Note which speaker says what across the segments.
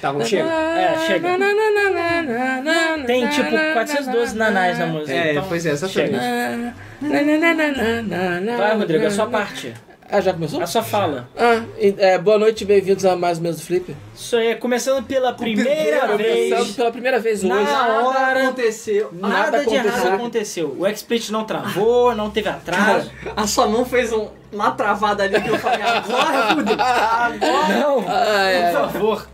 Speaker 1: Tá bom, chega.
Speaker 2: É, chega.
Speaker 3: Tem tipo 412 nanás na música.
Speaker 1: É,
Speaker 3: então-
Speaker 1: pois é, exatamente.
Speaker 3: Vai, Rodrigo, é a sua parte.
Speaker 2: Ah, já começou?
Speaker 3: A sua fala.
Speaker 2: Ah, e- é, boa noite, bem-vindos a mais um Mês do Flipper.
Speaker 3: Isso aí, é começando pela primeira
Speaker 1: primeira
Speaker 3: vez.
Speaker 2: Começando pela primeira vez hoje.
Speaker 3: Na
Speaker 1: Nada
Speaker 3: hora,
Speaker 1: aconteceu.
Speaker 3: nada de errado
Speaker 2: aconteceu.
Speaker 3: aconteceu. O XSplit não travou, não teve atraso.
Speaker 1: A sua mão fez um- uma travada ali que eu falei, "Ah, agora, Rodrigo, agora.
Speaker 3: Não,
Speaker 2: Ai,
Speaker 3: por
Speaker 2: ai,
Speaker 3: favor.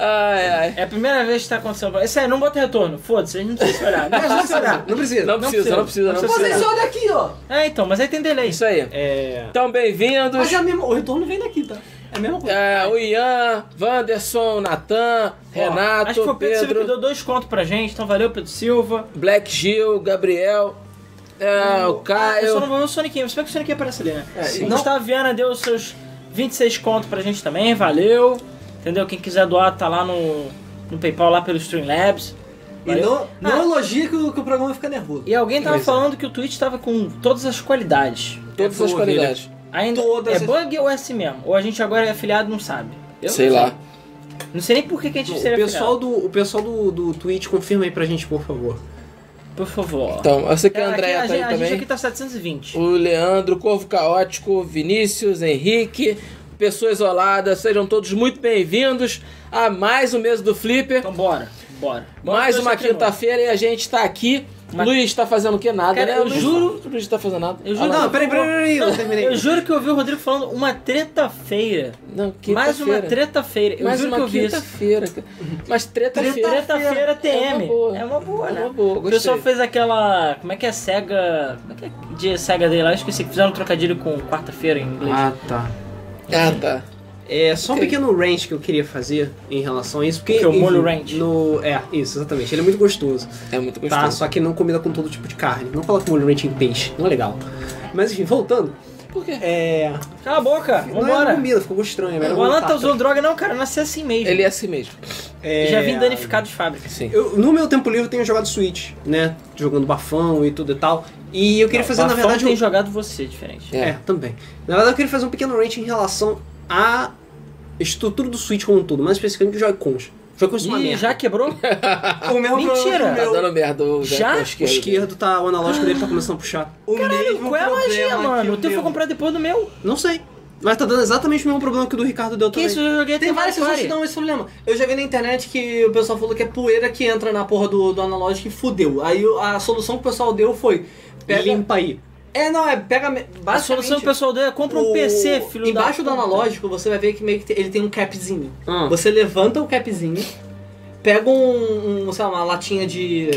Speaker 2: ai, ai.
Speaker 3: É a primeira vez que tá acontecendo. Isso aí, não bota retorno. Foda-se, a gente não precisa olhar. Não precisa olhar.
Speaker 2: Não precisa, não precisa, não precisa. Não
Speaker 1: Vocês
Speaker 2: precisa.
Speaker 1: só daqui, ó.
Speaker 3: É, então, mas aí tem delay.
Speaker 2: Isso aí.
Speaker 3: É.
Speaker 2: Então,
Speaker 1: Mas
Speaker 2: bem-vindos.
Speaker 1: é a mesma, o retorno vem daqui, tá? É a mesma coisa.
Speaker 2: É, o Ian, Wanderson, Natan,
Speaker 3: Ó, acho que foi
Speaker 2: Renato,
Speaker 3: o Pedro, Silva que
Speaker 2: Pedro,
Speaker 3: deu dois contos pra gente, então valeu, Pedro Silva.
Speaker 2: Black Gil, Gabriel, é, o
Speaker 3: Hum, Ah, Eu só
Speaker 2: Caio.
Speaker 3: não vou ver o Sonic Game, se bem que o Sonic Game aparece ali, né?
Speaker 1: e
Speaker 3: o
Speaker 1: não-
Speaker 3: Gustavo Viana deu os seus 26 contos pra gente também, valeu. Entendeu? Quem quiser doar, tá lá no, no PayPal, lá pelo Streamlabs.
Speaker 1: E
Speaker 3: Valeu.
Speaker 1: não, não
Speaker 3: Ah.
Speaker 1: elogia que o, que o programa fica nervoso.
Speaker 3: E alguém tava
Speaker 2: Pois é.
Speaker 3: falando que o Twitch tava com todas as qualidades.
Speaker 2: Todas
Speaker 1: Eu
Speaker 2: as
Speaker 1: vou
Speaker 3: né?
Speaker 1: ouvir,
Speaker 2: qualidades.
Speaker 3: Ainda
Speaker 1: Todas
Speaker 3: é
Speaker 1: as-
Speaker 3: bug ou é assim mesmo? Ou a gente agora é afiliado não sabe? Eu
Speaker 2: Sei
Speaker 3: não
Speaker 2: lá.
Speaker 3: Não sei nem por que, que a gente
Speaker 1: O
Speaker 3: seria
Speaker 1: pessoal, do, o pessoal do, do Twitch, confirma aí pra gente, por favor.
Speaker 3: afiliado. Por favor. É,
Speaker 2: Então, eu sei que a
Speaker 3: Aqui,
Speaker 2: Andréia tá
Speaker 3: gente-
Speaker 2: aí
Speaker 3: a gente
Speaker 2: também.
Speaker 3: aqui tá 720.
Speaker 2: O Leandro, Corvo Caótico, Vinícius, Henrique, Pessoa Isolada, sejam todos muito bem-vindos a mais um mês do Flipper,
Speaker 3: Então bora, bora. Bora
Speaker 2: mais
Speaker 3: pra
Speaker 2: uma
Speaker 3: essa tremenda.
Speaker 2: quinta-feira e a gente tá aqui.
Speaker 3: Mas-
Speaker 2: Luiz tá fazendo o que? Nada,
Speaker 3: Cara,
Speaker 2: né?
Speaker 3: eu
Speaker 2: Eu,
Speaker 3: não-
Speaker 2: juro que o Luiz tá fazendo nada.
Speaker 3: Eu juro-
Speaker 2: Ah,
Speaker 1: Não, peraí, peraí, peraí, eu terminei.
Speaker 3: Eu juro que eu ouvi o Rodrigo falando uma treta-feira.
Speaker 2: não, não, quinta-feira.
Speaker 3: Mais uma treta-feira. Eu
Speaker 2: Mais
Speaker 3: juro que
Speaker 2: uma
Speaker 3: eu vi isso.
Speaker 2: quinta-feira. cara. Mas treta-feira.
Speaker 3: Treta-feira TM.
Speaker 2: É uma boa.
Speaker 3: É uma boa,
Speaker 2: É
Speaker 3: né?
Speaker 2: uma boa,
Speaker 3: o
Speaker 2: gostei.
Speaker 3: pessoal fez aquela. Como é que é SEGA. Como é que é de SEGA dele lá? Eu esqueci que fizeram um trocadilho com quarta-feira em inglês.
Speaker 1: Ah, tá.
Speaker 2: Ah, tá.
Speaker 1: É só um
Speaker 2: Ok.
Speaker 1: pequeno rant que eu queria fazer em relação a isso, porque.
Speaker 3: Porque o
Speaker 1: em-
Speaker 3: molho ranch.
Speaker 1: No, é, isso, exatamente. Ele é muito gostoso.
Speaker 2: É muito gostoso.
Speaker 1: Tá, só que não combina com todo tipo de carne. Não coloca molho ranch em peixe, não é legal. Mas enfim, voltando.
Speaker 2: Por quê?
Speaker 1: É.
Speaker 3: Cala a boca,
Speaker 1: Não é
Speaker 3: vambora.
Speaker 1: comida, ficou estranho. é melhor
Speaker 3: O Alan
Speaker 1: voltar.
Speaker 3: tá usando droga, não, cara, nasci assim mesmo.
Speaker 2: Ele é assim mesmo.
Speaker 1: É,
Speaker 3: Já vim danificado de fábrica.
Speaker 2: Sim.
Speaker 1: Eu, no meu tempo livre eu tenho jogado Switch, né? Jogando bafão e tudo e tal. E eu queria fazer, na
Speaker 3: Bafão
Speaker 1: verdade.
Speaker 3: tem
Speaker 1: um-
Speaker 3: jogado você diferente.
Speaker 1: É, também. Na verdade, eu queria fazer um pequeno rant em relação à estrutura do Switch como um todo, mais especificamente os Joy-Cons. Joy-Cons são uma
Speaker 3: Ih,
Speaker 1: merda.
Speaker 3: já quebrou?
Speaker 1: O meu
Speaker 3: Mentira!
Speaker 2: Tá dando merda. o
Speaker 3: Já?
Speaker 2: Zé
Speaker 1: O
Speaker 2: Esquerdo.
Speaker 1: esquerdo tá, o analógico dele tá começando a puxar. O mesmo
Speaker 3: Qual é a magia, mano? O
Speaker 1: um
Speaker 3: teu é foi
Speaker 1: meu.
Speaker 3: comprar depois do meu.
Speaker 1: Não sei. Mas tá dando exatamente o mesmo problema que o do Ricardo deu
Speaker 3: Que
Speaker 1: também.
Speaker 3: isso, eu joguei até
Speaker 4: Tem várias
Speaker 3: Mario
Speaker 4: pessoas que
Speaker 3: Party.
Speaker 4: dão esse problema. Eu já vi na internet que o pessoal falou que é poeira que entra na porra do, do analógico e fudeu. Aí a solução que o pessoal deu foi. Pega...
Speaker 1: Limpa aí.
Speaker 4: É, não, é pega. me-
Speaker 3: A solução
Speaker 4: Basicamente,
Speaker 3: que o pessoal deu é compra um
Speaker 4: o-
Speaker 3: PC, filho da
Speaker 4: Embaixo do
Speaker 3: puta.
Speaker 4: analógico você vai ver que meio que te- ele tem um capzinho.
Speaker 1: Ah.
Speaker 4: Você levanta o capzinho, pega um, um, sei lá, uma latinha de.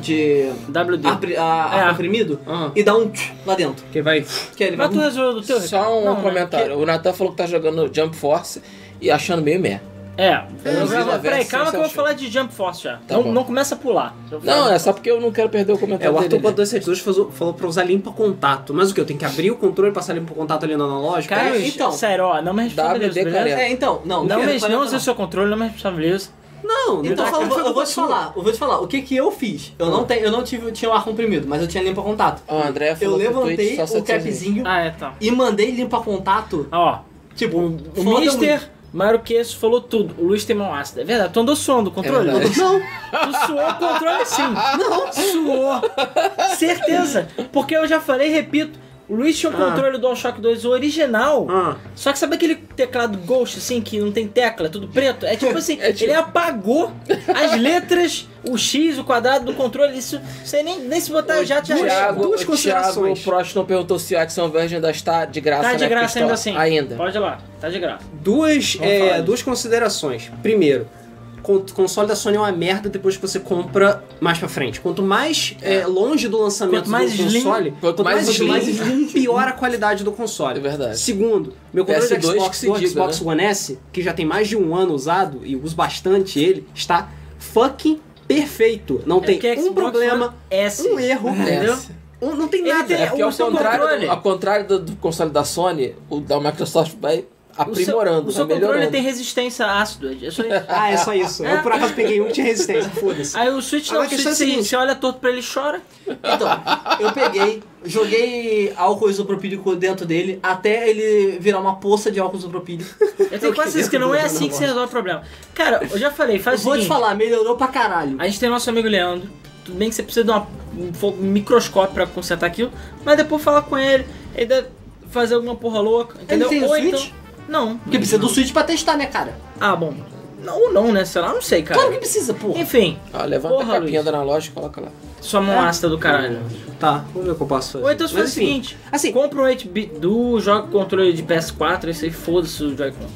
Speaker 4: de.
Speaker 3: WD.
Speaker 4: ar, pri- a- ar
Speaker 3: É.
Speaker 4: comprimido
Speaker 1: Ah.
Speaker 4: e dá um tch lá dentro.
Speaker 1: Que vai.
Speaker 4: Que aí ele vai.
Speaker 3: Mas tu resolveu do teu, Ricardo?
Speaker 2: Só um
Speaker 3: Não, né?
Speaker 2: comentário. O Natan falou que tá jogando Jump Force e achando meio meh.
Speaker 3: É, eu
Speaker 2: Vamos
Speaker 3: já-
Speaker 2: ver,
Speaker 3: peraí,
Speaker 2: se
Speaker 3: calma
Speaker 2: você
Speaker 3: que eu vou
Speaker 2: achou.
Speaker 3: falar de Jump Force já.
Speaker 2: Tá
Speaker 3: não,
Speaker 2: bom.
Speaker 3: não começa a pular. Eu vou
Speaker 2: Não,
Speaker 3: falar.
Speaker 2: é só porque eu não quero perder o
Speaker 1: É,
Speaker 2: comentário
Speaker 1: o Arthur
Speaker 2: dele. né?
Speaker 1: 4272 falou, falou pra usar limpa contato. Mas o que? Eu tenho que abrir o controle e passar limpa contato ali no analógico?
Speaker 3: Cara,
Speaker 1: É,
Speaker 4: então.
Speaker 3: sério, ó, não me responsabiliza,
Speaker 2: WD,
Speaker 3: beleza?
Speaker 2: cara.
Speaker 4: É, então, não.
Speaker 3: Não,
Speaker 4: eu
Speaker 3: me,
Speaker 4: falei
Speaker 3: não
Speaker 4: pra
Speaker 3: usa o seu controle, não me responsabiliza.
Speaker 1: Não,
Speaker 4: Então,
Speaker 1: não
Speaker 4: fala, eu, vou- eu vou te
Speaker 1: sua.
Speaker 4: falar, eu vou te falar o que que eu fiz. Eu não, tenho, eu não tive, tinha o ar comprimido, mas eu tinha limpa contato.
Speaker 2: Ó, O André
Speaker 4: Eu
Speaker 2: falou que o Twitch
Speaker 4: levantei
Speaker 2: só
Speaker 4: o
Speaker 2: 720.
Speaker 4: capzinho
Speaker 3: Ah, é, tá.
Speaker 4: e mandei limpa contato.
Speaker 3: Ó,
Speaker 4: Tipo,
Speaker 3: o
Speaker 4: foda
Speaker 2: é
Speaker 3: Mister Maruquês falou tudo. O Luiz tem mão ácida. É verdade, tu andou suando o controle?
Speaker 2: É verdade.
Speaker 3: não. Tu suou o controle sim. Não. Suou. Certeza. Porque eu já falei e repito. O Luiz tinha o
Speaker 1: Ah.
Speaker 3: controle do DualShock 2 original.
Speaker 1: Ah.
Speaker 3: Só que sabe aquele teclado Ghost, assim, que não tem tecla, é tudo preto? É tipo assim,
Speaker 2: É tipo-
Speaker 3: ele apagou as letras, o X, o quadrado do controle, isso, isso aí nem, nem se botar já, já
Speaker 2: Thiago,
Speaker 1: duas
Speaker 2: o
Speaker 1: considerações.
Speaker 2: Thiago, o Prost não perguntou se o Adson Virgin ainda está de graça.
Speaker 3: Tá de
Speaker 2: né?
Speaker 3: graça
Speaker 2: Porque
Speaker 3: ainda
Speaker 2: está-
Speaker 3: assim.
Speaker 2: Ainda.
Speaker 3: Pode ir lá, tá de graça.
Speaker 1: Duas,
Speaker 3: Vamos
Speaker 1: é,
Speaker 3: falar disso.
Speaker 1: duas considerações. Primeiro, con- console da Sony é uma merda depois que você compra mais pra frente. Quanto mais é, longe do lançamento
Speaker 3: Quanto mais
Speaker 1: do
Speaker 3: slim,
Speaker 1: console,
Speaker 2: quanto mais slim,
Speaker 1: mais slim, pior a qualidade do console.
Speaker 2: É verdade.
Speaker 1: Segundo, meu controle do
Speaker 2: PS2
Speaker 1: Xbox,
Speaker 2: que se
Speaker 1: do
Speaker 2: diga,
Speaker 1: Xbox
Speaker 2: né?
Speaker 1: One S, que já tem mais de um ano usado e uso bastante ele, está fucking perfeito. Não tem
Speaker 3: É porque
Speaker 1: um
Speaker 3: Xbox
Speaker 1: problema,
Speaker 3: One S.
Speaker 1: um erro,
Speaker 3: Entendeu?
Speaker 2: S.
Speaker 1: um- não tem
Speaker 3: Ele
Speaker 1: nada.
Speaker 3: tem-
Speaker 2: É porque
Speaker 3: o
Speaker 2: ao
Speaker 3: seu
Speaker 2: contrário,
Speaker 3: controle.
Speaker 2: ao contrário do, do console da Sony, o da Microsoft vai aprimorando.
Speaker 3: O seu, o seu
Speaker 2: tá
Speaker 3: controle
Speaker 2: melhorando.
Speaker 3: tem resistência a ácido. É só isso.
Speaker 1: Ah, é só isso. Eu por acaso peguei um que tinha resistência, foda-se.
Speaker 3: Aí o Switch não,
Speaker 1: Agora
Speaker 3: o
Speaker 1: a
Speaker 3: Switch
Speaker 1: questão é a
Speaker 3: você,
Speaker 1: seguinte.
Speaker 3: você olha torto pra ele e chora.
Speaker 1: Então, eu peguei, joguei álcool isopropílico dentro dele até ele virar uma poça de álcool isopropílico.
Speaker 3: Eu tenho quase certeza que não é assim que você resolve o problema. Cara, eu já falei,
Speaker 1: Eu
Speaker 3: faz o
Speaker 1: vou te
Speaker 3: seguinte.
Speaker 1: falar, melhorou pra caralho.
Speaker 3: A gente tem nosso amigo Leandro. Tudo bem que você precisa de uma- um fo- um microscópio pra consertar aquilo, mas depois falar com ele, ele deve fazer alguma porra louca, entendeu?
Speaker 1: tem o
Speaker 3: Ou
Speaker 1: Switch?
Speaker 3: então. Não.
Speaker 1: Porque
Speaker 2: Uhum.
Speaker 1: precisa do Switch pra testar, né, cara?
Speaker 3: Ah, bom. Não, ou não, né? Sei lá, não sei, cara.
Speaker 1: Claro que precisa, porra.
Speaker 3: Enfim,
Speaker 2: Ah, levanta
Speaker 3: Porra,
Speaker 2: a capinha
Speaker 3: Luiz.
Speaker 2: da analógica e coloca lá.
Speaker 3: sua mão ácida do caralho.
Speaker 5: Tá, vamos ver o que eu posso fazer.
Speaker 3: Ou então você
Speaker 5: Mas,
Speaker 3: faz o
Speaker 5: enfim,
Speaker 3: seguinte:
Speaker 1: assim-
Speaker 3: compra um 8-bit do, joga o controle de PS4, isso aí foda-se o Joy-Con.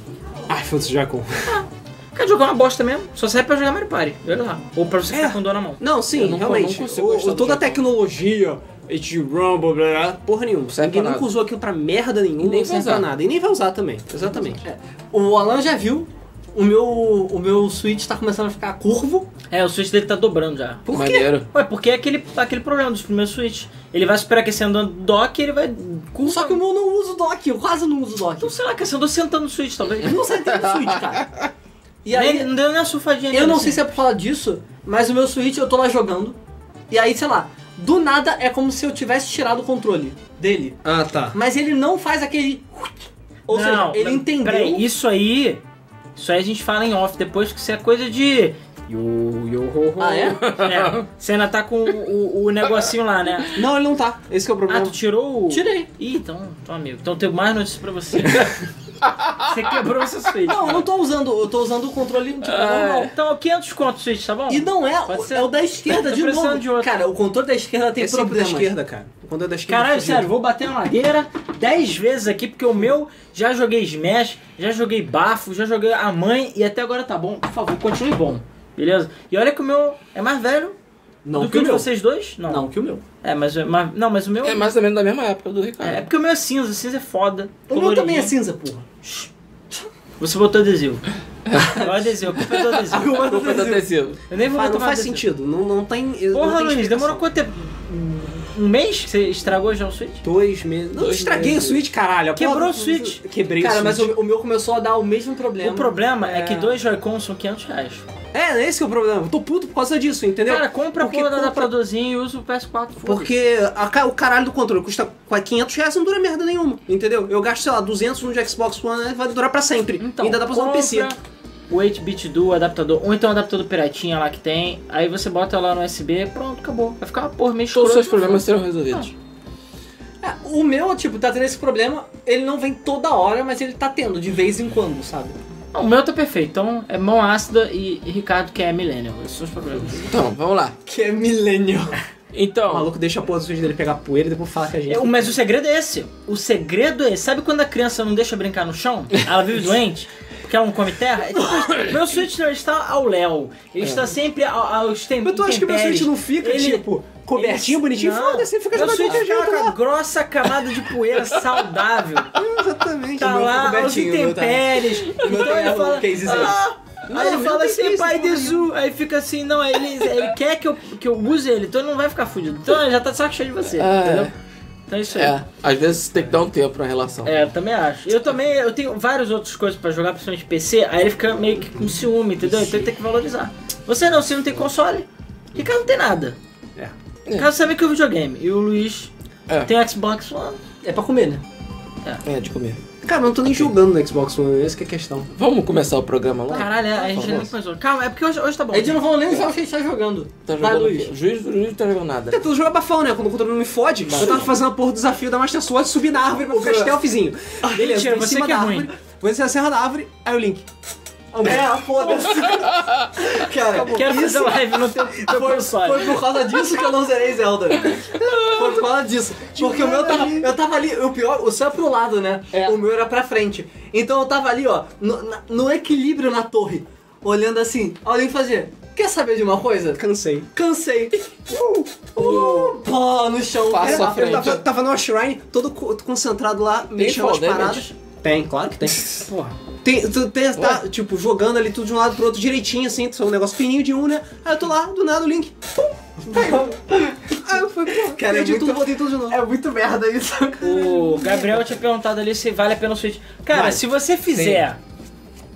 Speaker 5: Ai, foda-se, Jacon.
Speaker 3: Quer jogar uma bosta mesmo? Só serve pra jogar Mario Party, olha lá. Ou pra você
Speaker 5: É.
Speaker 3: ficar com dor na mão.
Speaker 5: Não,
Speaker 2: Eu
Speaker 5: sim,
Speaker 2: não-
Speaker 5: realmente.
Speaker 2: não consigo
Speaker 5: o-
Speaker 2: gostar do
Speaker 5: toda a
Speaker 2: Jacon.
Speaker 5: tecnologia, Edge Rumble, blá, blá, porra nenhuma.
Speaker 2: serve
Speaker 5: Ninguém
Speaker 2: pra
Speaker 5: nunca
Speaker 2: nada.
Speaker 5: usou aquilo pra merda nenhuma,
Speaker 2: é nem
Speaker 5: não
Speaker 2: vai
Speaker 5: serve pra
Speaker 2: usar. É.
Speaker 5: nada. E nem vai usar também, exatamente.
Speaker 1: O Alan já viu. O meu, o meu Switch tá começando a ficar curvo.
Speaker 3: É, o Switch dele tá dobrando já.
Speaker 5: Por quê?
Speaker 2: Maneiro.
Speaker 3: Ué, porque é aquele, aquele problema dos primeiros Switch. Ele vai superaquecendo o dock e ele vai. curva-
Speaker 1: Só que o meu não usa o dock, eu quase não uso o dock.
Speaker 3: Então, sei lá, que andou sentando no Switch, talvez.
Speaker 1: Eu não sei ter um Switch, cara. E
Speaker 3: E aí,
Speaker 1: aí,
Speaker 3: não deu nem a surfadinha
Speaker 1: eu
Speaker 3: nele,
Speaker 1: não
Speaker 3: assim.
Speaker 1: sei se é por causa disso, mas o meu Switch eu tô lá jogando. E aí, sei lá, do nada é como se eu tivesse tirado o controle dele.
Speaker 5: Ah, tá.
Speaker 1: Mas ele não faz aquele. é- Ou
Speaker 3: Não,
Speaker 1: seja, ele
Speaker 3: não,
Speaker 1: entendeu.
Speaker 3: Peraí, isso aí. Isso aí a gente fala em off depois, que isso é coisa de. Yo, yo, ho, ho.
Speaker 1: Ah, é?
Speaker 3: É, você ainda tá com o, o- o negocinho lá, né?
Speaker 5: Não, ele não tá. Esse que é o
Speaker 3: Ah,
Speaker 5: problema.
Speaker 3: tu tirou o.
Speaker 1: Tirei.
Speaker 3: Ih, então, então, amigo. Então, eu tenho mais notícias pra você. você quebrou esse Switch.
Speaker 1: Não, eu não tô usando, eu tô usando o controle tipo, normal.
Speaker 3: Então, 500 conto o Switch, tá bom?
Speaker 1: E não é,
Speaker 3: Pode ser.
Speaker 1: é o da esquerda
Speaker 3: Tô
Speaker 1: de
Speaker 3: precisando
Speaker 1: novo.
Speaker 3: de outro.
Speaker 1: Cara, o controle da esquerda tem
Speaker 5: é sempre da
Speaker 1: problemas.
Speaker 5: esquerda, cara. Quando é da esquerda.
Speaker 3: Caralho,
Speaker 5: fudido.
Speaker 3: sério, vou bater na ladeira 10 vezes aqui, porque o meu já joguei Smash, já joguei Bafo, já joguei a mãe e até agora tá bom. Por favor, continue bom. Beleza? E olha que o meu é mais velho
Speaker 1: Não
Speaker 3: do
Speaker 1: que
Speaker 3: que
Speaker 1: o
Speaker 3: o de
Speaker 1: meu.
Speaker 3: vocês dois? Não.
Speaker 1: Não, que o meu.
Speaker 3: É, mas, é mais- não, mas o meu.
Speaker 2: É mais ou menos da mesma época do Ricardo.
Speaker 3: é, é porque o meu é cinza, cinza é foda.
Speaker 1: O meu também é
Speaker 3: coloridinho.
Speaker 1: cinza, porra.
Speaker 3: Você botou adesivo. Olha o adesivo, a culpa é do adesivo.
Speaker 1: Agora
Speaker 2: Culpa do adesivo.
Speaker 3: Eu nem vou
Speaker 5: Faz-
Speaker 3: botar
Speaker 5: não
Speaker 3: mais
Speaker 5: faz
Speaker 3: adesivo.
Speaker 5: sentido. Não, não tem. não tem
Speaker 3: Porra, Luiz,
Speaker 5: explicação.
Speaker 3: demorou quanto tempo? Um mês que você estragou já o Switch?
Speaker 5: Dois meses. Não,
Speaker 2: Dois
Speaker 5: estraguei
Speaker 2: meses.
Speaker 5: o Switch, caralho.
Speaker 3: Quebrou
Speaker 5: Porra,
Speaker 3: o Switch.
Speaker 5: Quebrei
Speaker 1: Cara,
Speaker 5: o
Speaker 1: mas
Speaker 5: Switch.
Speaker 1: o, o meu começou a dar o mesmo problema.
Speaker 3: O problema é, que dois Joy-Cons são 500 reais.
Speaker 5: É, esse que é o problema. Eu tô puto por causa disso, entendeu?
Speaker 3: Cara, compra a
Speaker 5: Porque
Speaker 3: porra do
Speaker 5: compra-
Speaker 3: adaptadorzinho e usa o PS4. foda-se.
Speaker 5: Porque a ca- o caralho do controle custa qua- 500 reais e não dura merda nenhuma, entendeu? Eu gasto, sei lá, 200 no de Xbox One, né, vai durar pra sempre.
Speaker 3: Então,
Speaker 5: Ainda dá pra usar no
Speaker 3: compra
Speaker 5: PC.
Speaker 3: O 8-bit do adaptador, ou então o adaptador piratinha lá que tem, aí você bota lá no USB, pronto, acabou. Vai ficar uma porra meio
Speaker 2: Todos os seus
Speaker 3: escrota.
Speaker 2: problemas serão resolvidos.
Speaker 1: É, o meu, tipo, tá tendo esse problema. Ele não vem toda hora, mas ele tá tendo de vez em quando, sabe?
Speaker 3: Não, o meu tá perfeito, então é mão ácida e Ricardo que é millennial. Esses são os problemas.
Speaker 2: Então, vamos lá.
Speaker 1: Que é milênio.
Speaker 5: O
Speaker 2: Então,
Speaker 5: maluco deixa a porra do Switch dele pegar poeira e depois fala que a gente.
Speaker 3: É, o- mas o segredo é esse. O segredo é esse. Sabe quando a criança não deixa brincar no chão? Ela vive doente? Porque ela não come terra? É tipo, meu Switch não está ao léu. Ele está sempre ao- aos tempos.
Speaker 5: Mas tu acha que meu Switch não fica,
Speaker 3: Ele-
Speaker 5: tipo, cobertinho, bonitinho?
Speaker 3: Não.
Speaker 5: Foda-se, fica
Speaker 3: Meu
Speaker 5: jogando
Speaker 3: Switch
Speaker 5: qualquer
Speaker 1: um
Speaker 3: tá
Speaker 5: jeito
Speaker 3: com a
Speaker 5: lá.
Speaker 3: grossa camada de poeira saudável.
Speaker 5: Exatamente.
Speaker 3: Tá
Speaker 5: meu,
Speaker 3: lá, aos
Speaker 1: cobertinho, meu tá.
Speaker 3: intempéries.
Speaker 1: meu
Speaker 3: Então
Speaker 1: tá
Speaker 3: ele
Speaker 1: com
Speaker 3: fala.
Speaker 1: o casezinho.
Speaker 3: "Ah",
Speaker 5: Não,
Speaker 3: Aí ele
Speaker 5: meu
Speaker 3: fala
Speaker 5: tem
Speaker 3: assim,
Speaker 5: case,
Speaker 3: pai
Speaker 5: porra
Speaker 3: de Zu. Aí fica assim, não, ele, ele quer que eu, que eu use ele, então ele não vai ficar fudido. Então ele já tá de saco cheio de você,
Speaker 2: É.
Speaker 3: entendeu? Então é isso aí.
Speaker 2: é, às vezes tem que dar um tempo na relação.
Speaker 3: É, eu também acho. Eu também, eu tenho várias outras coisas pra jogar, principalmente PC, aí ele fica meio que com ciúme, entendeu? Então ele tem que valorizar. Você não, você não tem console, Ricardo não tem nada.
Speaker 5: É.
Speaker 3: Ricardo sabe que é videogame. E o Luiz
Speaker 2: É.
Speaker 3: tem o Xbox One.
Speaker 1: É pra comer, né?
Speaker 2: É, de comer.
Speaker 5: Cara, eu não tô nem jogando no Xbox One, essa que é a questão.
Speaker 2: Vamos começar o programa lá?
Speaker 3: Caralho, é, a gente
Speaker 2: favor.
Speaker 3: nem começou. Calma, é porque hoje, hoje tá bom.
Speaker 1: A gente não falou nem os jogos que a gente tá jogando.
Speaker 2: Tá
Speaker 1: Vai,
Speaker 2: jogando o quê?
Speaker 1: Luiz.
Speaker 2: O juiz, o juiz não tá jogando nada.
Speaker 5: Tentando jogar bafão, né? Quando o controle não me fode, eu tava fazendo a porra do desafio da Master Sword, subir na árvore pra ficar stealthzinho. Beleza,
Speaker 3: mentira,
Speaker 5: tô em
Speaker 3: você
Speaker 5: cima
Speaker 3: que é
Speaker 5: da
Speaker 3: ruim.
Speaker 5: árvore. Vou descer a serra da árvore, aí o Link.
Speaker 1: É, foda-se. Cara,
Speaker 3: Quero fazer
Speaker 1: isso
Speaker 3: live no teu, teu
Speaker 1: foi,
Speaker 3: console.
Speaker 1: foi por causa disso que eu não zerei Zelda. né? Foi por causa disso. Porque o meu tava, eu tava ali, o pior, o seu é pro lado, né? O meu era pra frente. Então eu tava ali, ó, no, na- no equilíbrio na torre, olhando assim, alguém fazia. Quer saber de uma coisa?
Speaker 5: Cansei.
Speaker 1: Cansei. Uh, uh, pô, no chão.
Speaker 2: Passa
Speaker 1: Era-
Speaker 2: à frente.
Speaker 5: Eu tava, tava numa shrine, todo co- concentrado lá, mexendo
Speaker 2: fall
Speaker 5: as paradas.
Speaker 2: damage?
Speaker 5: Tem, claro que tem.
Speaker 3: Porra.
Speaker 5: tem tu tem- tá, tipo, jogando ali tudo de um lado pro outro direitinho, assim, tu é um negócio fininho de um, né? Aí eu tô lá, do nada o Link. Pum! Caiu. Aí eu fui, pô,
Speaker 4: Cara,
Speaker 1: perdi
Speaker 4: é muito-
Speaker 1: tudo, voltei tudo de novo.
Speaker 4: É muito merda isso.
Speaker 3: O Gabriel tinha perguntado ali se vale a pena o Switch. Cara,
Speaker 6: Vale.
Speaker 3: se você fizer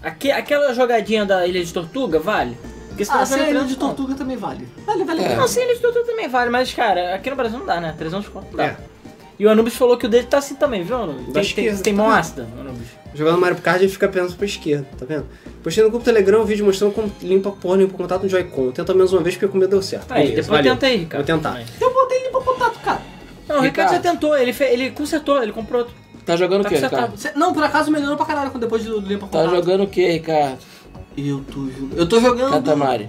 Speaker 3: aque- aquela jogadinha da Ilha de Tortuga, vale. Porque senão
Speaker 1: Ah,
Speaker 3: você
Speaker 1: sem
Speaker 3: não
Speaker 1: ele
Speaker 3: tem
Speaker 1: de
Speaker 3: desconto.
Speaker 1: tortuga também vale. Vale, vale.
Speaker 2: É.
Speaker 1: vale.
Speaker 3: Não, sem Ilha de Tortuga também vale, mas, cara, aqui no Brasil não dá, né? 300 conto não dá.
Speaker 6: É.
Speaker 3: E o Anubis falou que o dele tá assim também, viu, Anubis? Tem,
Speaker 6: acho
Speaker 3: tem,
Speaker 6: que-
Speaker 3: tem mão ácida, Anubis.
Speaker 6: Jogando Mario Kart, ele fica apenas pra esquerda, tá vendo? Postei no grupo do Telegram um vídeo mostrando como limpa porra, limpa o contato no Joy-Con. Tenta menos uma vez porque comigo deu certo.
Speaker 3: Tá Aí,
Speaker 6: Beleza,
Speaker 3: depois
Speaker 6: Tá valeu.
Speaker 3: tenta aí, Ricardo.
Speaker 6: Vou tentar.
Speaker 3: Também.
Speaker 1: Eu botei limpa contato, cara.
Speaker 3: Não, o Ricardo já
Speaker 2: Ricardo.
Speaker 3: tentou, ele, fe- ele consertou, ele comprou outro.
Speaker 2: Tá jogando o
Speaker 3: Tá
Speaker 2: que,
Speaker 3: consertado.
Speaker 2: Ricardo?
Speaker 1: Cê- não, por acaso melhorou pra caralho quando depois do limpa
Speaker 2: Tá
Speaker 1: contato.
Speaker 2: jogando o que, Ricardo?
Speaker 1: Eu tô jogando. Eu tô jogando.
Speaker 2: Catamari.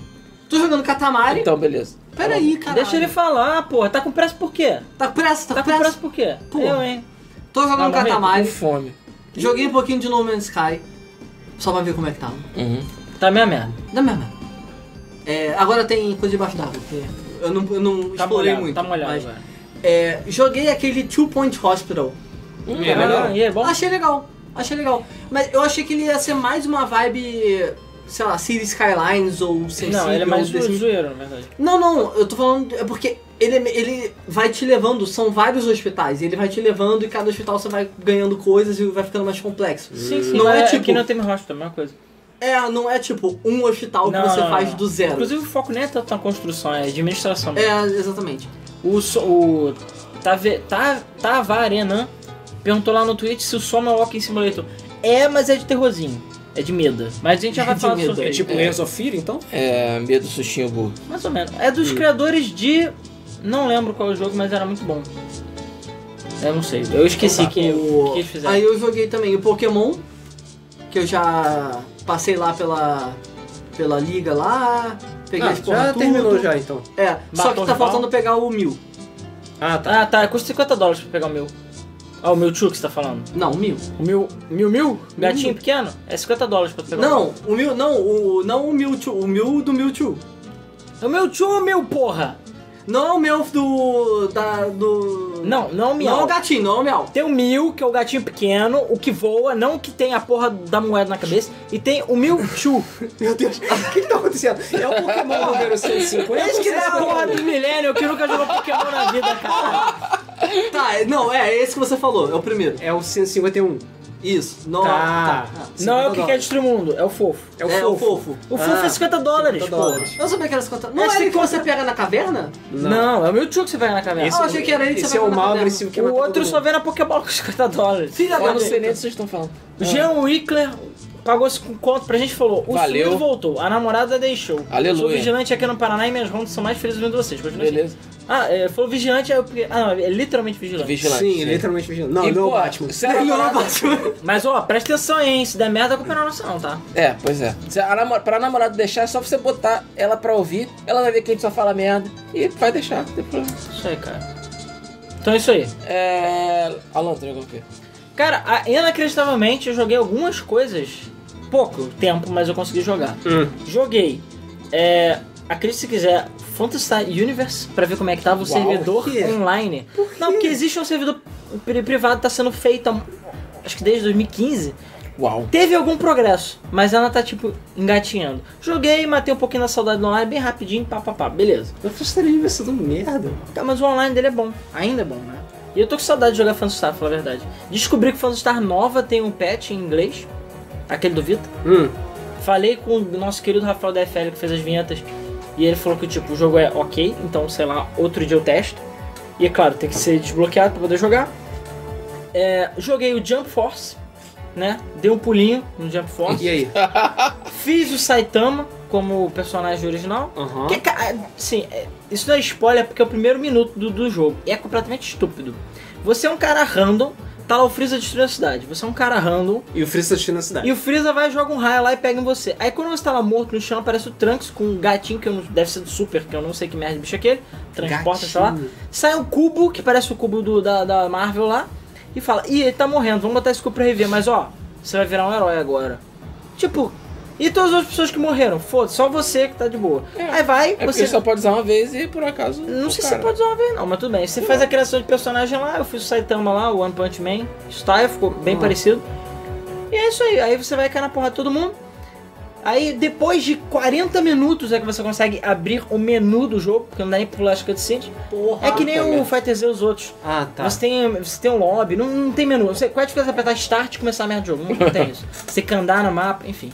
Speaker 1: Tô jogando Catamari.
Speaker 2: Então, beleza.
Speaker 1: Pera aí, cara.
Speaker 3: Deixa ele falar, porra. Tá com pressa por quê?
Speaker 1: Tá com pressa, né? tá,
Speaker 3: Tá
Speaker 1: com
Speaker 3: com
Speaker 1: pressa.
Speaker 3: pressa por quê?
Speaker 1: Porra.
Speaker 3: Eu, hein?
Speaker 1: Tô jogando
Speaker 3: Tá,
Speaker 2: Com
Speaker 1: Catamari.
Speaker 2: fome.
Speaker 1: Joguei um pouquinho de No Man's Sky. Só pra ver como é que tava.
Speaker 2: Uhum.
Speaker 3: Tá minha merda.
Speaker 1: Da mesma. né? É, agora tem coisa debaixo d'água. porque Eu não, eu não
Speaker 3: Tá
Speaker 1: explorei
Speaker 3: molhado,
Speaker 1: muito.
Speaker 3: tá molhado
Speaker 1: mas,
Speaker 3: agora.
Speaker 1: é, joguei aquele Two Point Hospital.
Speaker 2: Hum,
Speaker 6: É,
Speaker 2: tá
Speaker 6: legal.
Speaker 3: Ah, e é bom?
Speaker 1: Achei legal. Achei legal. Mas eu achei que ele ia ser mais uma vibe, sei lá, City Skylines ou Sensível.
Speaker 3: Não, ele é mais
Speaker 1: desse-
Speaker 3: zoeiro, na verdade.
Speaker 1: Não, não, eu tô falando. É porque ele, ele vai te levando, são vários hospitais, e ele vai te levando e cada hospital você vai ganhando coisas e vai ficando mais complexo.
Speaker 3: Sim, sim,
Speaker 1: Não
Speaker 3: mas
Speaker 1: é
Speaker 3: é
Speaker 1: tipo-
Speaker 3: que não tem rosto, é a mesma coisa.
Speaker 1: É, não é tipo um hospital que você faz do zero.
Speaker 3: Inclusive o foco nem é tanto na construção, é administração.
Speaker 1: É, exatamente.
Speaker 3: O, so, o Tave, Ta- Tavarena perguntou lá no Twitch se o Soma Walking Simulator é, mas é de terrorzinho. É de medo. Mas a gente já vai
Speaker 1: De
Speaker 3: falar
Speaker 1: medo,
Speaker 3: sobre
Speaker 6: É
Speaker 3: isso.
Speaker 6: tipo Layers of Fear, então?
Speaker 2: É, medo sustinho burro.
Speaker 3: Mais ou menos. É
Speaker 1: Hum.
Speaker 3: dos criadores de. Não lembro qual é o jogo, mas era muito bom. Eu não sei. Eu esqueci que, o que eles
Speaker 1: Então
Speaker 3: fizeram.
Speaker 1: tá. Aí eu joguei também o Pokémon, que eu já passei lá pela, pela liga lá, peguei
Speaker 6: Ah,
Speaker 1: as porra
Speaker 6: já
Speaker 1: tudo.
Speaker 6: terminou já, então.
Speaker 1: É, só que
Speaker 3: o
Speaker 1: tá
Speaker 3: rival.
Speaker 1: faltando pegar o mil.
Speaker 6: Ah, tá.
Speaker 3: Ah, tá. Custa 50 dólares pra pegar o meu. Ah, o meu tio que você tá falando.
Speaker 1: Não, o mil.
Speaker 3: O meu. Meu, meu? Gatinho pequeno? É 50 dólares pra tu pegar.
Speaker 1: Hum. Não, o mil, não, o não o Mewtwo, o mil do Mewtwo.
Speaker 3: É o meu tio ou o meu, porra?
Speaker 1: Não é o meu do da do
Speaker 3: Não, não é o meu.
Speaker 1: Não é o gatinho, não é o miau.
Speaker 3: Tem o Mil, que é o gatinho pequeno, o que voa, não o que tem a porra da moeda na cabeça, e tem o Mewtwo.
Speaker 6: Meu Deus, o que que tá acontecendo? É o Pokémon número 150?
Speaker 3: Eles que é a porra do Millennium que nunca jogou Pokémon na vida, cara.
Speaker 1: Tá, não, é esse que você falou, é o primeiro.
Speaker 6: É o 151.
Speaker 1: Isso, não
Speaker 6: Tá.
Speaker 3: Não é o que quer
Speaker 1: dólares.
Speaker 3: destruir o mundo, é o fofo.
Speaker 6: É o
Speaker 1: É o
Speaker 6: fofo.
Speaker 1: fofo.
Speaker 3: O fofo é 50 dólares,
Speaker 6: 50
Speaker 3: porra.
Speaker 6: dólares.
Speaker 1: Eu sabia que era 50. Não
Speaker 3: É,
Speaker 1: era
Speaker 3: se
Speaker 1: ele que você pega na caverna?
Speaker 3: Não. é o Mewtwo que você pega na cabeça.
Speaker 1: Esse- Ah, eu achei que era ele que
Speaker 6: esse
Speaker 1: você
Speaker 6: é o
Speaker 1: vai
Speaker 6: mal
Speaker 1: matar
Speaker 6: agressivo que
Speaker 3: o
Speaker 6: mata
Speaker 3: outro
Speaker 6: todo
Speaker 3: só
Speaker 6: mundo.
Speaker 3: vem na Pokébola com 50 dólares.
Speaker 1: Filha
Speaker 2: Eu
Speaker 1: da
Speaker 2: não sei
Speaker 1: puta.
Speaker 2: nem o que vocês estão falando.
Speaker 3: Jean Wickler pagou 5 conto pra gente e falou: O
Speaker 2: Valeu.
Speaker 3: sumido voltou, a namorada deixou.
Speaker 2: Aleluia.
Speaker 3: Sou vigilante aqui no Paraná e minhas rondas são mais felizes do que vocês. Continua assim.
Speaker 2: Beleza?
Speaker 3: Ah, é, falou vigilante, aí eu peguei. Ah, não, é literalmente vigilante.
Speaker 2: Vigilante. né?
Speaker 6: Sim, literalmente vigilante. Não,
Speaker 2: E,
Speaker 6: não é o
Speaker 2: pô,
Speaker 6: Batman.
Speaker 2: se a namorada-
Speaker 3: Mas ó, presta atenção aí, hein? Se der merda, a culpa não é nossa, não, tá?
Speaker 2: É, pois é. Se a namor... Pra namorada deixar, é só você botar ela pra ouvir, ela vai ver que a gente só fala merda e vai deixar, não tem problema.
Speaker 3: Isso aí, cara. Então é isso aí.
Speaker 2: É. Alan, tu jogou o quê?
Speaker 3: Cara, a- inacreditavelmente eu joguei algumas coisas. Pouco tempo, mas eu consegui jogar.
Speaker 6: Hum.
Speaker 3: Joguei. É. Acredite se quiser, Phantasy Star Universe, pra ver como é que tava o servidor
Speaker 6: Por quê?
Speaker 3: online. Não, porque existe um servidor pri- privado que tá sendo feito há- acho que desde 2015.
Speaker 2: Uau.
Speaker 3: Teve algum progresso, mas ela tá tipo engatinhando. Joguei, matei um pouquinho da saudade do online, bem rapidinho, pá, pá, pá, beleza.
Speaker 6: Eu frustraria ver isso do merda.
Speaker 3: Tá, mas o online dele é bom. Ainda é bom, né? E eu tô com saudade de jogar Phantasy Star, pra falar a verdade. Descobri que Phantasy Star nova tem um patch em inglês. Aquele do Vita.
Speaker 6: Hum.
Speaker 3: Falei com o nosso querido Rafael da FL que fez as vinhetas. E ele falou que tipo, o jogo é ok, então sei lá, outro dia eu testo. E é claro, tem que ser desbloqueado pra poder jogar. É, joguei o Jump Force, né? Dei um pulinho no Jump Force.
Speaker 6: E aí?
Speaker 3: Fiz o Saitama como personagem original.
Speaker 6: Aham.
Speaker 3: Que, ca- assim, é- isso não é spoiler porque é o primeiro minuto do, do jogo. E é completamente estúpido. Você é um cara random, tá lá o Freeza destruindo a cidade. Você é um cara random
Speaker 6: E o Freeza assistindo na
Speaker 2: É.
Speaker 6: cidade.
Speaker 3: e o Freeza vai joga um raio lá e pega em você. Aí quando você tá lá morto no chão, aparece o Trunks com um gatinho que eu não, deve ser do Super, que eu não sei que merda de bicho é aquele. Transporta, sei lá. Sai um cubo, que parece o cubo do- da, da Marvel lá, e fala: Ih, ele tá morrendo, vamos botar esse cubo pra reviver, mas ó, você vai virar um herói agora. Tipo, e todas as pessoas que morreram? Foda-se, só você que tá de boa. Aí vai,
Speaker 2: É
Speaker 3: você.
Speaker 2: você só pode usar uma vez e por acaso.
Speaker 3: Não sei se
Speaker 2: cara.
Speaker 3: você pode usar uma vez, não, mas tudo bem. Você faz a criação de personagem lá, eu fiz o Saitama lá, o One Punch Man,
Speaker 4: Uhum.
Speaker 3: Style, ficou bem parecido. E é isso aí, aí você vai cair na porra de todo mundo. Aí depois de 40 minutos é que você consegue abrir o menu do jogo, porque não dá nem pra pular as cutscenes.
Speaker 4: Porra.
Speaker 3: É que nem
Speaker 4: puta
Speaker 3: o
Speaker 4: merda.
Speaker 3: FighterZ e os outros.
Speaker 4: Ah, tá.
Speaker 3: Você, tem, você tem um lobby, não, não tem menu. Você, qual é a diferença de apertar start e começar a merda de jogo? Não, não tem isso. Você tem que andar no mapa, enfim.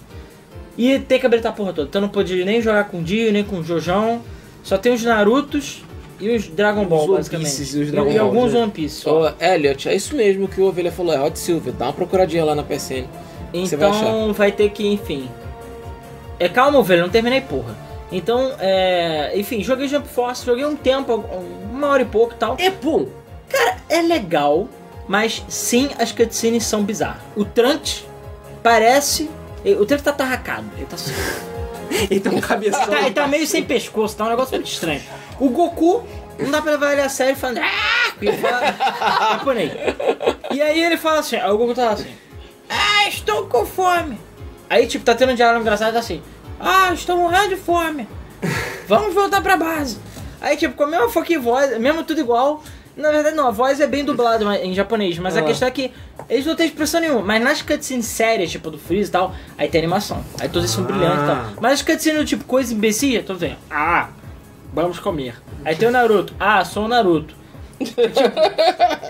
Speaker 3: E tem que habilitar a porra toda. Então eu não podia nem jogar com o Dio, nem com o Jojão. Só tem os Narutos e os Dragon Ball,
Speaker 4: One
Speaker 3: basicamente.
Speaker 4: Pieces e os
Speaker 3: E-
Speaker 4: Dragon
Speaker 3: e
Speaker 4: Balls,
Speaker 3: alguns
Speaker 4: é.
Speaker 3: One Piece. só.
Speaker 2: Ô, Elliot, é isso mesmo que o Ovelha falou, é Hot Silver. Dá uma procuradinha lá na PSN. Você vai achar.
Speaker 3: Então vai ter que, enfim. É calma, velho, não terminei, porra. Então, é. Enfim, joguei Jump Force, joguei um tempo, um- uma hora e pouco e tal.
Speaker 6: É bom.
Speaker 3: Cara, é legal, mas sim, as cutscenes são bizarras. O Trunks parece. O Trunks tá tarracado, ele tá
Speaker 6: Então, cabeção.
Speaker 3: Tá, ele tá meio sem pescoço, tá um negócio muito estranho. O Goku, não dá pra levar ele a sério falando. "Ah", porque Ele fala japonês. E aí ele fala assim, aí o Goku tá lá assim. Ah, estou com fome. Aí, tipo, tá tendo um diálogo engraçado tá assim. Ah, estou morrendo de fome. Vamos voltar pra base. Aí, tipo, com a mesma fucking voz, mesmo tudo igual. Na verdade, não, a voz é bem dublada mas- em japonês, mas a questão é que eles não têm expressão nenhuma. Mas nas cutscenes sérias, tipo do Freeze e tal, aí tem animação. Aí todos eles são brilhantes e tal. Mas as cutscenes do tipo coisa imbecil, tô vendo. Ah, vamos comer. Aí tem o Naruto. Ah, sou o Naruto. Tipo,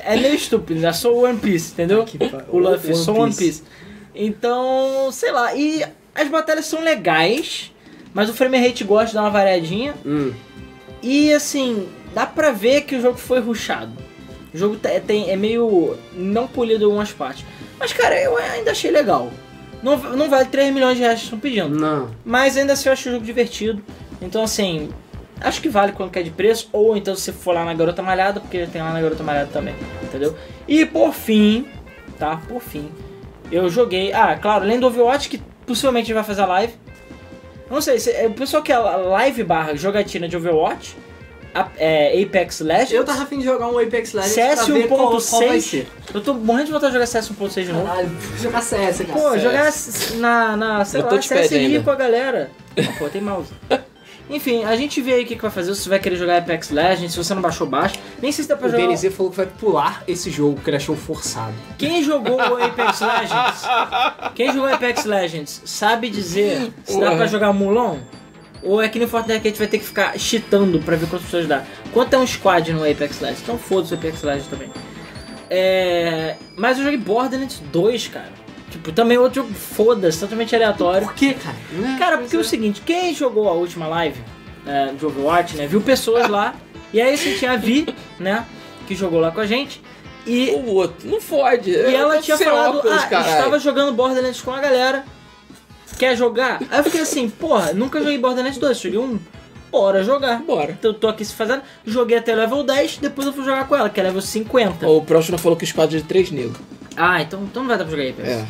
Speaker 3: é meio estúpido, né? Sou o One Piece, entendeu?
Speaker 1: tá
Speaker 3: O Luffy, sou o One Piece. Então, sei lá. E as batalhas são legais, mas o frame rate gosta de dar uma variadinha. E assim, dá pra ver que o jogo foi ruchado. O jogo tá- é, tem, é meio não polido em algumas partes. Mas cara, eu ainda achei legal. Não, não vale 3 milhões de reais que estão pedindo.
Speaker 6: Não.
Speaker 3: Mas ainda assim eu acho o jogo divertido. Então assim, acho que vale quando quer de preço. Ou então se você for lá na Garota Malhada, porque tem lá na Garota Malhada também. Entendeu? E por fim, tá? Por fim, eu joguei. Ah, claro, além do Overwatch, que possivelmente a gente vai fazer a live. Eu Não sei, se, é, o pessoal quer live barra jogatina de Overwatch, a- é, Apex Legends.
Speaker 1: Eu tava afim de jogar um Apex Legends pra
Speaker 3: CS
Speaker 1: ver qual, qual vai ser.
Speaker 3: 1.6. Eu tô morrendo de vontade de jogar CS 1.6 de novo.
Speaker 1: Caralho, jogar CS, cara.
Speaker 3: Pô,
Speaker 2: CS.
Speaker 3: jogar na, na sei
Speaker 2: Eu tô
Speaker 3: lá,
Speaker 2: de pé
Speaker 3: CSI
Speaker 2: ainda.
Speaker 3: com a galera. Ah, Pô, tem mouse. Enfim, a gente vê aí o que, que vai fazer, se você vai querer jogar Apex Legends, se você não baixou, baixa. Nem sei se dá pra
Speaker 4: O
Speaker 3: jogar...
Speaker 4: DNZ falou que vai pular esse jogo, que ele achou forçado.
Speaker 3: Quem jogou o Apex Legends, quem jogou Apex Legends, sabe dizer se dá
Speaker 2: Porra.
Speaker 3: pra jogar Mulon? Ou é que no Fortnite que a gente vai ter que ficar cheatando pra ver quantas pessoas dá. Quanto é um squad no Apex Legends? Então foda-se o Apex Legends também. É... Mas eu joguei Borderlands 2, cara. Tipo, também outro jogo foda-se, totalmente aleatório.
Speaker 1: Por que, cara?
Speaker 3: Cara, porque é o seguinte, quem jogou a última live é, de Overwatch, né, viu pessoas lá, e aí assim, tinha a Vi, né, que jogou lá com a gente, e
Speaker 2: O outro, não fode. é
Speaker 3: e ela tinha falado,
Speaker 2: óculos,
Speaker 3: ah,
Speaker 2: caralho.
Speaker 3: estava jogando Borderlands com a galera. Quer jogar? Aí eu fiquei assim, porra, nunca joguei Borderlands 2, joguei um. Bora jogar.
Speaker 2: Bora.
Speaker 3: Então eu tô aqui se fazendo. Joguei até level 10, depois eu fui jogar com ela, que é level 50.
Speaker 2: O Próximo falou que o esquadro é de três negros.
Speaker 3: Ah, então, então não vai dar pra jogar aí, Pedro.
Speaker 2: É.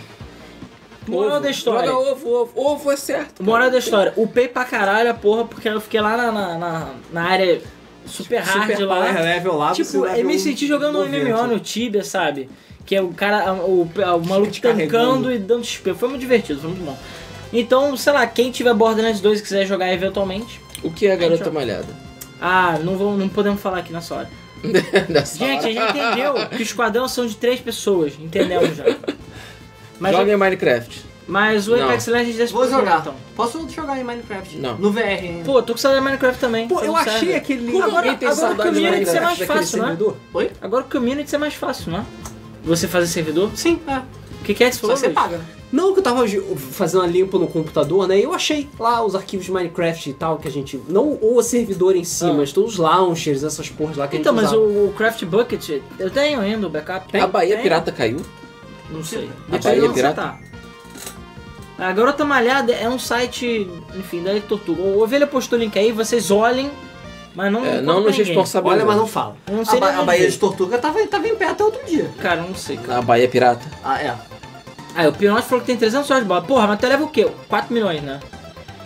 Speaker 3: Moral
Speaker 2: Ovo.
Speaker 3: da história.
Speaker 2: Joga ovo, ovo. Ovo é certo.
Speaker 3: Moral da história, upei pra caralho a porra, porque eu fiquei lá na, na, na- na área super hard
Speaker 4: Super
Speaker 3: lá.
Speaker 2: né?
Speaker 4: power level lá, você
Speaker 3: Tipo,
Speaker 4: level
Speaker 3: eu me senti jogando um
Speaker 4: 90.
Speaker 3: MMO no Tibia, sabe? Que é o cara, o, o maluco
Speaker 4: te carregando.
Speaker 3: tancando e dando XP. Foi muito divertido, foi muito bom. Então, sei lá, quem tiver Borderlands 2 e quiser jogar eventualmente.
Speaker 2: O que é a garota malhada?
Speaker 3: Ah, não, vou, não podemos falar aqui nessa hora.
Speaker 2: Nessa
Speaker 3: Gente, a
Speaker 2: hora.
Speaker 3: gente entendeu que os quadrão são de três pessoas, entendemos já. Mas,
Speaker 2: Joga em Minecraft.
Speaker 3: mas o
Speaker 2: Não.
Speaker 3: Apex Legends desse
Speaker 1: Vou
Speaker 3: pessoas,
Speaker 1: jogar.
Speaker 3: então.
Speaker 1: Posso jogar em Minecraft?
Speaker 2: Não.
Speaker 1: No VR ainda.
Speaker 3: Pô, tô com saudade de Minecraft também.
Speaker 4: Pô,
Speaker 3: você
Speaker 4: eu
Speaker 3: não
Speaker 4: achei
Speaker 3: serve.
Speaker 4: aquele...
Speaker 3: Como
Speaker 4: Ninguém
Speaker 3: agora-
Speaker 4: tem
Speaker 3: agora
Speaker 4: saudade
Speaker 3: o community
Speaker 4: do
Speaker 3: é mais
Speaker 4: Minecraft, daquele
Speaker 3: fácil, né?
Speaker 4: servidor.
Speaker 1: Oi?
Speaker 3: Agora o community é mais fácil, não é? Você fazer servidor?
Speaker 1: Sim, é.
Speaker 3: O que, que é que
Speaker 1: Só
Speaker 3: você falou?
Speaker 1: você
Speaker 3: Luiz?
Speaker 1: paga. né?
Speaker 4: Não, que eu tava ju- fazendo a limpa no computador, né? E eu achei lá os arquivos de Minecraft e tal, que a gente. Não o servidor em si,
Speaker 3: Ah.
Speaker 4: mas todos os launchers, essas porras lá que
Speaker 3: Então,
Speaker 4: a gente
Speaker 3: mas
Speaker 4: usava.
Speaker 3: o, o Craft Bucket, eu tenho ainda o backup.
Speaker 2: A Bahia é
Speaker 3: Tenho.
Speaker 2: Pirata caiu?
Speaker 3: Não sei.
Speaker 2: A
Speaker 3: Depende
Speaker 2: Bahia é
Speaker 3: de onde você
Speaker 2: Pirata?
Speaker 3: tá. A Garota Malhada é um site, enfim, da Tortuga. O Ovelha postou o link aí, vocês olhem, mas não.
Speaker 2: É,
Speaker 3: conta
Speaker 2: não
Speaker 3: pra
Speaker 2: nos
Speaker 3: ninguém.
Speaker 2: responsabiliza.
Speaker 4: Olha, mas não fala.
Speaker 3: Eu Não
Speaker 1: A,
Speaker 3: sei
Speaker 1: ba-
Speaker 3: nem
Speaker 1: a
Speaker 3: onde
Speaker 1: Bahia
Speaker 3: é.
Speaker 1: de Tortuga tava, tava em pé até outro dia.
Speaker 3: Cara, não sei, cara.
Speaker 2: A Bahia Pirata.
Speaker 1: Ah, é.
Speaker 3: Ah, o Pinote falou que tem 300 horas de bola. Porra, mas tu leva o quê? 4 milhões, né?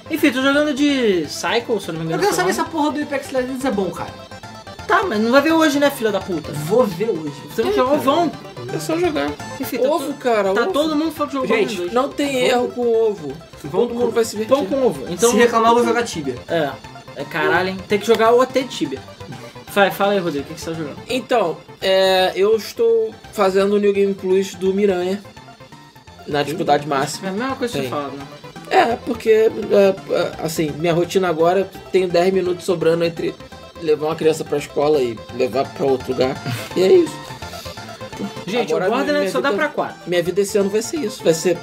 Speaker 3: Enfim, tô jogando de Cycle, se eu não me
Speaker 1: Eu
Speaker 3: engano.
Speaker 1: quero
Speaker 3: seu
Speaker 1: saber
Speaker 3: nome.
Speaker 1: se a porra do Apex Legends é bom, cara.
Speaker 3: Tá, mas não vai ver hoje, né, filha da puta?
Speaker 1: Vou ver hoje.
Speaker 3: Você não jogou, vão.
Speaker 2: É só jogar.
Speaker 3: Enfim, tá,
Speaker 2: Ovo, cara.
Speaker 3: to- tá
Speaker 2: ovo.
Speaker 3: todo mundo falando que jogou
Speaker 4: Gente,
Speaker 3: Borderlands dois.
Speaker 2: Não tem erro com ovo. todo mundo vai se divertir.
Speaker 3: Pão com ovo. Então,
Speaker 1: Se reclamar, eu vou jogar Tibia.
Speaker 3: É, é caralho, hein? Tem que jogar o OT de Tibia. Vai, fala aí, Rodrigo, o que, que você tá jogando?
Speaker 2: Então, é, eu estou fazendo o New Game Plus do Miranha. Na dificuldade
Speaker 3: É
Speaker 2: máxima.
Speaker 3: a mesma coisa que você
Speaker 2: Tem.
Speaker 3: fala, né?
Speaker 2: É, porque, é, é, assim, minha rotina agora tem 10 minutos sobrando entre levar uma criança pra escola e levar pra outro lugar. E é isso.
Speaker 3: Gente,
Speaker 2: Agora,
Speaker 3: o Borderlands
Speaker 2: minha
Speaker 3: só dá
Speaker 2: vida-
Speaker 3: pra quatro.
Speaker 2: Minha vida esse ano vai ser isso. Vai ser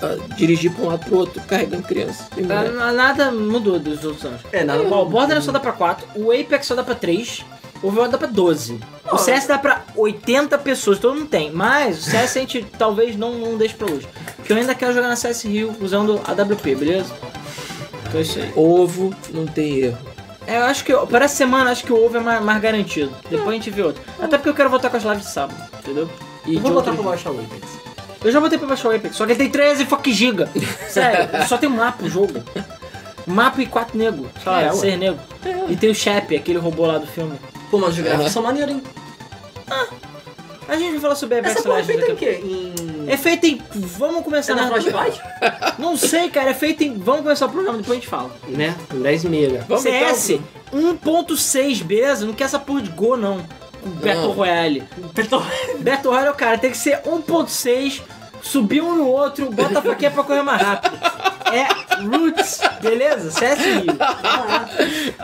Speaker 2: ah, dirigir pra um lado pro outro, carregando criança. E
Speaker 3: Ah,
Speaker 2: mulher.
Speaker 3: n- Nada mudou dos outros anos.
Speaker 4: É, nada
Speaker 3: Ó, o Borderlands só dá pra 4, o Apex só dá pra 3, o Overwatch dá pra 12. O CS dá pra 80 pessoas, todo mundo tem. Mas o CS a gente talvez não, não deixe pra hoje. Porque eu ainda quero jogar na CS Rio usando a WP, beleza? Então é isso
Speaker 1: Ah.
Speaker 3: aí.
Speaker 2: Ovo não tem erro.
Speaker 3: É, eu acho que eu- para essa semana acho que o ovo é mais, mais garantido. Depois a gente vê outro. Até porque eu quero voltar com as lives de sábado, entendeu? E
Speaker 1: Eu
Speaker 3: de
Speaker 1: vou botar
Speaker 3: outros
Speaker 1: pra
Speaker 3: dias.
Speaker 1: baixar o Apex.
Speaker 3: Eu já botei pra baixar o Apex, só que ele tem 13 fuck giga. Sério, só tem mapa o jogo. Mapa e quatro nego, sei lá,
Speaker 1: É, ué.
Speaker 3: seis nego. E tem o Shep, aquele robô lá do filme.
Speaker 1: Pô, mas os gráficos
Speaker 2: Aham.
Speaker 1: são maneiros, hein?
Speaker 3: A gente vai falar sobre Apex
Speaker 1: Essa porra é
Speaker 3: Legends
Speaker 1: feita
Speaker 3: daqui
Speaker 1: em
Speaker 3: a pouco.
Speaker 1: quê? Em...
Speaker 3: É feito em... Vamos começar...
Speaker 1: É na
Speaker 3: né?
Speaker 1: Frostbite?
Speaker 3: Não sei, cara, é feito em... Vamos começar o programa, depois a gente fala. um
Speaker 6: Né? 10 mega.
Speaker 2: Vamos
Speaker 3: CS
Speaker 2: então.
Speaker 3: 1.6, beleza? Não quer essa porra de Go, não. O Battle
Speaker 2: Não.
Speaker 3: Royale. Battle Royale, cara, tem que ser 1.6, subir um no outro, bota a faquinha pra correr mais rápido. É Roots, beleza? CS Rio.
Speaker 1: Ah,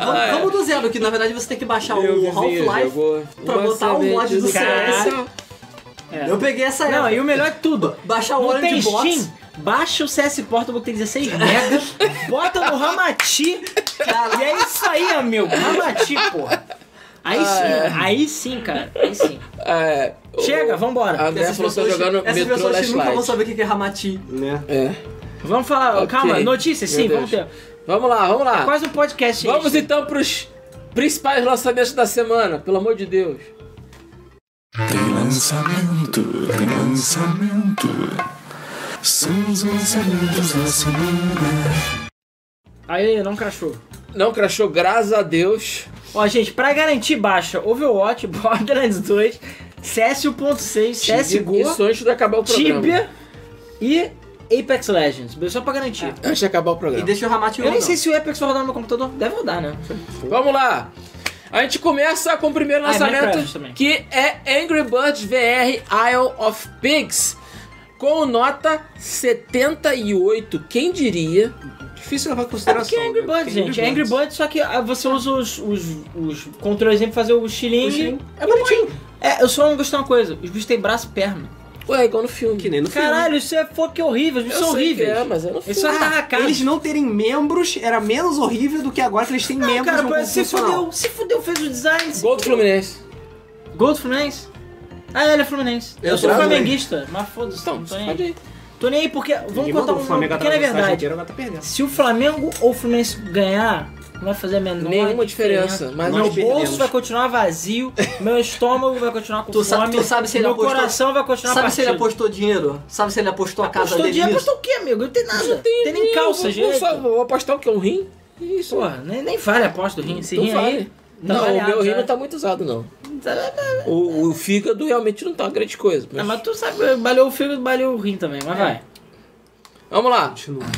Speaker 1: Vamos- Vamos do zero, que na verdade você tem que baixar
Speaker 2: Ah, é. Meu
Speaker 1: o
Speaker 2: vizinho
Speaker 1: Half-Life.
Speaker 2: jogou
Speaker 1: pra
Speaker 2: uma
Speaker 1: botar o mod
Speaker 2: semente
Speaker 1: do
Speaker 2: cara.
Speaker 1: Eu peguei essa
Speaker 3: É. Não,
Speaker 1: época.
Speaker 3: e o melhor é tudo.
Speaker 1: Baixar o
Speaker 3: Não tem
Speaker 1: Orange Box.
Speaker 3: Steam? Baixa o CS Portable que tem 16 megas, bota no Ramati e é isso aí, amigo. Ramati, porra.
Speaker 2: Ah,
Speaker 3: Aí sim, aí sim, cara. Aí sim.
Speaker 2: É, o-
Speaker 3: Chega, vambora.
Speaker 2: A André
Speaker 1: Essas
Speaker 2: falou que tá
Speaker 1: pessoas-
Speaker 2: jogando
Speaker 1: essas
Speaker 2: Metro
Speaker 1: pessoas
Speaker 2: Last
Speaker 1: que nunca vão
Speaker 2: Light.
Speaker 1: saber o que que é Ramati.
Speaker 6: Né?
Speaker 2: É.
Speaker 3: Vamos falar,
Speaker 2: Ok.
Speaker 3: calma, notícias, sim,
Speaker 2: Meu
Speaker 3: vamos ter.
Speaker 2: Deus. Vamos lá, vamos lá.
Speaker 3: Quase um podcast.
Speaker 2: Vamos
Speaker 3: extra.
Speaker 2: então pros principais lançamentos da semana, pelo amor de Deus.
Speaker 7: Tem lançamento, tem lançamento. São os lançamentos da semana.
Speaker 3: Aí, não crachou.
Speaker 2: Não crashou, graças a Deus.
Speaker 3: Ó, gente, pra garantir baixa, Overwatch, Borderlands 2, CS 1.6,
Speaker 2: Isso
Speaker 3: CSGO,
Speaker 2: antes de acabar o programa.
Speaker 3: Tibia e Apex Legends. Só pra garantir.
Speaker 2: Antes de acabar o
Speaker 1: E
Speaker 2: programa.
Speaker 1: deixa o Ramati
Speaker 3: Eu nem
Speaker 1: rodando.
Speaker 3: sei se o Apex vai rodar no meu computador. Deve rodar, né?
Speaker 2: Vamos lá. A gente começa com o primeiro
Speaker 3: Ah, é Minecraft
Speaker 2: lançamento,
Speaker 3: também.
Speaker 2: que é Angry Birds VR Isle of Pigs, com nota 78. Quem diria?
Speaker 6: Difícil levar em consideração.
Speaker 3: Que é Angry
Speaker 6: né?
Speaker 3: Birds,
Speaker 6: Porque
Speaker 3: gente. É Angry Birds, só que ah, você usa os, os, os controles pra fazer o
Speaker 6: O
Speaker 3: xilingue.
Speaker 6: xilingue.
Speaker 3: É bonitinho. É, eu só não gostei de uma coisa. Os bichos têm braço e perna.
Speaker 2: Ué, igual no filme.
Speaker 6: Que nem no
Speaker 3: Caralho, isso é fucking horrível. Os
Speaker 2: Eu
Speaker 3: bichos são
Speaker 2: sei que
Speaker 3: horríveis.
Speaker 2: É, mas é no filme.
Speaker 3: Isso é arracado.
Speaker 6: Eles não terem membros era menos horrível do que agora que eles têm
Speaker 3: Não,
Speaker 6: membros
Speaker 3: cara,
Speaker 6: no
Speaker 2: um
Speaker 3: pô,
Speaker 6: corpo
Speaker 3: se
Speaker 6: funcional.
Speaker 3: fudeu. Se fudeu, fez o design. se
Speaker 2: Gol do
Speaker 3: fudeu.
Speaker 2: Fluminense.
Speaker 3: Gol do Fluminense? Ah, ele é Fluminense. Eu, sou
Speaker 6: sou
Speaker 3: flamenguista, mas foda-se.
Speaker 2: Então,
Speaker 3: Não tô nem
Speaker 2: pode
Speaker 3: aí.
Speaker 2: ir.
Speaker 3: Tô nem aí porque. Vamos
Speaker 6: Ninguém
Speaker 3: contar
Speaker 6: mandou
Speaker 3: um
Speaker 6: o Flamengo
Speaker 3: pequena
Speaker 6: atravessar a
Speaker 3: verdade.
Speaker 6: Argentina, agora tá perdendo.
Speaker 3: Se o Flamengo ou o Fluminense ganhar, não vai fazer a menor
Speaker 2: Nenhuma diferença, mas
Speaker 3: meu
Speaker 6: nós
Speaker 3: bolso
Speaker 6: perdemos.
Speaker 3: vai continuar vazio, meu estômago vai continuar com
Speaker 1: Tu
Speaker 3: fome,
Speaker 1: sabe- tu sabe se ele
Speaker 3: meu
Speaker 1: apostou-
Speaker 3: coração vai continuar
Speaker 1: Sabe se ele
Speaker 3: partido.
Speaker 1: apostou dinheiro? Sabe se ele apostou a casa
Speaker 3: Apostou
Speaker 1: dele
Speaker 3: dinheiro,
Speaker 1: nisso?
Speaker 3: apostou o quê, amigo? Não tem nada. Não tem, nem calça,
Speaker 2: gente. Por
Speaker 3: gente.
Speaker 2: favor, vou apostar o quê? Um rim? Isso.
Speaker 3: Porra, nem, nem vale a aposta do rim. Esse
Speaker 2: Então
Speaker 3: rim
Speaker 2: vale.
Speaker 3: aí... tá
Speaker 2: Não, o
Speaker 3: variado,
Speaker 2: meu rim
Speaker 3: né?
Speaker 2: não tá muito usado, não. O, o fígado realmente não tá uma grande coisa. mas-
Speaker 3: Ah, mas tu sabe, balhou o fígado, balhou o rim também, mas vai.
Speaker 2: Vamos lá.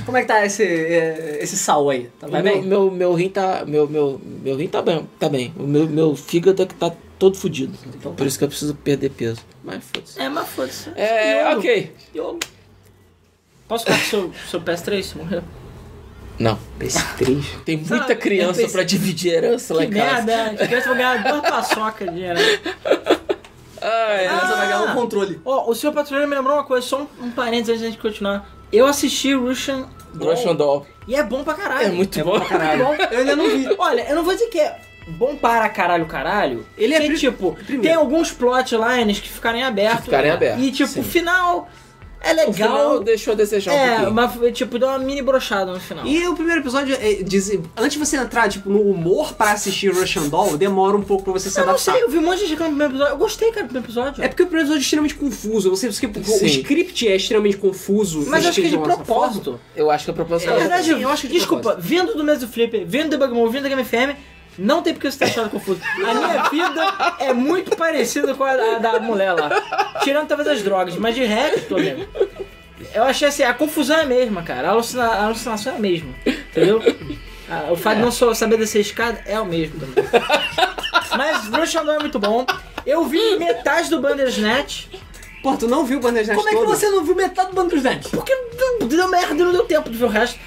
Speaker 1: Como é que tá esse, é, esse sal aí? Tá
Speaker 2: Meu,
Speaker 1: tá bem?
Speaker 2: meu, meu rim tá. Meu, meu, meu rim tá bem. Tá bem. O meu, meu fígado é que tá todo fudido. Por isso que eu preciso perder peso. Mas foda-se.
Speaker 3: É, mas foda-se.
Speaker 2: É,
Speaker 3: Iodo.
Speaker 2: ok.
Speaker 3: Iodo. Posso ficar com seu, seu PS3 se morrer?
Speaker 2: Não.
Speaker 6: PS3.
Speaker 2: Tem muita
Speaker 3: Sabe,
Speaker 2: criança
Speaker 3: eu pensei-
Speaker 2: pra dividir herança lá
Speaker 3: Que
Speaker 2: em casa.
Speaker 3: merda, as crianças vão ganhar duas paçocas de
Speaker 2: né?
Speaker 3: herança.
Speaker 2: Ai,
Speaker 1: Você vai ganhar
Speaker 3: Ah!
Speaker 1: um controle.
Speaker 3: Ó, o seu patrulheiro me lembrou uma coisa, só um, um parênteses antes da gente continuar. Eu assisti Russian Doll,
Speaker 2: Russian Doll.
Speaker 3: e é bom pra caralho.
Speaker 2: É muito bom.
Speaker 3: caralho.
Speaker 1: Eu ainda não vi.
Speaker 3: Olha, eu não vou dizer que é bom para caralho, caralho. Ele é tipo, tem alguns plotlines que ficarem abertos.
Speaker 2: Que ficarem
Speaker 3: né?
Speaker 2: abertos,
Speaker 3: E tipo,
Speaker 2: sim.
Speaker 3: o final é
Speaker 2: O final
Speaker 3: legal.
Speaker 2: deixou a desejar um
Speaker 3: é,
Speaker 2: pouquinho.
Speaker 3: mas tipo, deu uma mini brochada no final.
Speaker 6: E o primeiro episódio, é, diz, antes de você entrar tipo, no humor pra assistir Russian Doll, demora um pouco pra você se
Speaker 3: Eu não
Speaker 6: adaptar.
Speaker 3: sei, eu vi um monte de gente reclamando do primeiro episódio. Eu gostei, cara, do primeiro episódio.
Speaker 6: É porque o primeiro episódio é extremamente confuso. Você, você, o
Speaker 2: Sim.
Speaker 6: script é extremamente confuso.
Speaker 3: Mas
Speaker 6: foi
Speaker 3: eu acho que é de
Speaker 6: escrito uma certa forma.
Speaker 3: propósito.
Speaker 2: Eu acho que é
Speaker 3: Na
Speaker 2: proposital.
Speaker 3: verdade,
Speaker 6: eu acho que de
Speaker 3: desculpa,
Speaker 6: propósito.
Speaker 3: vindo do Mesmo Flipper, vindo do Bugmon, vindo da Game FM, não tem porque você tá achando confuso. A minha vida é muito parecida com a da, da mulher lá. Tirando talvez as drogas, mas de resto, tô mesmo. Eu achei assim, a confusão é a mesma, cara. A, alucina- a alucinação é a mesma. Entendeu? Ah, o fato de não só saber descer a escada é o mesmo também. Mas Rush não é muito bom. Eu vi metade do Bandersnatch.
Speaker 6: Pô, tu não viu o Bandersnatch
Speaker 1: Como é que
Speaker 6: todo?
Speaker 1: você não viu metade do Bandersnatch?
Speaker 3: Porque deu- deu merda e não deu tempo de ver o resto.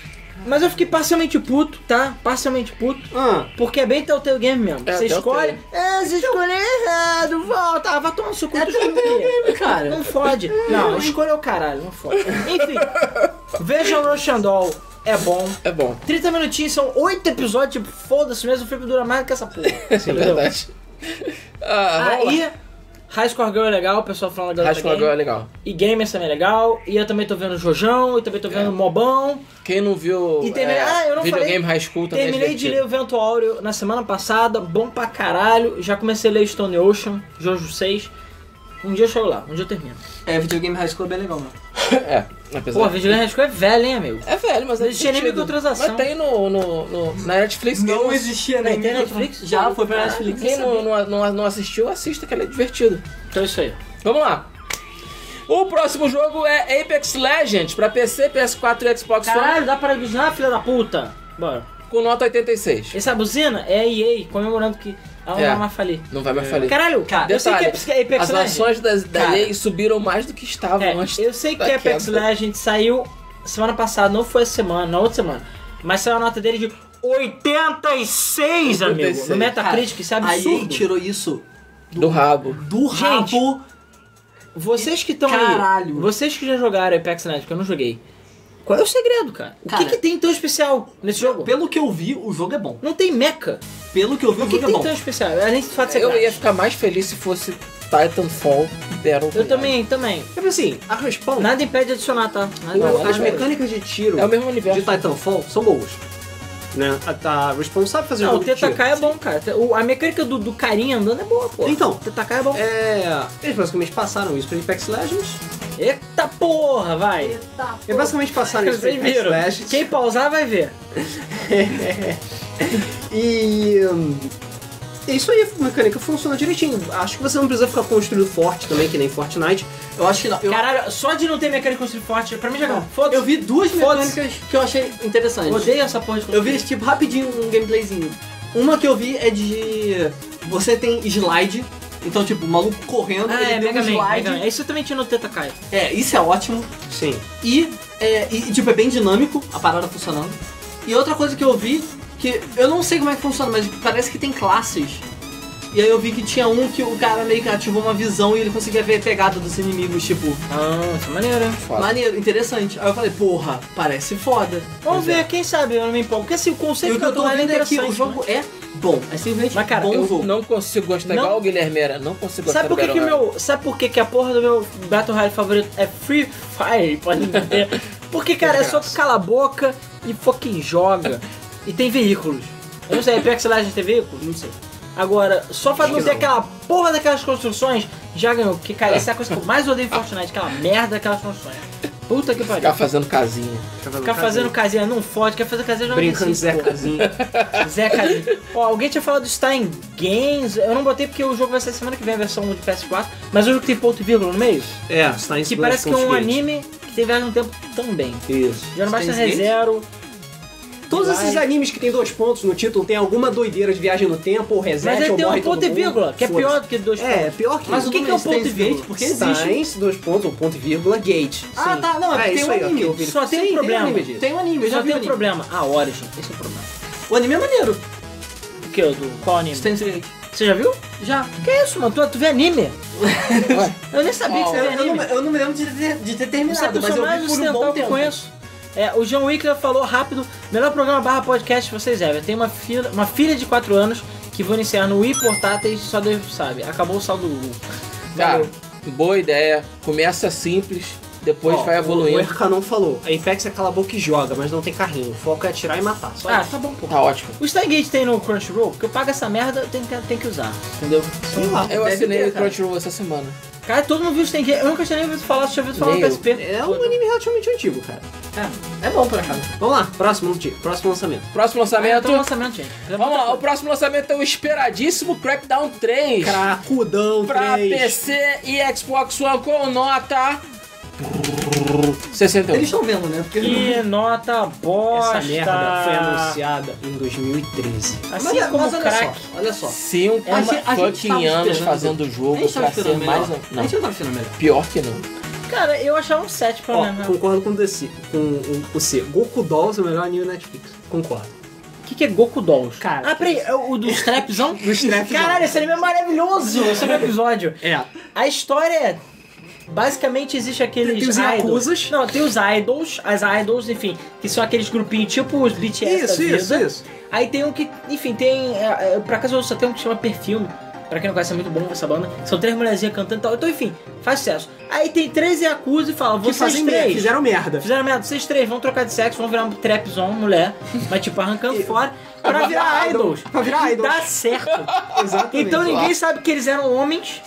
Speaker 3: Mas eu fiquei parcialmente puto, tá? Parcialmente puto.
Speaker 6: Ah,
Speaker 3: Porque é bem Telltale Game mesmo.
Speaker 2: É,
Speaker 3: você
Speaker 2: Telltale.
Speaker 3: escolhe. É, você
Speaker 1: Então-
Speaker 3: escolheu errado, volta. Ah, vai tomar no seu cu. tu escolheu.
Speaker 1: É Cara,
Speaker 3: Não fode. Não, escolha o caralho, não fode. Enfim, vejam o Rochandol. É bom.
Speaker 2: É bom,
Speaker 3: 30 minutinhos são 8 episódios, tipo, foda-se mesmo, o filme dura mais do que essa porra.
Speaker 2: é verdade. Ah, vamos lá.
Speaker 3: Aí, High Score Girl é legal, o pessoal falando da
Speaker 2: Acho que
Speaker 3: Game.
Speaker 2: agora é legal.
Speaker 3: E Gamers também é legal. E eu também tô vendo Jojão, e também tô vendo Mobão.
Speaker 2: Quem não viu
Speaker 3: E terminei-
Speaker 2: é,
Speaker 3: ah, eu não
Speaker 2: videogame
Speaker 3: falei.
Speaker 2: high school também é
Speaker 3: Terminei de ler
Speaker 2: divertido.
Speaker 3: o Vento Áureo na semana passada, bom pra caralho. Já comecei a ler Stone Ocean, Jojo 6. Um dia eu chego lá, um dia eu termino.
Speaker 1: é, videogame high school é bem legal, mano.
Speaker 2: É, apesar
Speaker 3: Pô, Vigilante Rascal é velho, hein, amigo?
Speaker 2: É velho, mas é
Speaker 3: Não tinha nem
Speaker 2: divertido.
Speaker 3: microtransação.
Speaker 2: Mas tem no, no, no- na Netflix. quem
Speaker 1: Não existia
Speaker 3: Na
Speaker 1: nem
Speaker 3: Netflix?
Speaker 1: Já foi pra Netflix.
Speaker 2: Quem não, não, não, não assistiu, assista que ele é divertido.
Speaker 3: Então é isso aí.
Speaker 2: Vamos lá. O próximo jogo é Apex Legends pra PC, PS4 e Xbox One
Speaker 3: Caralho, dá para buzinar, filha da puta? Bora.
Speaker 2: com nota 86.
Speaker 3: Essa buzina é a EA comemorando que ela
Speaker 2: É.
Speaker 3: não vai mais falir.
Speaker 2: Não vai mais falir.
Speaker 3: Caralho,
Speaker 1: Cara,
Speaker 3: eu sei que é Apex- é Apex
Speaker 2: as
Speaker 3: Legends.
Speaker 2: ações das- da
Speaker 3: Cara.
Speaker 2: EA subiram mais do que estavam
Speaker 3: É,
Speaker 2: antes.
Speaker 3: eu sei que
Speaker 2: da
Speaker 3: Apex
Speaker 2: queda.
Speaker 3: Legends saiu semana passada, não foi essa semana, na outra semana. Mas saiu a nota dele de 86, amigo.
Speaker 2: 86.
Speaker 3: No Metacritic, isso é
Speaker 1: Aí
Speaker 3: absurdo.
Speaker 1: tirou isso
Speaker 2: Do rabo.
Speaker 1: do
Speaker 3: Gente,
Speaker 1: rabo.
Speaker 3: Vocês que estão aí,
Speaker 1: Caralho.
Speaker 3: vocês que já jogaram Apex Legends, que eu não joguei. Qual é o segredo, cara? O
Speaker 1: Cara,
Speaker 3: que, que tem tão especial nesse jogo?
Speaker 1: Pelo que eu vi, o jogo é bom.
Speaker 3: Não tem mecha.
Speaker 1: Pelo que eu vi, o,
Speaker 3: O que,
Speaker 1: jogo
Speaker 3: tem
Speaker 1: é
Speaker 3: tão
Speaker 1: bom.
Speaker 3: especial? Além do fato de ser
Speaker 2: Eu
Speaker 3: grátis.
Speaker 2: ia ficar mais feliz se fosse Titanfall Battle
Speaker 3: Eu
Speaker 2: Royale.
Speaker 3: também, também.
Speaker 6: tipo assim, a Respawn,
Speaker 3: Nada impede de adicionar, tá? Nada
Speaker 6: o-
Speaker 3: impede.
Speaker 6: as mecânicas de tiro
Speaker 2: É o mesmo universo.
Speaker 6: de Titanfall são boas. Né? A, a Respawn sabe fazer
Speaker 3: Não,
Speaker 6: jogo
Speaker 3: o
Speaker 6: de tiro.
Speaker 3: TTK é bom, cara. O- a mecânica do, do carinha andando é boa, pô.
Speaker 6: Então.
Speaker 3: o TTK é bom.
Speaker 6: É, eles basicamente passaram isso pra Apex Legends.
Speaker 3: Eita porra, vai.
Speaker 6: Eles basicamente passaram isso pra
Speaker 3: Vocês
Speaker 6: Apex
Speaker 3: viram.
Speaker 6: Legends.
Speaker 3: Quem pausar vai ver.
Speaker 6: E. hum, é isso aí, a mecânica funciona direitinho. Acho que você não precisa ficar construindo forte também, que nem Fortnite.
Speaker 1: Eu acho que não. Eu,
Speaker 3: Caralho, só de não ter mecânica construir forte, pra mim já acabou.
Speaker 1: eu vi duas
Speaker 3: Foda-se.
Speaker 1: mecânicas que eu achei interessantes.
Speaker 3: Odeio essa porra de
Speaker 1: Eu vi, tipo, rapidinho um gameplayzinho. Uma que eu vi é de. Você tem slide. Então, tipo, o maluco correndo,
Speaker 3: Ah,
Speaker 1: ele
Speaker 3: é,
Speaker 1: tem
Speaker 3: Mega
Speaker 1: um
Speaker 3: Man,
Speaker 1: slide.
Speaker 3: Mega Man. Isso eu também tinha no TTK.
Speaker 1: É, isso é ótimo.
Speaker 6: Sim.
Speaker 1: E, é, e, tipo, é bem dinâmico a parada funcionando. E outra coisa que eu vi, que eu não sei como é que funciona, mas parece que tem classes. E aí eu vi que tinha um que o cara meio que ativou uma visão e ele conseguia ver a pegada dos inimigos, tipo,
Speaker 3: Ah, isso é maneiro.
Speaker 2: Foda.
Speaker 1: maneiro, interessante. Aí eu falei, porra, parece foda. é.
Speaker 3: Vamos ver, quem sabe eu não me empolgo. Porque assim, o
Speaker 1: E
Speaker 3: conceito
Speaker 1: o que eu tô
Speaker 3: adoro
Speaker 1: vendo é que
Speaker 3: interessante, né?
Speaker 1: o jogo é bom. É simplesmente
Speaker 3: Mas, cara,
Speaker 1: bom
Speaker 2: Eu
Speaker 1: jogo.
Speaker 2: não consigo gostar
Speaker 3: Não.
Speaker 2: igual o Guilherme era. Não consigo
Speaker 3: né?
Speaker 2: gostar
Speaker 3: Sabe por que,
Speaker 2: do
Speaker 3: que
Speaker 2: Battle Royale.
Speaker 3: meu. Sabe por que, que a porra do meu Battle Royale favorito é Free Fire? Pode entender. Porque, cara, é só tu cala a boca e fucking joga. E tem veículos. Eu não sei, é Apex Legends tem veículo? Não sei. Agora, só pra não ter aquela porra daquelas construções, já ganhou. Porque, cara, essa é a coisa que eu mais odeio em Fortnite, aquela merda daquelas construções. Puta que pariu.
Speaker 2: Ficar fazendo casinha.
Speaker 3: Ficar fazendo casinha não fode, quer fazer casinha já não
Speaker 6: Brincando de
Speaker 3: existe,
Speaker 6: Zé
Speaker 3: pô.
Speaker 6: Casinha.
Speaker 3: Zé Carinho. Ó, alguém tinha falado do Stein Games. Eu não botei porque o jogo vai ser semana que vem a versão de PS4. Mas o jogo tem ponto e vírgula no meio.
Speaker 6: É, está em
Speaker 3: Que parece que é um anime que teve há um tempo também.
Speaker 6: Isso.
Speaker 3: Já não basta
Speaker 1: Steins Gate?
Speaker 3: ReZero.
Speaker 6: Todos
Speaker 3: Vai.
Speaker 6: esses animes que tem dois pontos no título tem alguma doideira de viagem no tempo ou reset
Speaker 3: Mas ele
Speaker 6: ou
Speaker 3: tem
Speaker 6: morre
Speaker 3: um
Speaker 6: todo
Speaker 3: ponto e
Speaker 6: mundo.
Speaker 3: vírgula, que é
Speaker 6: Foda-se.
Speaker 3: pior do que dois pontos.
Speaker 6: É, pior que
Speaker 3: Mas
Speaker 6: isso.
Speaker 3: o que, que é o ponto e vírgula?
Speaker 1: Porque existe.
Speaker 6: Science, dois pontos, ou ponto e vírgula, gate.
Speaker 1: Ah, tá, não, é porque
Speaker 6: é
Speaker 1: tem
Speaker 6: isso
Speaker 1: um
Speaker 6: aí, ó,
Speaker 1: anime.
Speaker 6: que eu vi.
Speaker 3: Só tem um
Speaker 6: Sim,
Speaker 3: problema.
Speaker 6: anime disso.
Speaker 1: Tem um anime, eu já
Speaker 3: Só
Speaker 1: vi
Speaker 3: tem
Speaker 1: o
Speaker 3: um
Speaker 1: anime.
Speaker 3: problema. A Origin. Esse é o problema.
Speaker 1: O anime é maneiro.
Speaker 3: O que? Do, qual anime?
Speaker 1: Steins Gate.
Speaker 3: Você já viu?
Speaker 1: Já.
Speaker 3: Que é isso, mano? Tu, tu vê anime? eu nem sabia que
Speaker 1: Eu,
Speaker 3: você vê
Speaker 1: eu
Speaker 3: anime.
Speaker 1: não, eu não me lembro de ter, de ter
Speaker 3: Isso é a
Speaker 1: terminado, mas
Speaker 3: pessoa
Speaker 1: eu
Speaker 3: mais
Speaker 1: vi por um bom
Speaker 3: ocidental que eu
Speaker 1: tempo.
Speaker 3: conheço. É, o John Wickler falou rápido, melhor programa barra podcast de vocês ever. Tem uma filha, uma filha de 4 anos que vou iniciar no Wii portáteis, só Deus sabe. Acabou o saldo Google.
Speaker 2: Cara,
Speaker 3: Valeu.
Speaker 2: boa ideia. Começa simples, depois
Speaker 6: Ó,
Speaker 2: vai
Speaker 6: O
Speaker 2: evoluindo.
Speaker 6: Erka não falou. A Apex é aquela boca que joga, mas não tem carrinho. O foco é atirar e matar. Só
Speaker 3: Ah,
Speaker 6: isso.
Speaker 3: tá bom, pô.
Speaker 2: Tá ótimo.
Speaker 3: O Stargate tem no Crunchyroll, porque eu pago essa merda, eu tenho que, tenho que usar, entendeu?
Speaker 1: Sei lá.
Speaker 2: Eu
Speaker 1: deve
Speaker 2: assinei
Speaker 1: ter,
Speaker 2: o
Speaker 1: cara.
Speaker 2: Crunchyroll essa semana.
Speaker 3: Cara, todo mundo viu o Stargate, eu nunca tinha nem ouvido falar, só tinha ouvido falar
Speaker 2: Nem
Speaker 3: no
Speaker 2: eu.
Speaker 3: PSP.
Speaker 6: É um anime relativamente antigo, cara.
Speaker 1: É bom pra cá.
Speaker 6: Vamos lá, próximo, lanti- próximo lançamento.
Speaker 2: Próximo
Speaker 3: Ah,
Speaker 2: lançamento.
Speaker 3: então lançamento, gente.
Speaker 2: Vamos lá, o próximo lançamento é o esperadíssimo Crackdown 3.
Speaker 6: Cracudão
Speaker 2: Pra
Speaker 6: 3.
Speaker 2: PC e Xbox One com nota 61.
Speaker 1: Eles estão vendo, né? Porque
Speaker 3: Que nota bosta.
Speaker 6: Essa merda foi anunciada em 2013.
Speaker 3: Assim
Speaker 1: Mas, é,
Speaker 3: como é
Speaker 1: mas
Speaker 3: o
Speaker 1: olha
Speaker 3: crack.
Speaker 1: só, olha só.
Speaker 2: Cinco
Speaker 1: A gente- a gente tava
Speaker 2: fucking anos
Speaker 1: esperando.
Speaker 2: fazendo o
Speaker 1: A
Speaker 2: jogo
Speaker 1: gente tava
Speaker 2: pra ser
Speaker 1: esperando melhor.
Speaker 2: mais. um.
Speaker 1: A
Speaker 2: Não,
Speaker 1: gente não tava esperando melhor.
Speaker 2: pior que não.
Speaker 3: Cara, eu achava um 7 pelo
Speaker 6: Ó,
Speaker 3: menos. né?
Speaker 6: concordo com o, DC, com o, o C. Goku Dolls é o melhor anime Netflix. Concordo.
Speaker 3: O que, que é Goku Dolls?
Speaker 6: Cara,
Speaker 3: ah, peraí, é o do Strapzão?
Speaker 1: Né?
Speaker 6: Do Strapzão.
Speaker 3: Caralho, esse anime é maravilhoso, esse é um episódio.
Speaker 6: É.
Speaker 3: A história é... Basicamente existe aqueles
Speaker 6: Tem- tem os
Speaker 3: idols.
Speaker 6: Yakuzas.
Speaker 3: Não, tem os idols, as idols, enfim, que são aqueles grupinhos tipo os BTS da
Speaker 6: Isso,
Speaker 3: vida.
Speaker 6: isso, isso.
Speaker 3: Aí tem um que, enfim, tem. É, é, por acaso eu só tenho um que chama Perfume. Pra quem não conhece, é muito bom essa banda. São três mulherzinhas cantando e tal. Então, enfim, faz sucesso. Aí tem três Yakuza e fala,
Speaker 6: Que
Speaker 3: vocês
Speaker 6: fazem merda,
Speaker 3: três.
Speaker 6: fizeram merda.
Speaker 3: Fizeram merda, vocês três vão trocar de sexo, vão virar um trapzão, mulher. Mas, tipo, arrancando fora pra virar idols.
Speaker 6: Pra virar
Speaker 3: E
Speaker 6: idol.
Speaker 3: dá certo.
Speaker 6: Exatamente.
Speaker 3: Então ninguém sabe que eles eram homens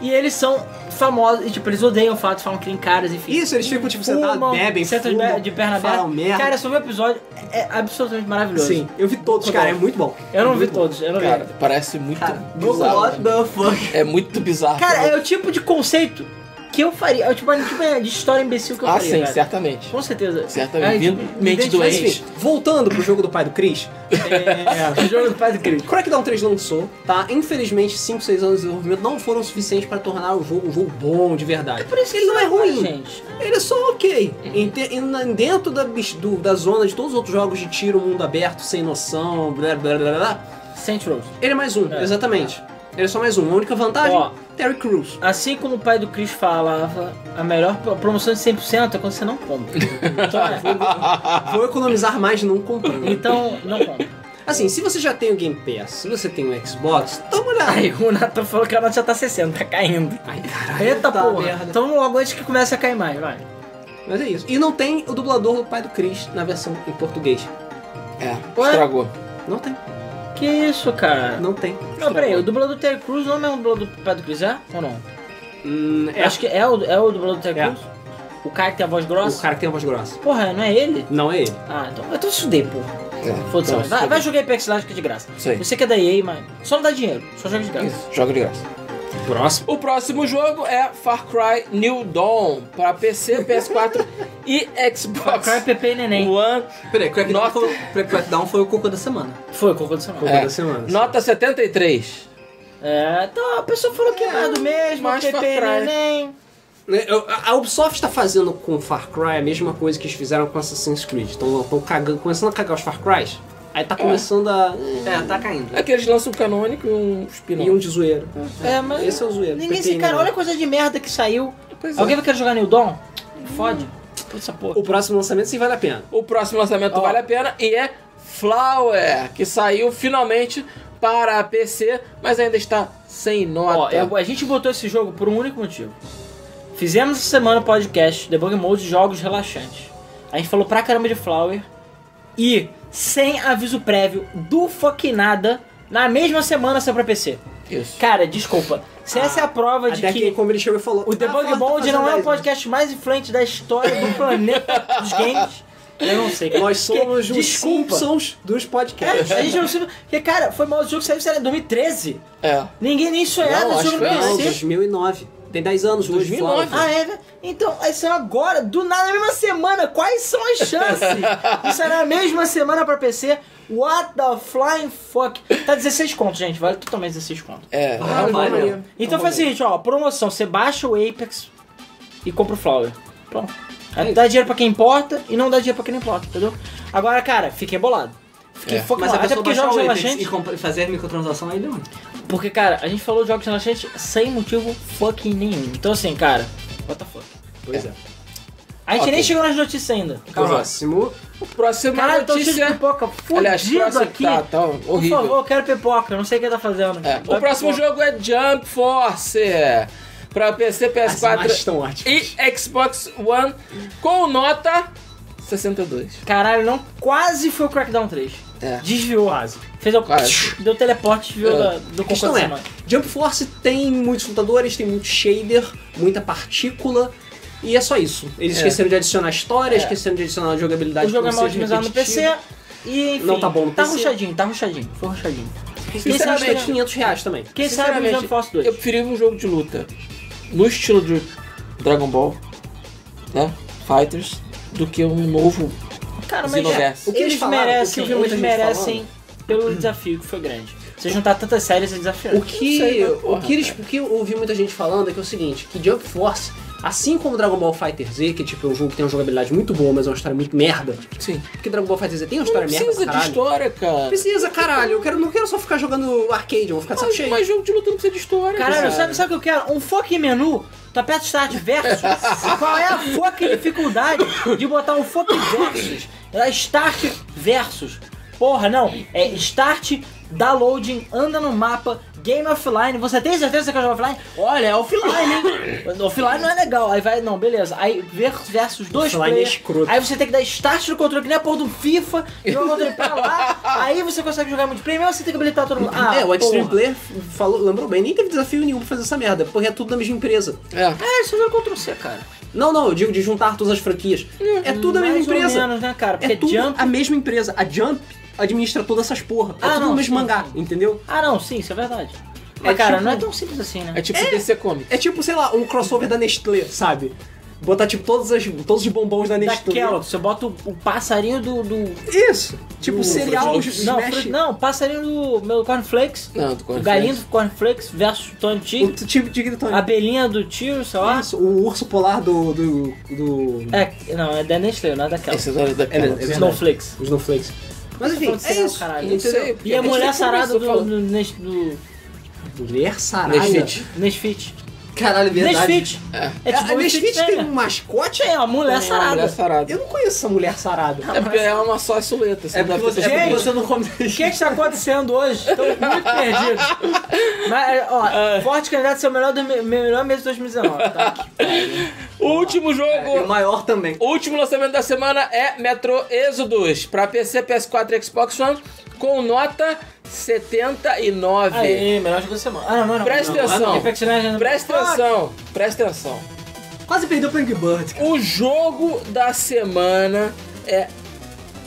Speaker 3: e eles são famosos. E, tipo, eles odeiam o fato, falam que tem caras, enfim.
Speaker 6: Isso, eles ficam tipo sentados,
Speaker 3: Fumam,
Speaker 6: bebem,
Speaker 3: sentam de
Speaker 6: fumam,
Speaker 3: be- de perna aberta.
Speaker 6: falam merda.
Speaker 3: né? Cara, sobre o episódio, é é absolutamente maravilhoso.
Speaker 6: Sim, eu vi todos, cara, é muito bom.
Speaker 3: Eu não
Speaker 6: Muito
Speaker 3: vi
Speaker 6: bom.
Speaker 3: todos, eu não
Speaker 2: Cara,
Speaker 3: vi.
Speaker 2: parece muito
Speaker 1: What
Speaker 2: bizarro. né?
Speaker 1: the fuck?
Speaker 2: É muito bizarro.
Speaker 3: Cara, é o tipo de conceito que eu faria. É o tipo, é o tipo de história imbecil que eu
Speaker 2: Ah,
Speaker 3: faria.
Speaker 2: sim,
Speaker 3: velho.
Speaker 2: certamente.
Speaker 3: Com certeza.
Speaker 6: tá
Speaker 2: Certamente. Vindo-
Speaker 3: me
Speaker 2: mente
Speaker 3: identifico-
Speaker 6: Mas
Speaker 2: doente.
Speaker 6: enfim, voltando pro jogo do pai do Chris,
Speaker 3: É, O jogo do pai do Cristo.
Speaker 6: Crackdown 3 lançou, tá? Infelizmente, 5, 6 anos de desenvolvimento não foram suficientes pra tornar o jogo um jogo bom de verdade.
Speaker 3: Por isso que
Speaker 6: ele não é ruim.
Speaker 3: Gente.
Speaker 6: Ele é só ok. Em te- em- na- dentro da, bis- do- da zona de todos os outros jogos de tiro, mundo aberto, sem noção, blá blá blá blá,
Speaker 3: Saint Rose.
Speaker 6: ele é mais um,
Speaker 3: É.
Speaker 6: exatamente. Ele é só mais um. A única vantagem,
Speaker 3: Ó.
Speaker 6: Terry Crews.
Speaker 3: Assim como o pai do Chris falava, a melhor pro- promoção de 100% é quando você não compra. Então, é.
Speaker 6: Vou economizar mais não comprando.
Speaker 3: então não compra.
Speaker 6: Assim, se você já tem o Game Pass, se você tem o Xbox, dá uma olhada.
Speaker 3: Aí o Nathan falou que a nota já tá 60, tá caindo.
Speaker 6: Ai, caralho.
Speaker 3: Eita
Speaker 6: tá
Speaker 3: porra.
Speaker 6: merda.
Speaker 3: Então vamos logo antes que comece a cair mais, vai.
Speaker 6: Mas é isso. E não tem o dublador do pai do Chris na versão em português.
Speaker 2: É,
Speaker 3: Ué?
Speaker 2: estragou.
Speaker 6: Não tem,
Speaker 3: Que isso, cara?
Speaker 6: não tem.
Speaker 3: Não, peraí, o dublador do Terry Crews não é o mesmo dublador do Pedro Cruz, é? Ou não?
Speaker 6: Hum, é,
Speaker 3: Acho que é o, é o dublador do Terry
Speaker 6: É.
Speaker 3: Crews? O cara que tem a voz
Speaker 6: o
Speaker 3: grossa?
Speaker 6: cara que tem a voz grossa.
Speaker 3: Porra, não é ele?
Speaker 6: Não é ele.
Speaker 3: Ah, então. Eu tô estudei, porra.
Speaker 2: É,
Speaker 3: então, Foda-se.
Speaker 2: pronto,
Speaker 3: Vai,
Speaker 2: foda-se.
Speaker 3: vai jogar Apex Legends que é de graça.
Speaker 2: Isso aí.
Speaker 3: Você que é da EA, mas só não dá dinheiro, só joga de graça.
Speaker 2: Isso, joga de graça.
Speaker 6: Próximo.
Speaker 2: O próximo jogo é Far Cry New Dawn para PC, PS4 e Xbox
Speaker 3: Cry, é Pepe e Neném.
Speaker 2: One.
Speaker 1: Peraí, Crackdown
Speaker 2: Nota.
Speaker 1: foi, peraí, Crackdown foi o cocô da semana.
Speaker 3: Foi, cocô do seu
Speaker 6: Cocô
Speaker 3: nome.
Speaker 2: É,
Speaker 6: da semana.
Speaker 2: Nota 73.
Speaker 3: É, então a pessoa falou que é nada mesmo,
Speaker 2: mas
Speaker 3: Pepe e
Speaker 2: Far Cry.
Speaker 3: Neném.
Speaker 6: Né, eu- A a Ubisoft está fazendo com Far Cry a mesma coisa que eles fizeram com Assassin's Creed. Estão cagando, começando a cagar os Far Crys. Aí tá começando a.
Speaker 1: É, tá caindo.
Speaker 2: É que eles lançam um canônico e um spin-off.
Speaker 6: E um de zoeira.
Speaker 3: É, mas.
Speaker 6: Esse é o zoeiro.
Speaker 3: Ninguém
Speaker 6: Pepe
Speaker 3: se.
Speaker 6: e
Speaker 3: Cara,
Speaker 6: Neném.
Speaker 3: olha a coisa de merda que saiu.
Speaker 2: Pois é.
Speaker 3: Alguém vai querer jogar New Dawn? Fode. Puta essa porra.
Speaker 6: O próximo lançamento sim vale a pena.
Speaker 2: O próximo lançamento vale a pena e é Flower, que saiu finalmente para a PC, mas ainda está sem nota.
Speaker 3: Ó, eu- a gente botou esse jogo por um único motivo. Fizemos essa semana o podcast Debug Mode Jogos Relaxantes. A gente falou pra caramba de Flower e, sem aviso prévio do fucking nada, na mesma semana saiu pra PC.
Speaker 2: Isso.
Speaker 3: Cara, desculpa. Se essa é a prova de
Speaker 6: Até que,
Speaker 3: que
Speaker 6: como ele chegou e falou.
Speaker 3: o
Speaker 6: "Ah,
Speaker 3: Debug
Speaker 6: tá
Speaker 3: Mode não é o
Speaker 6: fazendo
Speaker 3: podcast mais influente da história do planeta dos games, eu não sei. cara.
Speaker 6: Nós somos
Speaker 3: Que-
Speaker 6: os
Speaker 3: desculpa.
Speaker 6: Simpsons dos
Speaker 3: É,
Speaker 6: podcasts.
Speaker 3: a gente não sabe. Porque, cara, foi mal o jogo que saiu sei lá, em 2013.
Speaker 2: É.
Speaker 3: Ninguém nem sonhava
Speaker 2: Não,
Speaker 3: esse
Speaker 2: acho
Speaker 3: jogo no
Speaker 2: que foi
Speaker 6: Não,
Speaker 2: antes.
Speaker 3: PC.
Speaker 6: 2009. Tem 10 anos, hoje,
Speaker 2: 2009.
Speaker 6: Flávio.
Speaker 3: Ah, é? né? Então, aí saiu agora, do nada, na mesma semana. Quais são as chances? Isso era na mesma semana pra PC. What the flying fuck? Tá 16 conto, gente. Vale totalmente 16 conto.
Speaker 2: É,
Speaker 6: Ah,
Speaker 2: é um
Speaker 6: vale.
Speaker 2: maneiro.
Speaker 3: Então faz o seguinte, ó. Promoção. Você baixa o Apex e compra o Flower. Pronto.
Speaker 2: É
Speaker 3: Aí dá dinheiro pra quem importa e não dá dinheiro pra quem não importa, entendeu? Agora, cara, fiquei bolado. Fiquei
Speaker 2: É.
Speaker 3: focado.
Speaker 1: Mas a
Speaker 3: Até
Speaker 1: pessoa
Speaker 3: porque
Speaker 1: baixar
Speaker 3: jogos
Speaker 1: o Apex
Speaker 3: relaxantes...
Speaker 1: e comp- fazer microtransação é aí não.
Speaker 3: Porque, cara, a gente falou de jogos relaxantes sem motivo fucking nenhum. Então, assim, cara... What the fuck?
Speaker 6: Pois é.
Speaker 3: A gente
Speaker 2: Ok.
Speaker 3: nem chegou nas notícias ainda.
Speaker 6: Próximo.
Speaker 2: O próximo é
Speaker 3: Caralho, tô cheio de
Speaker 2: notícia...
Speaker 3: pipoca
Speaker 2: Aliás,
Speaker 3: fudido
Speaker 2: próximo-
Speaker 3: aqui.
Speaker 2: tá, tá
Speaker 3: Por
Speaker 2: horrível.
Speaker 3: favor, eu quero pipoca, eu não sei o que ele tá fazendo.
Speaker 2: É, O próximo jogo é Jump Force. é, Para PC,
Speaker 6: As imagens
Speaker 2: PS4
Speaker 6: estão ótimas.
Speaker 2: e Xbox One com nota 62.
Speaker 3: Caralho, não, quase foi o Crackdown 3.
Speaker 2: É.
Speaker 3: Desviou. Fez o...
Speaker 2: Quase.
Speaker 3: Deu teleporte, desviou
Speaker 2: É.
Speaker 3: da- do
Speaker 6: A
Speaker 3: concurso
Speaker 6: questão
Speaker 3: da
Speaker 6: é,
Speaker 3: semana.
Speaker 6: Jump Force tem muitos lutadores, tem muito shader, muita partícula, e é só isso. Eles
Speaker 2: É.
Speaker 6: esqueceram de adicionar história,
Speaker 3: É.
Speaker 6: esqueceram de adicionar jogabilidade.
Speaker 3: O jogo é
Speaker 6: pra
Speaker 3: mal
Speaker 6: ser
Speaker 3: otimizado no
Speaker 6: repetitivo.
Speaker 3: PC e, enfim...
Speaker 6: Não tá bom no
Speaker 3: Tá
Speaker 6: PC.
Speaker 3: ruchadinho, tá ruchadinho. Foi ruchadinho.
Speaker 6: Sinceramente,
Speaker 3: Quem sabe-
Speaker 6: 500 reais também.
Speaker 3: Quem sabe um o
Speaker 2: Sinceramente,
Speaker 3: Jump Force 2.
Speaker 2: Eu preferi um jogo de luta no estilo de Dragon Ball né? Fighters do que um novo.
Speaker 3: Cara, mas
Speaker 2: Xenoverse.
Speaker 6: O que eles
Speaker 3: eles
Speaker 6: falaram,
Speaker 3: merecem,
Speaker 6: o que eu vi muita
Speaker 3: eles
Speaker 6: gente tá
Speaker 3: merecem pelo desafio que foi grande. Você juntar tantas séries é desafiante.
Speaker 6: O que,
Speaker 2: sei, mas
Speaker 6: o
Speaker 2: porra,
Speaker 6: que eles, o que eu ouvi muita gente falando é que é o seguinte, que Jump Force, assim como Dragon Ball Fighter Z, que tipo é um jogo que tem uma jogabilidade muito boa, mas é uma história muito merda.
Speaker 2: Sim.
Speaker 6: Porque Dragon Ball Fighter Z tem uma
Speaker 2: Não
Speaker 6: história merda,
Speaker 2: precisa
Speaker 6: pra
Speaker 2: de
Speaker 6: caralho.
Speaker 2: história, cara.
Speaker 6: Precisa, caralho. Eu quero, não quero só ficar jogando arcade, eu vou ficar de saco
Speaker 2: Mas,
Speaker 6: cheio.
Speaker 2: mas jogo de luta não precisa de história.
Speaker 3: Caralho, sabe, sabe o que eu quero? Um fucking menu. Tu aperta o Start Versus. Qual é a fucking dificuldade de botar um fucking Versus? É Start Versus. Porra, não. É Start, downloading, anda no mapa, game offline. Você tem certeza que você quer jogar offline? Olha, é offline, hein? offline não é legal. Aí vai, não, beleza. Aí ver- versus dois
Speaker 6: Offline é
Speaker 3: players.
Speaker 6: escroto.
Speaker 3: Aí você tem que dar start no controle, que nem a porra do FIFA. Joga o controle pra lá. Aí você consegue jogar multiplayer, mas você tem que habilitar todo mundo. Ah,
Speaker 6: é, o Extreme
Speaker 3: porra.
Speaker 6: Player falou, lembrou bem, nem teve desafio nenhum pra fazer essa merda, porque é tudo da mesma empresa.
Speaker 2: É.
Speaker 3: É, isso não é contra você, cara.
Speaker 6: Não, não, eu digo de juntar todas as franquias. É tudo a mesma
Speaker 3: Mais ou
Speaker 6: empresa.
Speaker 3: menos, né, cara?
Speaker 6: É
Speaker 3: Porque
Speaker 6: tudo
Speaker 3: Jump...
Speaker 6: a mesma empresa. A Jump administra todas essas porra. É
Speaker 3: Ah,
Speaker 6: tudo
Speaker 3: não,
Speaker 6: o mesmo
Speaker 3: sim.
Speaker 6: mangá, entendeu?
Speaker 3: Ah, não, sim, isso é verdade. Mas,
Speaker 6: É
Speaker 3: cara,
Speaker 6: tipo-
Speaker 3: não é tão simples assim, né?
Speaker 2: É tipo CTC Comics.
Speaker 6: É tipo, sei lá, um crossover da Nestlé, sabe? Botar, tipo, todas as, todos os bombons da
Speaker 3: Da
Speaker 6: Nestlé.
Speaker 3: Kellogg, você bota o, o passarinho do... do...
Speaker 6: Isso! Tipo, cereal
Speaker 2: Fruit
Speaker 6: de
Speaker 3: Não,
Speaker 6: Smash.
Speaker 3: fru- não, passarinho do meu cornflakes.
Speaker 2: Não, do né? Cornflakes.
Speaker 3: O galinho do cornflakes versus Tony
Speaker 6: O
Speaker 3: Tigre.
Speaker 6: tipo de gritone.
Speaker 3: A abelhinha do tio, sei lá.
Speaker 6: Isso, o urso polar do. do. do.
Speaker 3: É, não, é da Nestlé, não é da Kellogg.
Speaker 2: Esse é da
Speaker 6: É, é verdade.
Speaker 3: Snowflakes.
Speaker 6: Os Snowflakes. Mas enfim,
Speaker 3: Tô falando
Speaker 6: é
Speaker 3: sério,
Speaker 6: isso.
Speaker 3: um
Speaker 6: é
Speaker 3: caralho.
Speaker 2: Não sei.
Speaker 3: E a
Speaker 2: gente
Speaker 3: mulher
Speaker 2: nem
Speaker 3: sarada
Speaker 2: começou
Speaker 3: do,
Speaker 2: falando.
Speaker 3: do, Nes- do
Speaker 6: Mulher sarada.
Speaker 2: Nesfit.
Speaker 3: Nesfit.
Speaker 4: Caralho, é verdade.
Speaker 3: Nesfit. É,
Speaker 6: É, a Nesfit tem um
Speaker 3: né?
Speaker 6: mascote?
Speaker 3: É, a mulher sarada.
Speaker 2: Mulher Tá sarada.
Speaker 6: Eu não conheço essa mulher sarada.
Speaker 2: É porque ela é uma só silhueta. Você
Speaker 4: É
Speaker 2: não
Speaker 4: porque, você,
Speaker 2: deve ter
Speaker 4: é porque
Speaker 2: percebido.
Speaker 4: você não come.
Speaker 3: O que está acontecendo hoje? Estou muito perdido. Mas,
Speaker 2: Ah.
Speaker 3: ó, forte candidato a ser o melhor, do, me- melhor mês de 2019, tá?
Speaker 2: Último
Speaker 4: E o
Speaker 2: jogo.
Speaker 4: maior também.
Speaker 2: O último lançamento da semana é Metro Exodus pra PC, PS4 e Xbox One com nota 79.
Speaker 3: Aí, melhor jogo da semana. Ah, não, não, não.
Speaker 2: Presta
Speaker 3: não,
Speaker 2: atenção.
Speaker 3: Ah, não. Presta atenção.
Speaker 2: Presta atenção, presta atenção.
Speaker 4: Quase perdeu o Angry Bird.
Speaker 2: O jogo da semana é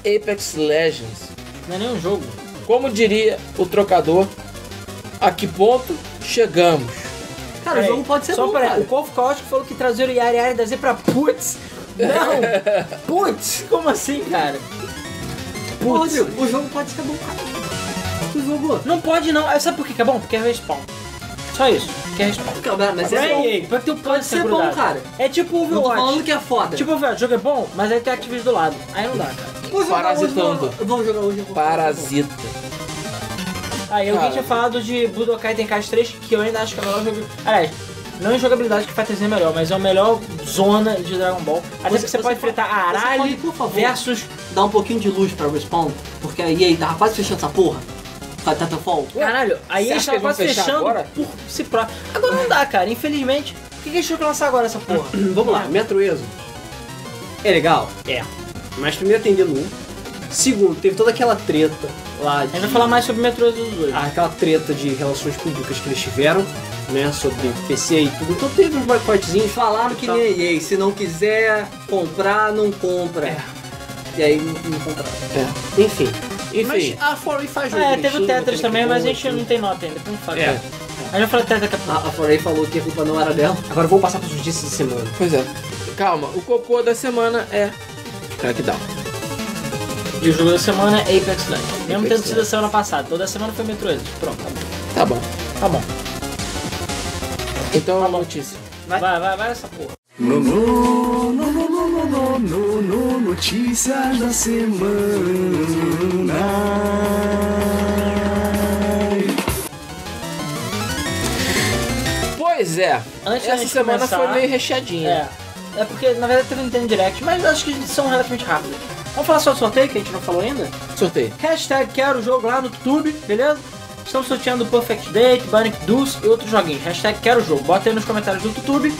Speaker 2: Apex Legends.
Speaker 3: Não é nenhum jogo.
Speaker 2: Como diria o trocador, a que ponto chegamos?
Speaker 4: Cara, o
Speaker 3: Peraí,
Speaker 4: jogo pode ser
Speaker 3: É, Só
Speaker 4: bom,
Speaker 3: peraí,
Speaker 4: cara.
Speaker 3: O Corvo Caótico falou que trazer o Yari Yari da Z pra putz. Não! putz! Como assim, cara?
Speaker 4: Pô, Rodrigo, o jogo pode ser bom, cara. Tu jogou?
Speaker 3: Não pode não. Ah, Sabe por quê que é bom? Porque é respawn. Só isso. Porque é respawn.
Speaker 4: Cara, mas é bom.
Speaker 3: Ray, pra que tu pode
Speaker 4: ser bom, cara.
Speaker 3: É tipo o
Speaker 4: Não tô
Speaker 3: Overwatch.
Speaker 4: falando que é foda.
Speaker 3: Tipo, velho, o jogo é bom, mas aí tem a Activision do lado. Aí não dá, cara.
Speaker 4: vou jogar hoje,
Speaker 2: parasitando.
Speaker 4: vou- Vou jogar hoje. eu vou-
Speaker 2: Parasita.
Speaker 3: Aí alguém
Speaker 2: Cara.
Speaker 3: tinha falado de Budokai Tenkaichi 3, que eu ainda acho que é o melhor jogo... Aliás, não em jogabilidade que Fighter Z é melhor, mas é o melhor zona de Dragon Ball. Até porque você pode enfrentar a
Speaker 4: você
Speaker 3: Arali
Speaker 4: pode, por favor.
Speaker 3: versus...
Speaker 4: Dá um pouquinho de luz pra Respawn, porque a EA tava quase fechando essa porra. Tá, Com a Titanfall.
Speaker 3: Caralho, aí
Speaker 2: você
Speaker 3: eles
Speaker 2: acha que eles
Speaker 3: estavam
Speaker 2: vão
Speaker 3: quase
Speaker 2: fechar
Speaker 3: fechando
Speaker 2: agora?
Speaker 3: por si próprio. Agora não dá, cara, infelizmente. Por que que eles tinham que lançar agora essa porra?
Speaker 6: Vamos lá, Metro Exodus. É legal? É. Mas primeiro tem Denu. Segundo, teve toda aquela treta lá
Speaker 3: A gente
Speaker 6: de...
Speaker 3: vai falar mais sobre Metro Exodus hoje.
Speaker 6: Aquela treta de relações públicas que eles tiveram, né? Sobre PC e tudo. Então teve uns boicotezinhos.
Speaker 4: Falaram que nem a EA, se não quiser comprar, não compra. E aí não, não compraram.
Speaker 2: É.
Speaker 6: Enfim.
Speaker 2: Enfim.
Speaker 6: Mas a 4 faz jogo
Speaker 3: Ah, é, teve
Speaker 6: direitinho,
Speaker 3: o Tetris
Speaker 6: mecânica
Speaker 3: também, mas a
Speaker 6: boa,
Speaker 3: gente não
Speaker 6: tudo.
Speaker 3: tem nota ainda, como fala.
Speaker 6: É.
Speaker 3: A gente vai falar Tetris daqui a pouco.
Speaker 4: A, a 4A falou que a culpa não era dela.
Speaker 6: Agora vamos passar para os dias de semana.
Speaker 2: Pois é. Calma, o cocô da semana é Crackdown.
Speaker 3: E o jogo da semana é Apex Legends. Mesmo
Speaker 2: Apex
Speaker 3: tendo sido a
Speaker 2: Legends.
Speaker 3: semana passada. Toda semana foi Metro Exodus. Pronto, tá bom.
Speaker 2: Tá bom.
Speaker 3: Tá bom. Tá
Speaker 2: Então, a notícia.
Speaker 3: Vai, vai, vai, essa porra.
Speaker 7: Nono, nono, nono, nono, nono, notícias da semana.
Speaker 2: Pois é.
Speaker 3: Antes da
Speaker 2: essa
Speaker 3: gente
Speaker 2: semana
Speaker 3: começar-
Speaker 2: foi meio recheadinha.
Speaker 3: É. É porque, na verdade, teve Nintendo Direct, mas acho que eles são relativamente rápidos. Vamos falar só do sorteio, que a gente não falou ainda?
Speaker 2: Sorteio.
Speaker 3: Hashtag quero o jogo lá no YouTube, beleza? Estamos sorteando Perfect Date, Bionic Deuce e outros joguinhos. Hashtag quero o jogo. Bota aí nos comentários do YouTube.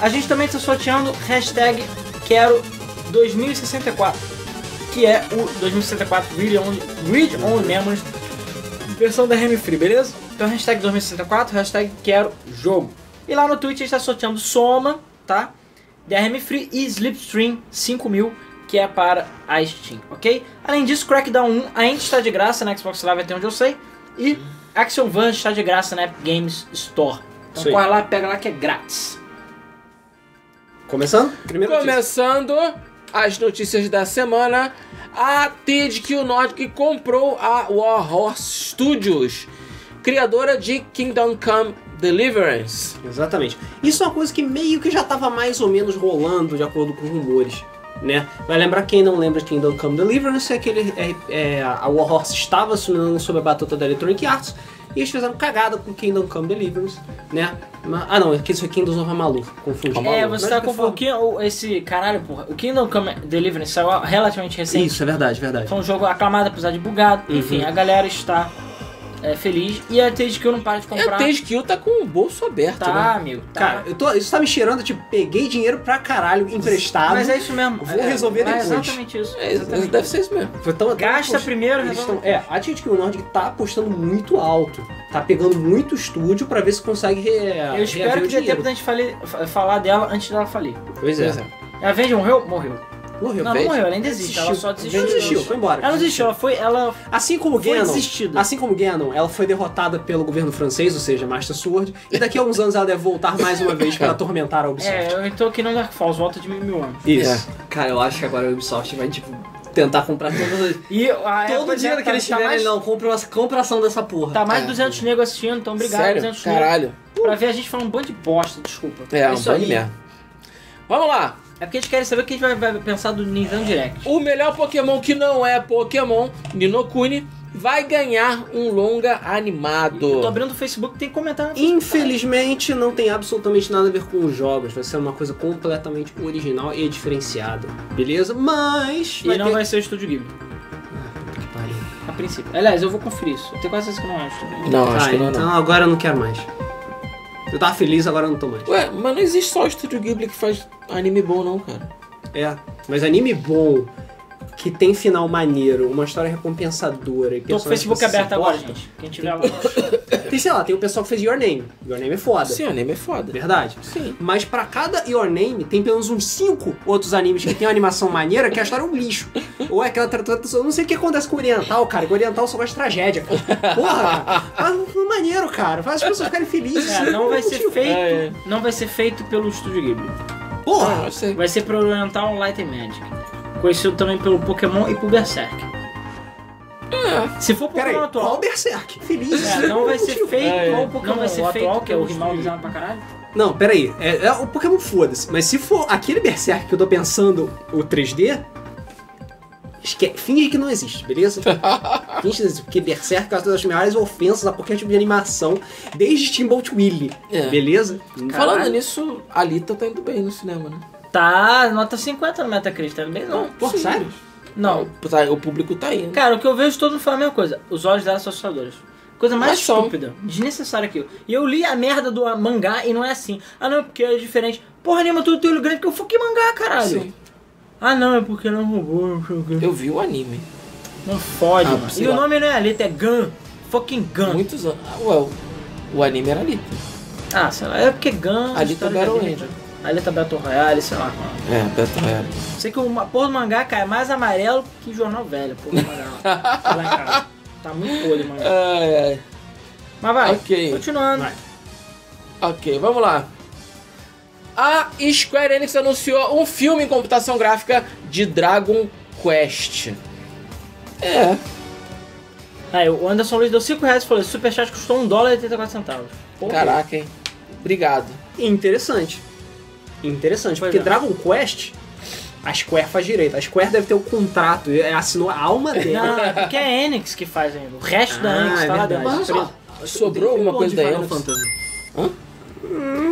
Speaker 3: A gente também está sorteando hashtag quero 2064, que é o 2064 Read Only, Read Only Memories, versão da Remy Free, beleza? Então hashtag 2064, hashtag quero jogo. E lá no Twitch a gente está sorteando Soma, tá? DRM Free e Slipstream 5000, que é para a Steam, ok? Além disso, Crackdown 1 ainda está de graça na Xbox Live, até onde eu sei, e Action Van está de graça na Epic Games Store. Então
Speaker 6: Isso aí.
Speaker 3: corre lá, pega lá que é grátis.
Speaker 6: Começando? Primeiro
Speaker 2: Começando as notícias da semana, a THQ Nordic comprou a Warhorse Studios, criadora de Kingdom Come Deliverance.
Speaker 6: Exatamente. Isso é uma coisa que meio que já tava mais ou menos rolando, de acordo com rumores, né? Vai lembrar quem não lembra de Kingdom Come Deliverance, é aquele... É, é, a Warhorse estava assumindo sob a batuta da Electronic Arts, e eles fizeram cagada com Kingdom Come Deliverance, né? Mas- ah, não, é que isso é Kingdoms of Amalur, confundi.
Speaker 3: É, você tá
Speaker 6: Mas,
Speaker 3: com o Kingdom, esse caralho, porra. O Kingdom Come Deliverance saiu relativamente recente.
Speaker 6: Isso, é verdade, é verdade.
Speaker 3: Foi um jogo aclamado, apesar de bugado. Enfim, a galera está é, feliz. E a THQ não para de
Speaker 2: E a
Speaker 3: comprar.
Speaker 2: THQ tá com o bolso aberto, né?
Speaker 3: É, Tá, amigo. Tá.
Speaker 6: Cara, eu tô, isso tá me cheirando, tipo, peguei dinheiro pra caralho emprestado.
Speaker 3: Mas é isso mesmo.
Speaker 6: Vou resolver
Speaker 3: é, é
Speaker 6: depois.
Speaker 3: exatamente isso.
Speaker 2: É, deve ser isso mesmo.
Speaker 6: Foi tão- tão
Speaker 3: Gasta
Speaker 6: apos-
Speaker 3: primeiro,
Speaker 6: eles
Speaker 3: resolve.
Speaker 6: estão- É, a THQ Nordic tá apostando muito alto. Tá pegando muito estúdio pra ver se consegue re...
Speaker 3: Eu espero que dê tempo
Speaker 6: dinheiro.
Speaker 3: da gente falir- fa- falar dela antes dela falir.
Speaker 6: Pois é.
Speaker 3: A Vende morreu? Morreu.
Speaker 6: Morreu.
Speaker 3: Não, não
Speaker 2: Vende?
Speaker 3: morreu, ela ainda existe. Ela só desistiu.
Speaker 6: Não desistiu, foi embora.
Speaker 3: Ela não desistiu, ela foi. Ela
Speaker 6: Assim como
Speaker 3: foi
Speaker 6: Ganon,
Speaker 3: desistida.
Speaker 6: assim como Ganon, ela foi derrotada pelo governo francês, ou seja, Master Sword, e daqui a uns anos ela deve voltar mais uma vez para atormentar a Ubisoft.
Speaker 3: É, eu tô aqui no Dark Falls, volta de mil, um. mil anos.
Speaker 6: Isso.
Speaker 4: É.
Speaker 1: Cara, eu acho que agora a Ubisoft vai, tipo, tentar comprar todas as...
Speaker 3: E a
Speaker 1: Todo
Speaker 3: Apple
Speaker 1: o dinheiro
Speaker 3: já
Speaker 1: que eles tiverem,
Speaker 3: É, tá mais,
Speaker 1: não, compra uma compração dessa porra.
Speaker 3: Tá mais
Speaker 2: É.
Speaker 3: de 200 negros assistindo, então obrigado,
Speaker 2: Sério?
Speaker 3: 200 negros.
Speaker 2: Caralho.
Speaker 3: Pra ver a gente falar um bando de bosta, desculpa.
Speaker 2: É, um
Speaker 3: isso
Speaker 2: bando de
Speaker 3: aí.
Speaker 2: merda. Vamos lá.
Speaker 3: É porque a gente quer saber o que a gente vai, vai pensar do Nintendo Direct.
Speaker 2: O melhor Pokémon que não é Pokémon, Ninokuni, vai ganhar um longa
Speaker 3: Eu tô
Speaker 2: animado.
Speaker 3: abrindo o Facebook, tem comentário.
Speaker 6: Infelizmente não tem absolutamente nada a ver com os jogos, vai ser uma coisa completamente original e diferenciada, beleza? Mas
Speaker 3: E
Speaker 6: vai
Speaker 3: não
Speaker 6: ter-
Speaker 3: vai ser o Estúdio Ghibli,
Speaker 6: Que pariu.
Speaker 3: a princípio. Aliás, eu vou conferir isso. Eu tenho quase certeza que não é o Estúdio Ghibli.
Speaker 2: Não,
Speaker 6: Ah,
Speaker 2: acho que não, é,
Speaker 6: então
Speaker 2: não.
Speaker 6: agora eu não quero mais. Eu tava feliz, agora eu não tô mais.
Speaker 2: Ué, mas não existe só o Estúdio Ghibli que faz anime bom, não, cara.
Speaker 6: É, mas anime bom, que tem final maneiro, uma história recompensadora. e
Speaker 3: Tô com o
Speaker 6: personagens que
Speaker 3: Facebook
Speaker 6: se
Speaker 3: aberto agora,
Speaker 6: importam.
Speaker 3: gente. Quem tiver lá. eu
Speaker 6: Tem, sei lá, tem o pessoal que fez Your Name. Your Name é foda.
Speaker 2: Sim, anime é foda.
Speaker 6: Verdade.
Speaker 2: Sim.
Speaker 6: Mas pra cada Your Name, tem pelo menos uns cinco outros animes que tem uma animação maneira que a história é um lixo. Ou é aquela tradução. Eu não sei o que acontece com o Oriental, cara. Que o Oriental só gosta de tragédia. cara. Porra, cara. Faz um maneiro, cara. Faz as pessoas ficarem felizes.
Speaker 3: É, não vai ser
Speaker 2: É.
Speaker 3: feito. Não vai ser feito pelo Estúdio Ghibli.
Speaker 2: Ah,
Speaker 6: Porra.
Speaker 2: eu sei.
Speaker 3: Vai ser pro Oriental Light and Magic. Conhecido também pelo Pokémon e pro Berserk. Se for Pokémon
Speaker 6: Peraí,
Speaker 3: atual.
Speaker 6: qual o Berserk? Feliz.
Speaker 3: É, não vai ser feito.
Speaker 2: É, é.
Speaker 3: Qual o Pokémon
Speaker 1: Não vai ser
Speaker 3: o atual,
Speaker 1: feito
Speaker 3: que é o
Speaker 1: pelos
Speaker 3: rival bizarro pra caralho?
Speaker 6: Não, peraí. É, é o Pokémon foda-se. Mas se for aquele Berserk que eu tô pensando, o 3D, esque... finge que não existe, beleza? finge que não existe, porque Berserk é uma das maiores ofensas a qualquer tipo de animação, desde Steamboat Willie,
Speaker 2: É.
Speaker 6: beleza?
Speaker 2: Falando nisso, a Alita tá indo bem no cinema, né?
Speaker 3: Tá, nota 50 no Metacritic, tá bem não.
Speaker 6: Pô,
Speaker 2: Sim.
Speaker 6: sério?
Speaker 3: Não.
Speaker 2: Tá, o público tá indo.
Speaker 3: Cara, o que eu vejo todo mundo fala a mesma coisa. Os olhos dela são assustadores. Coisa mais
Speaker 2: Mas são.
Speaker 3: estúpida, desnecessária aquilo. E eu li a merda do mangá e não é assim. Ah não, é porque é diferente. Porra nenhuma, tudo tem olho grande, porque eu fuquei mangá, caralho.
Speaker 2: Sim.
Speaker 3: Ah não, é porque não roubou, não sei o quê.
Speaker 2: Eu vi o anime.
Speaker 3: Não fode,
Speaker 2: Ah,
Speaker 3: mano.
Speaker 2: sei
Speaker 3: E o
Speaker 2: lá.
Speaker 3: nome não é Alita, é Gun. Fucking Gun.
Speaker 2: Muitos anos. Ah, well, o anime era Alita.
Speaker 3: Ah, sei lá, é porque Gun...
Speaker 2: Alita
Speaker 3: história
Speaker 2: Battle
Speaker 3: de Alita.
Speaker 2: Angel.
Speaker 3: Alita Battle Royale, sei lá.
Speaker 2: É, Beto era.
Speaker 3: Sei que o ma- porra do mangá, cara, é mais amarelo que jornal velho, porra do mangá. Sei lá, cara. Tá muito podre,
Speaker 2: é.
Speaker 3: mano.
Speaker 2: Ai, ai.
Speaker 3: Mas vai,
Speaker 2: Ok.
Speaker 3: continuando.
Speaker 6: Vai.
Speaker 2: Ok, vamos lá. A Square Enix anunciou um filme em computação gráfica de Dragon Quest. É,
Speaker 3: Aí o Anderson Luiz deu 5 reais e falou: "Esse superchat custou 1 dólar e 84 centavos. Porra.
Speaker 2: caraca, hein? Obrigado.
Speaker 6: Interessante. Interessante,
Speaker 3: Pois
Speaker 6: porque
Speaker 3: é.
Speaker 6: Dragon Quest, a Square faz direito. A Square deve ter o contrato, e assinou a alma dela.
Speaker 3: Não, porque é a Enix que faz ainda. O resto da
Speaker 6: Ah,
Speaker 3: Enix
Speaker 6: é
Speaker 3: tá lá
Speaker 6: verdade.
Speaker 3: dentro.
Speaker 1: Mas olha só,
Speaker 2: Sobrou alguma
Speaker 3: um
Speaker 1: bom
Speaker 2: coisa
Speaker 1: de
Speaker 2: da
Speaker 1: Final
Speaker 2: Enix?
Speaker 1: Fantasy.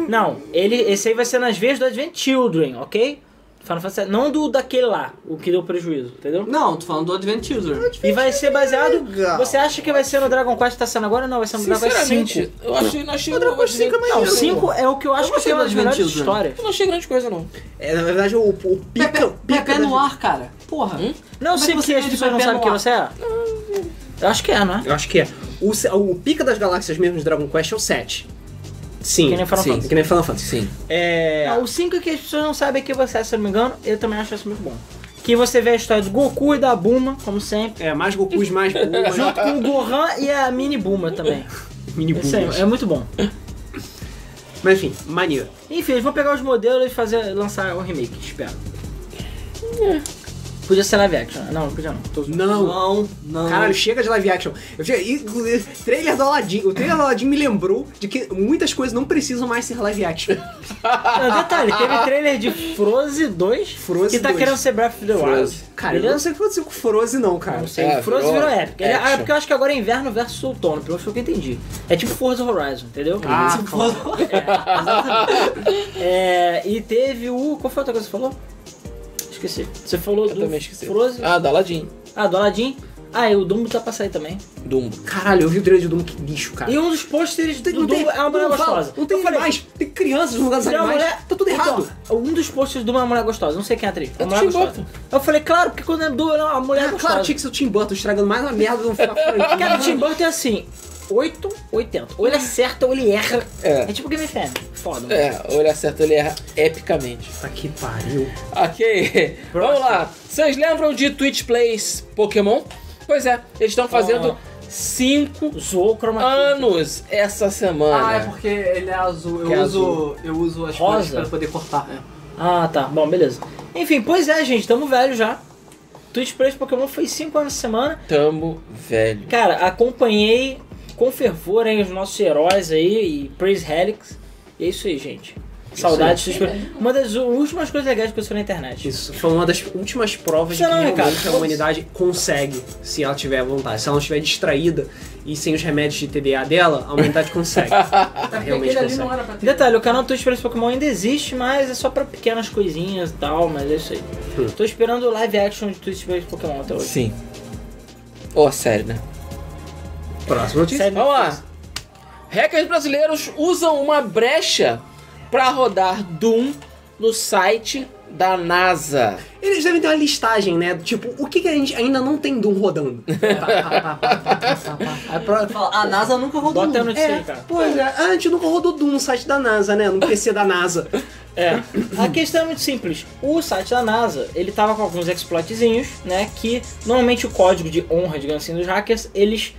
Speaker 3: Não, ele, esse aí vai ser nas veias do Advent Children, ok? Final Fantasy, não do daquele lá, o que deu prejuízo, entendeu?
Speaker 1: Não, tô falando do Advent Children.
Speaker 3: E vai ser baseado. Você acha que vai ser no Dragon Quest que tá sendo agora? Não, vai ser no Dragon Quest 5.
Speaker 2: Sinceramente, eu achei, não achei... assim.
Speaker 6: Dragon Quest cinco é maneiro.
Speaker 3: Não, 5 é o que eu acho
Speaker 1: Eu
Speaker 3: que
Speaker 1: gostei
Speaker 3: tem uma das
Speaker 1: do Advent
Speaker 3: melhores
Speaker 1: Children.
Speaker 3: histórias.
Speaker 2: Eu não achei grande coisa, não.
Speaker 6: É, na verdade, o, o pica...
Speaker 1: Pepe,
Speaker 6: pica
Speaker 1: Pepe
Speaker 6: da-
Speaker 1: no ar, cara. Porra.
Speaker 3: Não
Speaker 1: Como é
Speaker 3: sei
Speaker 1: que
Speaker 3: que
Speaker 1: você
Speaker 3: as
Speaker 1: vê de
Speaker 3: pessoas não
Speaker 1: papel
Speaker 3: sabem quem
Speaker 1: no
Speaker 3: você é. Eu acho que é, não é?
Speaker 6: Eu acho que é. O, se- o Pica das Galáxias mesmo de Dragon Quest é o 7. Sim.
Speaker 3: Que nem Final
Speaker 6: sim.
Speaker 3: Fantasy.
Speaker 6: Que nem Final Fantasy.
Speaker 2: Sim.
Speaker 6: É.
Speaker 3: Ah, O 5 que as pessoas não sabem quem você é, se eu não me engano, eu também acho isso muito bom. Que você vê a história do Goku e da Buma, como sempre.
Speaker 6: É, mais Gokus, mais é,
Speaker 3: Junto
Speaker 6: Bulma,
Speaker 3: com o Gohan e a Mini Buma também.
Speaker 6: mini
Speaker 3: Isso aí,
Speaker 6: Bulmas.
Speaker 3: é muito bom.
Speaker 6: Mas enfim, maneiro.
Speaker 3: Enfim, eles vão pegar os modelos e fazer, lançar o remake, espero. É. Podia ser live action. Não, podia não. Tô zoando.
Speaker 6: Não, não. Caralho, chega de live action. Eu chego, e, e, trailer do Aladdin. O trailer do Aladdin me lembrou de que muitas coisas não precisam mais ser live action.
Speaker 3: Ah, detalhe, teve trailer de Frozen 2
Speaker 6: Frozen
Speaker 3: que tá
Speaker 6: 2.
Speaker 3: querendo ser Breath of the Wild.
Speaker 2: Frozen.
Speaker 6: Cara, eu não sei o que aconteceu com o Frozen, não, cara.
Speaker 3: Não sei,
Speaker 2: É,
Speaker 3: Frozen
Speaker 2: virou
Speaker 3: virou épico. Ele- Ah,
Speaker 2: action.
Speaker 3: é porque eu acho que agora é inverno versus outono, pelo menos foi o que eu entendi. É tipo Forza Horizon, entendeu? Tipo,
Speaker 6: Ah,
Speaker 3: É, e teve o. Qual foi a outra coisa que você falou? Esqueci. Você falou
Speaker 2: Eu
Speaker 3: do
Speaker 2: também esqueci.
Speaker 3: Frozen.
Speaker 2: Ah, da Aladdin.
Speaker 3: Ah, do Aladdin. Ah, e o Dumbo tá pra sair também.
Speaker 2: Dumbo.
Speaker 6: Caralho, eu vi o trailer de Doom, que lixo, cara.
Speaker 3: E um dos pôsteres do
Speaker 6: Tem-
Speaker 3: Dumbo é uma mulher
Speaker 6: não fala,
Speaker 3: gostosa.
Speaker 6: Não tem
Speaker 3: Eu falei,
Speaker 6: animais, tem crianças no lugar dos
Speaker 3: Tem uma
Speaker 6: animais.
Speaker 3: mulher-
Speaker 6: Tá tudo
Speaker 3: Então,
Speaker 6: errado.
Speaker 3: um dos pôsteres do Uma Mulher Gostosa, não sei quem é a atriz.
Speaker 2: É
Speaker 3: Uma mulher
Speaker 2: do Tim
Speaker 3: gostosa. Eu falei, claro, porque quando é do é uma mulher
Speaker 6: Ah,
Speaker 3: gostosa.
Speaker 6: claro, tinha que ser o Tim Burton estragando mais uma merda do filme da franquia.
Speaker 3: Cara, o Tim Burton é assim, 8, 80. Ou ele acerta ou ele erra.
Speaker 2: É.
Speaker 3: É, tipo Game FM. Foda. mano.
Speaker 2: É, ou ele acerta ou ele erra epicamente.
Speaker 6: Tá que pariu.
Speaker 2: Ok, vamos lá. Vocês lembram de Twitch Plays Pokémon? Pois é, eles estão fazendo
Speaker 3: Ah.
Speaker 2: 5
Speaker 3: Zoou o chroma key.
Speaker 2: anos essa semana.
Speaker 4: Ah, é porque ele é azul. Eu
Speaker 3: Que é
Speaker 4: uso.
Speaker 3: azul.
Speaker 4: Eu uso as
Speaker 3: Rosa?
Speaker 4: cores pra poder cortar. É.
Speaker 3: Ah, tá. Bom, beleza. Enfim, pois é, gente, tamo velho já. Twitch Plays Pokémon foi 5 anos de semana.
Speaker 2: Tamo velho.
Speaker 3: Cara, acompanhei com fervor hein, os nossos heróis aí e Praise Helix. E é isso aí, gente. Saudades. Twitch Plays. Uma das últimas coisas legais que eu sou na internet.
Speaker 6: Isso foi uma das últimas provas
Speaker 3: Sei
Speaker 6: de que
Speaker 3: não,
Speaker 6: realmente
Speaker 3: Ricardo.
Speaker 6: a humanidade consegue, se ela tiver vontade. Se ela não estiver distraída e sem os remédios de TDA dela, a humanidade consegue. Ela realmente consegue.
Speaker 4: era pra
Speaker 3: Detalhe, o canal Twitch Experience Pokémon ainda existe, mas é só pra pequenas coisinhas e tal, mas é isso aí.
Speaker 6: Hum.
Speaker 3: Tô esperando o live action de Twitch Experience Pokémon até hoje.
Speaker 2: Sim. Ó, sério, né?
Speaker 6: Próxima notícia.
Speaker 3: Sério,
Speaker 2: Vamos lá. Hackers brasileiros usam uma brecha pra rodar Doom no site da NASA.
Speaker 6: Eles devem ter uma listagem, né? Tipo, o que, que a gente ainda não tem Doom rodando? Aí pro-
Speaker 4: Fala, a NASA nunca rodou.
Speaker 3: Bota
Speaker 4: nunca.
Speaker 3: a notícia aí, cara.
Speaker 6: Pois é, a gente nunca rodou Doom no site da NASA, né? No PC da NASA.
Speaker 3: É. A questão é muito simples. O site da NASA, ele tava com alguns exploitzinhos, né? Que normalmente o código de honra, digamos assim, dos hackers, eles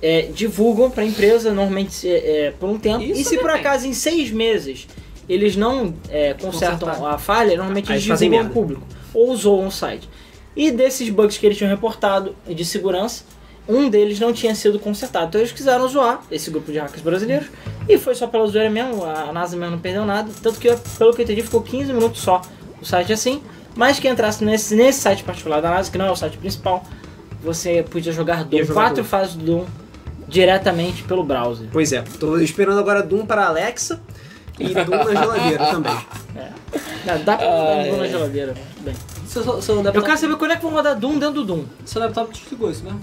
Speaker 3: é, divulgam pra empresa, normalmente é, é, por um tempo.
Speaker 4: Isso
Speaker 3: e se por
Speaker 4: depende.
Speaker 3: acaso em seis meses eles não é, consertam a falha, normalmente
Speaker 6: Aí
Speaker 3: eles
Speaker 6: fazem
Speaker 3: divulgam ao
Speaker 6: merda.
Speaker 3: público. Ou zoam o site. E desses bugs que eles tinham reportado de segurança, um deles não tinha sido consertado. Então eles quiseram zoar esse grupo de hackers brasileiros. E foi só pela zoeira mesmo, a NASA mesmo não perdeu nada. Tanto que, pelo que eu entendi, ficou 15 minutos só o site assim. Mas que entrasse nesse, nesse site particular da NASA, que não é o site principal, você podia jogar Doom,
Speaker 6: Ia jogar
Speaker 3: quatro
Speaker 6: Doom.
Speaker 3: fases do Doom diretamente pelo browser.
Speaker 6: Pois é, tô esperando agora Doom para Alexa e Doom na geladeira também.
Speaker 3: Dá, dá pra rodar
Speaker 2: Ah,
Speaker 3: Doom na
Speaker 2: é.
Speaker 3: geladeira. Bem.
Speaker 4: Seu, seu
Speaker 3: Eu
Speaker 4: laptop,
Speaker 3: quero saber quando é que vão rodar Doom dentro do Doom.
Speaker 4: seu laptop desligou isso mesmo?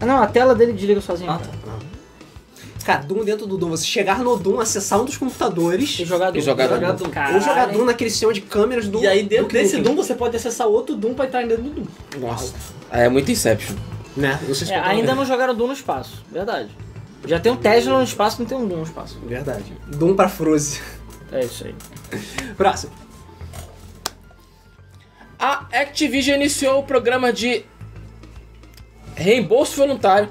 Speaker 3: Ah, não, a tela dele desliga sozinho.
Speaker 4: Ah, tá.
Speaker 6: Cara, Doom dentro do Doom, você chegar no Doom, acessar um dos computadores
Speaker 3: E jogar Doom.
Speaker 2: E jogar Doom.
Speaker 3: Jogar Doom.
Speaker 6: ou jogar
Speaker 3: Caralho.
Speaker 6: Doom naquele sistema de câmeras do.
Speaker 4: E aí
Speaker 6: do
Speaker 4: dentro desse
Speaker 6: Doom,
Speaker 4: Doom você pode acessar outro Doom pra entrar dentro do Doom.
Speaker 2: Nossa. Ah, é muito Inception.
Speaker 6: Né? Não sei se
Speaker 3: É,
Speaker 6: contaram.
Speaker 3: ainda não jogaram Doom no espaço, verdade. Já tem um Tesla no espaço, não tem um Doom no espaço.
Speaker 6: Verdade. Doom pra Frozen.
Speaker 3: É isso aí.
Speaker 6: Próximo.
Speaker 2: A Activision iniciou o programa de reembolso voluntário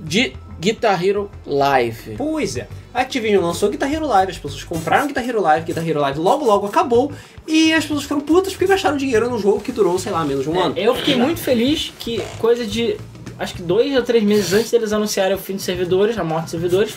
Speaker 2: de Guitar Hero Live.
Speaker 6: Pois é. A Activision lançou Guitar Hero Live, as pessoas compraram Guitar Hero Live, Guitar Hero Live logo logo acabou, e as pessoas ficaram putas porque gastaram dinheiro num jogo que durou, sei lá, menos de um ano.
Speaker 3: Eu fiquei muito feliz que coisa de. Acho que dois ou três meses antes deles anunciarem o fim de servidores, a morte de servidores,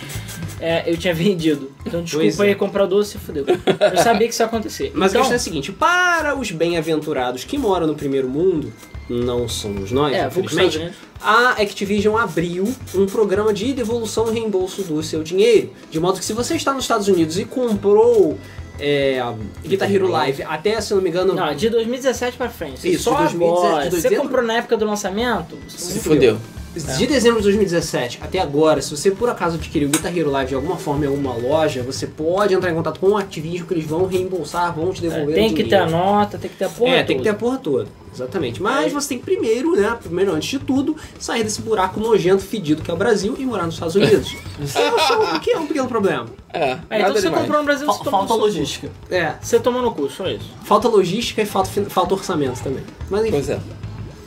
Speaker 3: é, eu tinha vendido. Então desculpa
Speaker 6: é.
Speaker 3: aí, comprador, se fudeu. Eu sabia que isso ia acontecer.
Speaker 6: Mas
Speaker 3: então,
Speaker 6: a questão é a seguinte: para os bem-aventurados que moram no primeiro mundo, não somos nós,
Speaker 3: É, vulgo Estados
Speaker 6: infelizmente,
Speaker 3: Unidos.
Speaker 6: a Activision abriu um programa de devolução e reembolso do seu dinheiro. De modo que se você está nos Estados Unidos e comprou é, Guitar Hero Live até, se eu não me engano.
Speaker 3: Não, de 2017 pra frente.
Speaker 6: Isso,
Speaker 3: só
Speaker 6: 2017,
Speaker 3: agora. Se você
Speaker 6: 2017.
Speaker 3: comprou na época do lançamento,
Speaker 2: Se fudeu.
Speaker 3: é.
Speaker 6: De dezembro de 2017 até agora, se você por acaso adquiriu Guitar Hero Live de alguma forma em alguma loja, você pode entrar em contato com a Activision que eles vão reembolsar, vão te devolver o
Speaker 3: É, tem que ter a
Speaker 6: dinheiro.
Speaker 3: nota, tem que ter a porra.
Speaker 6: É, tem que ter
Speaker 3: toda.
Speaker 6: a porra toda. Exatamente. Mas você tem que primeiro, né? Primeiro, antes de tudo, sair desse buraco nojento, fedido que é o Brasil e morar nos Estados Unidos. Isso é só- o que é um pequeno problema.
Speaker 2: É,
Speaker 3: É, então
Speaker 2: nada
Speaker 3: você
Speaker 2: demais.
Speaker 3: comprou no Brasil, você
Speaker 4: Fa-
Speaker 3: tomou
Speaker 4: Falta
Speaker 3: no cu.
Speaker 4: logística.
Speaker 6: É.
Speaker 3: Você tomou no cu, só isso.
Speaker 6: Falta logística e falta, fin- falta orçamento também. Mas enfim,
Speaker 2: Pois é.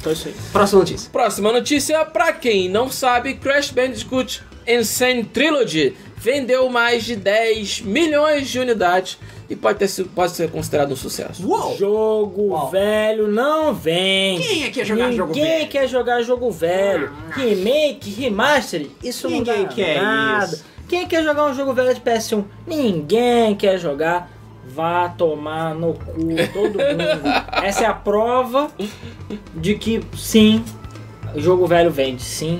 Speaker 3: Então é isso aí.
Speaker 6: próxima notícia.
Speaker 2: Próxima notícia, pra quem não sabe, Crash Bandicoot Insane Trilogy vendeu mais de 10 milhões de unidades e pode, ter, sido- pode ser considerado um sucesso.
Speaker 4: Uou!
Speaker 3: Jogo velho não vem.
Speaker 6: Quem é que ia jogar
Speaker 3: Ninguém
Speaker 6: jogo velho? Ah.
Speaker 3: quer jogar jogo velho. Remake, remaster, isso
Speaker 6: Ninguém
Speaker 3: não dá
Speaker 6: quer
Speaker 3: nada.
Speaker 6: isso.
Speaker 3: Quem quer jogar um jogo velho de PS1? Ninguém quer jogar. Vá tomar no cu todo mundo. Essa é a prova de que sim, jogo velho vende, sim.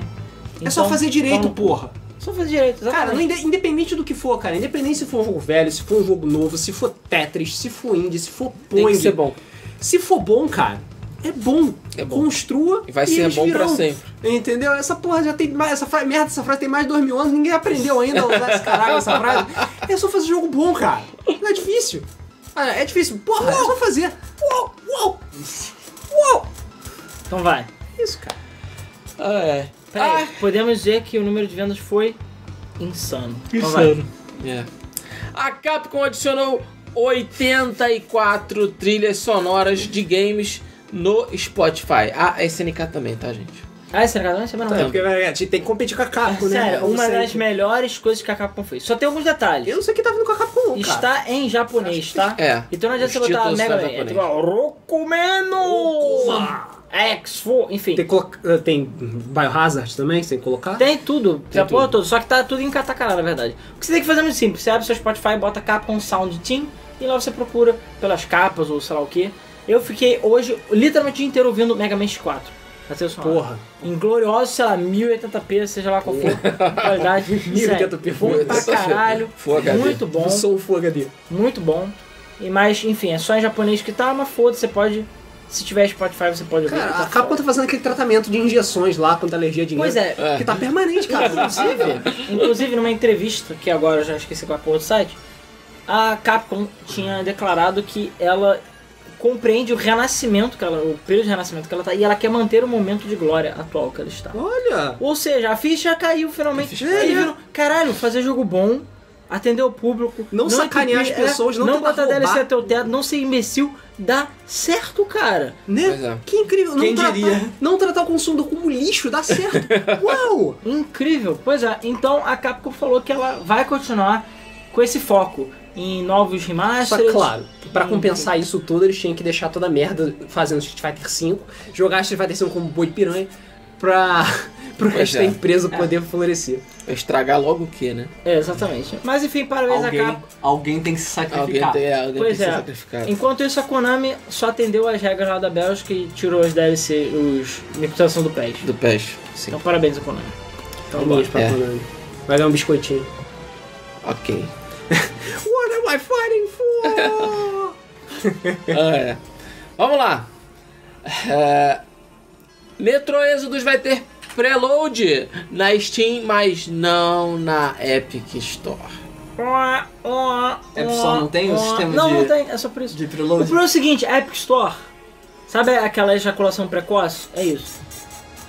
Speaker 6: É só
Speaker 3: Então,
Speaker 6: fazer direito,
Speaker 3: toma-
Speaker 6: porra.
Speaker 3: Só fazer direito,
Speaker 6: Cara, não
Speaker 3: exatamente.
Speaker 6: inde- independente do que for, cara. Independente se for um jogo velho, se for um jogo novo, se for Tetris, se for indie, se for
Speaker 2: Tem que
Speaker 6: Pong.
Speaker 2: ser bom.
Speaker 6: Se for bom, cara, é bom.
Speaker 2: É bom.
Speaker 6: Construa
Speaker 2: E vai ser
Speaker 6: eles
Speaker 2: bom pra
Speaker 6: virão.
Speaker 2: sempre.
Speaker 6: Entendeu? Essa porra já tem mais. Essa fra- merda, essa frase tem mais de dois mil anos, ninguém aprendeu ainda a usar esse caralho, essa frase. É só fazer jogo bom, cara. Não é difícil. Ah, é difícil. Porra, é só fazer. Uou, uou, uou.
Speaker 3: Então vai.
Speaker 6: É Isso, cara.
Speaker 2: Ah, é.
Speaker 3: Peraí, podemos dizer que o número de vendas foi insano. Então vai.
Speaker 2: É. A Capcom adicionou 84 trilhas sonoras de games no Spotify. A SNK também, tá, gente?
Speaker 3: Ah, esse negócio não é semana
Speaker 6: É,
Speaker 3: não.
Speaker 6: porque a gente tem que competir com a Capcom, né?
Speaker 3: Sério,
Speaker 6: Como
Speaker 3: uma das
Speaker 6: sempre.
Speaker 3: melhores coisas que a Capcom fez. Só tem alguns detalhes.
Speaker 6: Eu não sei o que tá vindo com a Capcom, cara.
Speaker 3: Está em japonês, tá?
Speaker 2: É.
Speaker 3: Então não adianta
Speaker 2: Os
Speaker 3: você botar
Speaker 2: títulos
Speaker 3: Mega
Speaker 2: são
Speaker 3: Man. É
Speaker 2: japonês.
Speaker 3: tipo, Rokumeno! X4, enfim.
Speaker 6: Tem,
Speaker 3: Tem,
Speaker 6: que colocar- tem Biohazard também, que você tem que colocar?
Speaker 3: tudo, tem a
Speaker 2: tudo.
Speaker 3: porra toda. Só que tá tudo em katakana, na verdade. O que você tem que fazer é muito simples. Você abre seu Spotify, bota Capcom Sound Team e lá você procura pelas capas ou sei lá o que. Eu fiquei hoje, literalmente o dia inteiro, ouvindo Mega Man 4. Pra ser o som.
Speaker 6: Porra.
Speaker 3: Em glorioso, sei lá, 1080p, seja lá qual for. Qualidade.
Speaker 6: 1080p,
Speaker 3: Sério, Bom pra
Speaker 2: foda-se.
Speaker 3: caralho.
Speaker 2: Full HD.
Speaker 3: Muito bom,
Speaker 6: Eu sou um o Fuga dele.
Speaker 3: muito bom. E mas, enfim, é só em japonês que tá, mas foda, você pode. Se tiver Spotify, você pode ouvir.
Speaker 6: Cara,
Speaker 3: tá
Speaker 6: a Capcom
Speaker 3: foda.
Speaker 6: tá fazendo aquele tratamento de injeções lá contra alergia a dinheiro.
Speaker 3: Pois é,
Speaker 6: Que tá permanente, cara. Inclusive.
Speaker 3: Inclusive, numa entrevista, que agora eu já esqueci qual é a porra do site, a Capcom tinha declarado que ela compreende o renascimento, que ela, o período de renascimento que ela tá, e ela quer manter o momento de glória atual que ela está.
Speaker 6: Olha. né?
Speaker 3: Ou seja, a ficha caiu finalmente. Aí viram, caralho, fazer jogo bom, atender o público,
Speaker 6: Não sacanear
Speaker 3: entupir,
Speaker 6: as pessoas, não
Speaker 3: não
Speaker 6: tentar
Speaker 3: botar DLC
Speaker 6: roubar.
Speaker 3: até o teto, não ser imbecil, dá certo, cara.
Speaker 2: Pois é.
Speaker 6: Né? Que incrível.
Speaker 4: Quem
Speaker 6: não, tratar,
Speaker 4: diria?
Speaker 6: não tratar o consumo do- como um lixo dá certo. Uau!
Speaker 3: Incrível. Pois é, então a Capcom falou que ela vai continuar com esse foco em novos
Speaker 6: Só
Speaker 3: remasters.
Speaker 6: que, claro, pra compensar isso tudo, eles tinham que deixar toda a merda fazendo Street Fighter V, jogar Street Fighter V como boi de piranha, pra, pro
Speaker 2: Pois
Speaker 6: resto
Speaker 2: é.
Speaker 6: da empresa poder florescer.
Speaker 2: Pra estragar logo o quê, né?
Speaker 3: É, exatamente. Mas enfim, parabéns
Speaker 4: Alguém,
Speaker 3: a Capcom.
Speaker 4: alguém tem que se
Speaker 2: Alguém
Speaker 4: sacrificar.
Speaker 2: tem, alguém tem
Speaker 3: Pois
Speaker 2: que
Speaker 3: é.
Speaker 2: ser sacrificado.
Speaker 3: Enquanto isso, a Konami só atendeu as regras lá da Bélgica e tirou os DLC, os reputação do PES.
Speaker 2: Do PES, sim.
Speaker 3: Então parabéns a Konami.
Speaker 6: Então, vamos pra
Speaker 2: É.
Speaker 6: Konami. Vai dar um biscoitinho.
Speaker 2: Ok.
Speaker 6: What am I fighting for?
Speaker 2: Ah, é. Vamos lá. É... Metro Exodus vai ter preload na Steam, mas não na Epic Store.
Speaker 4: É só não tem o sistema
Speaker 3: Não,
Speaker 4: de-
Speaker 3: não tem, é só por isso.
Speaker 4: De
Speaker 3: O
Speaker 4: preload.
Speaker 3: problema é o seguinte, a Epic Store, sabe aquela ejaculação precoce? É isso.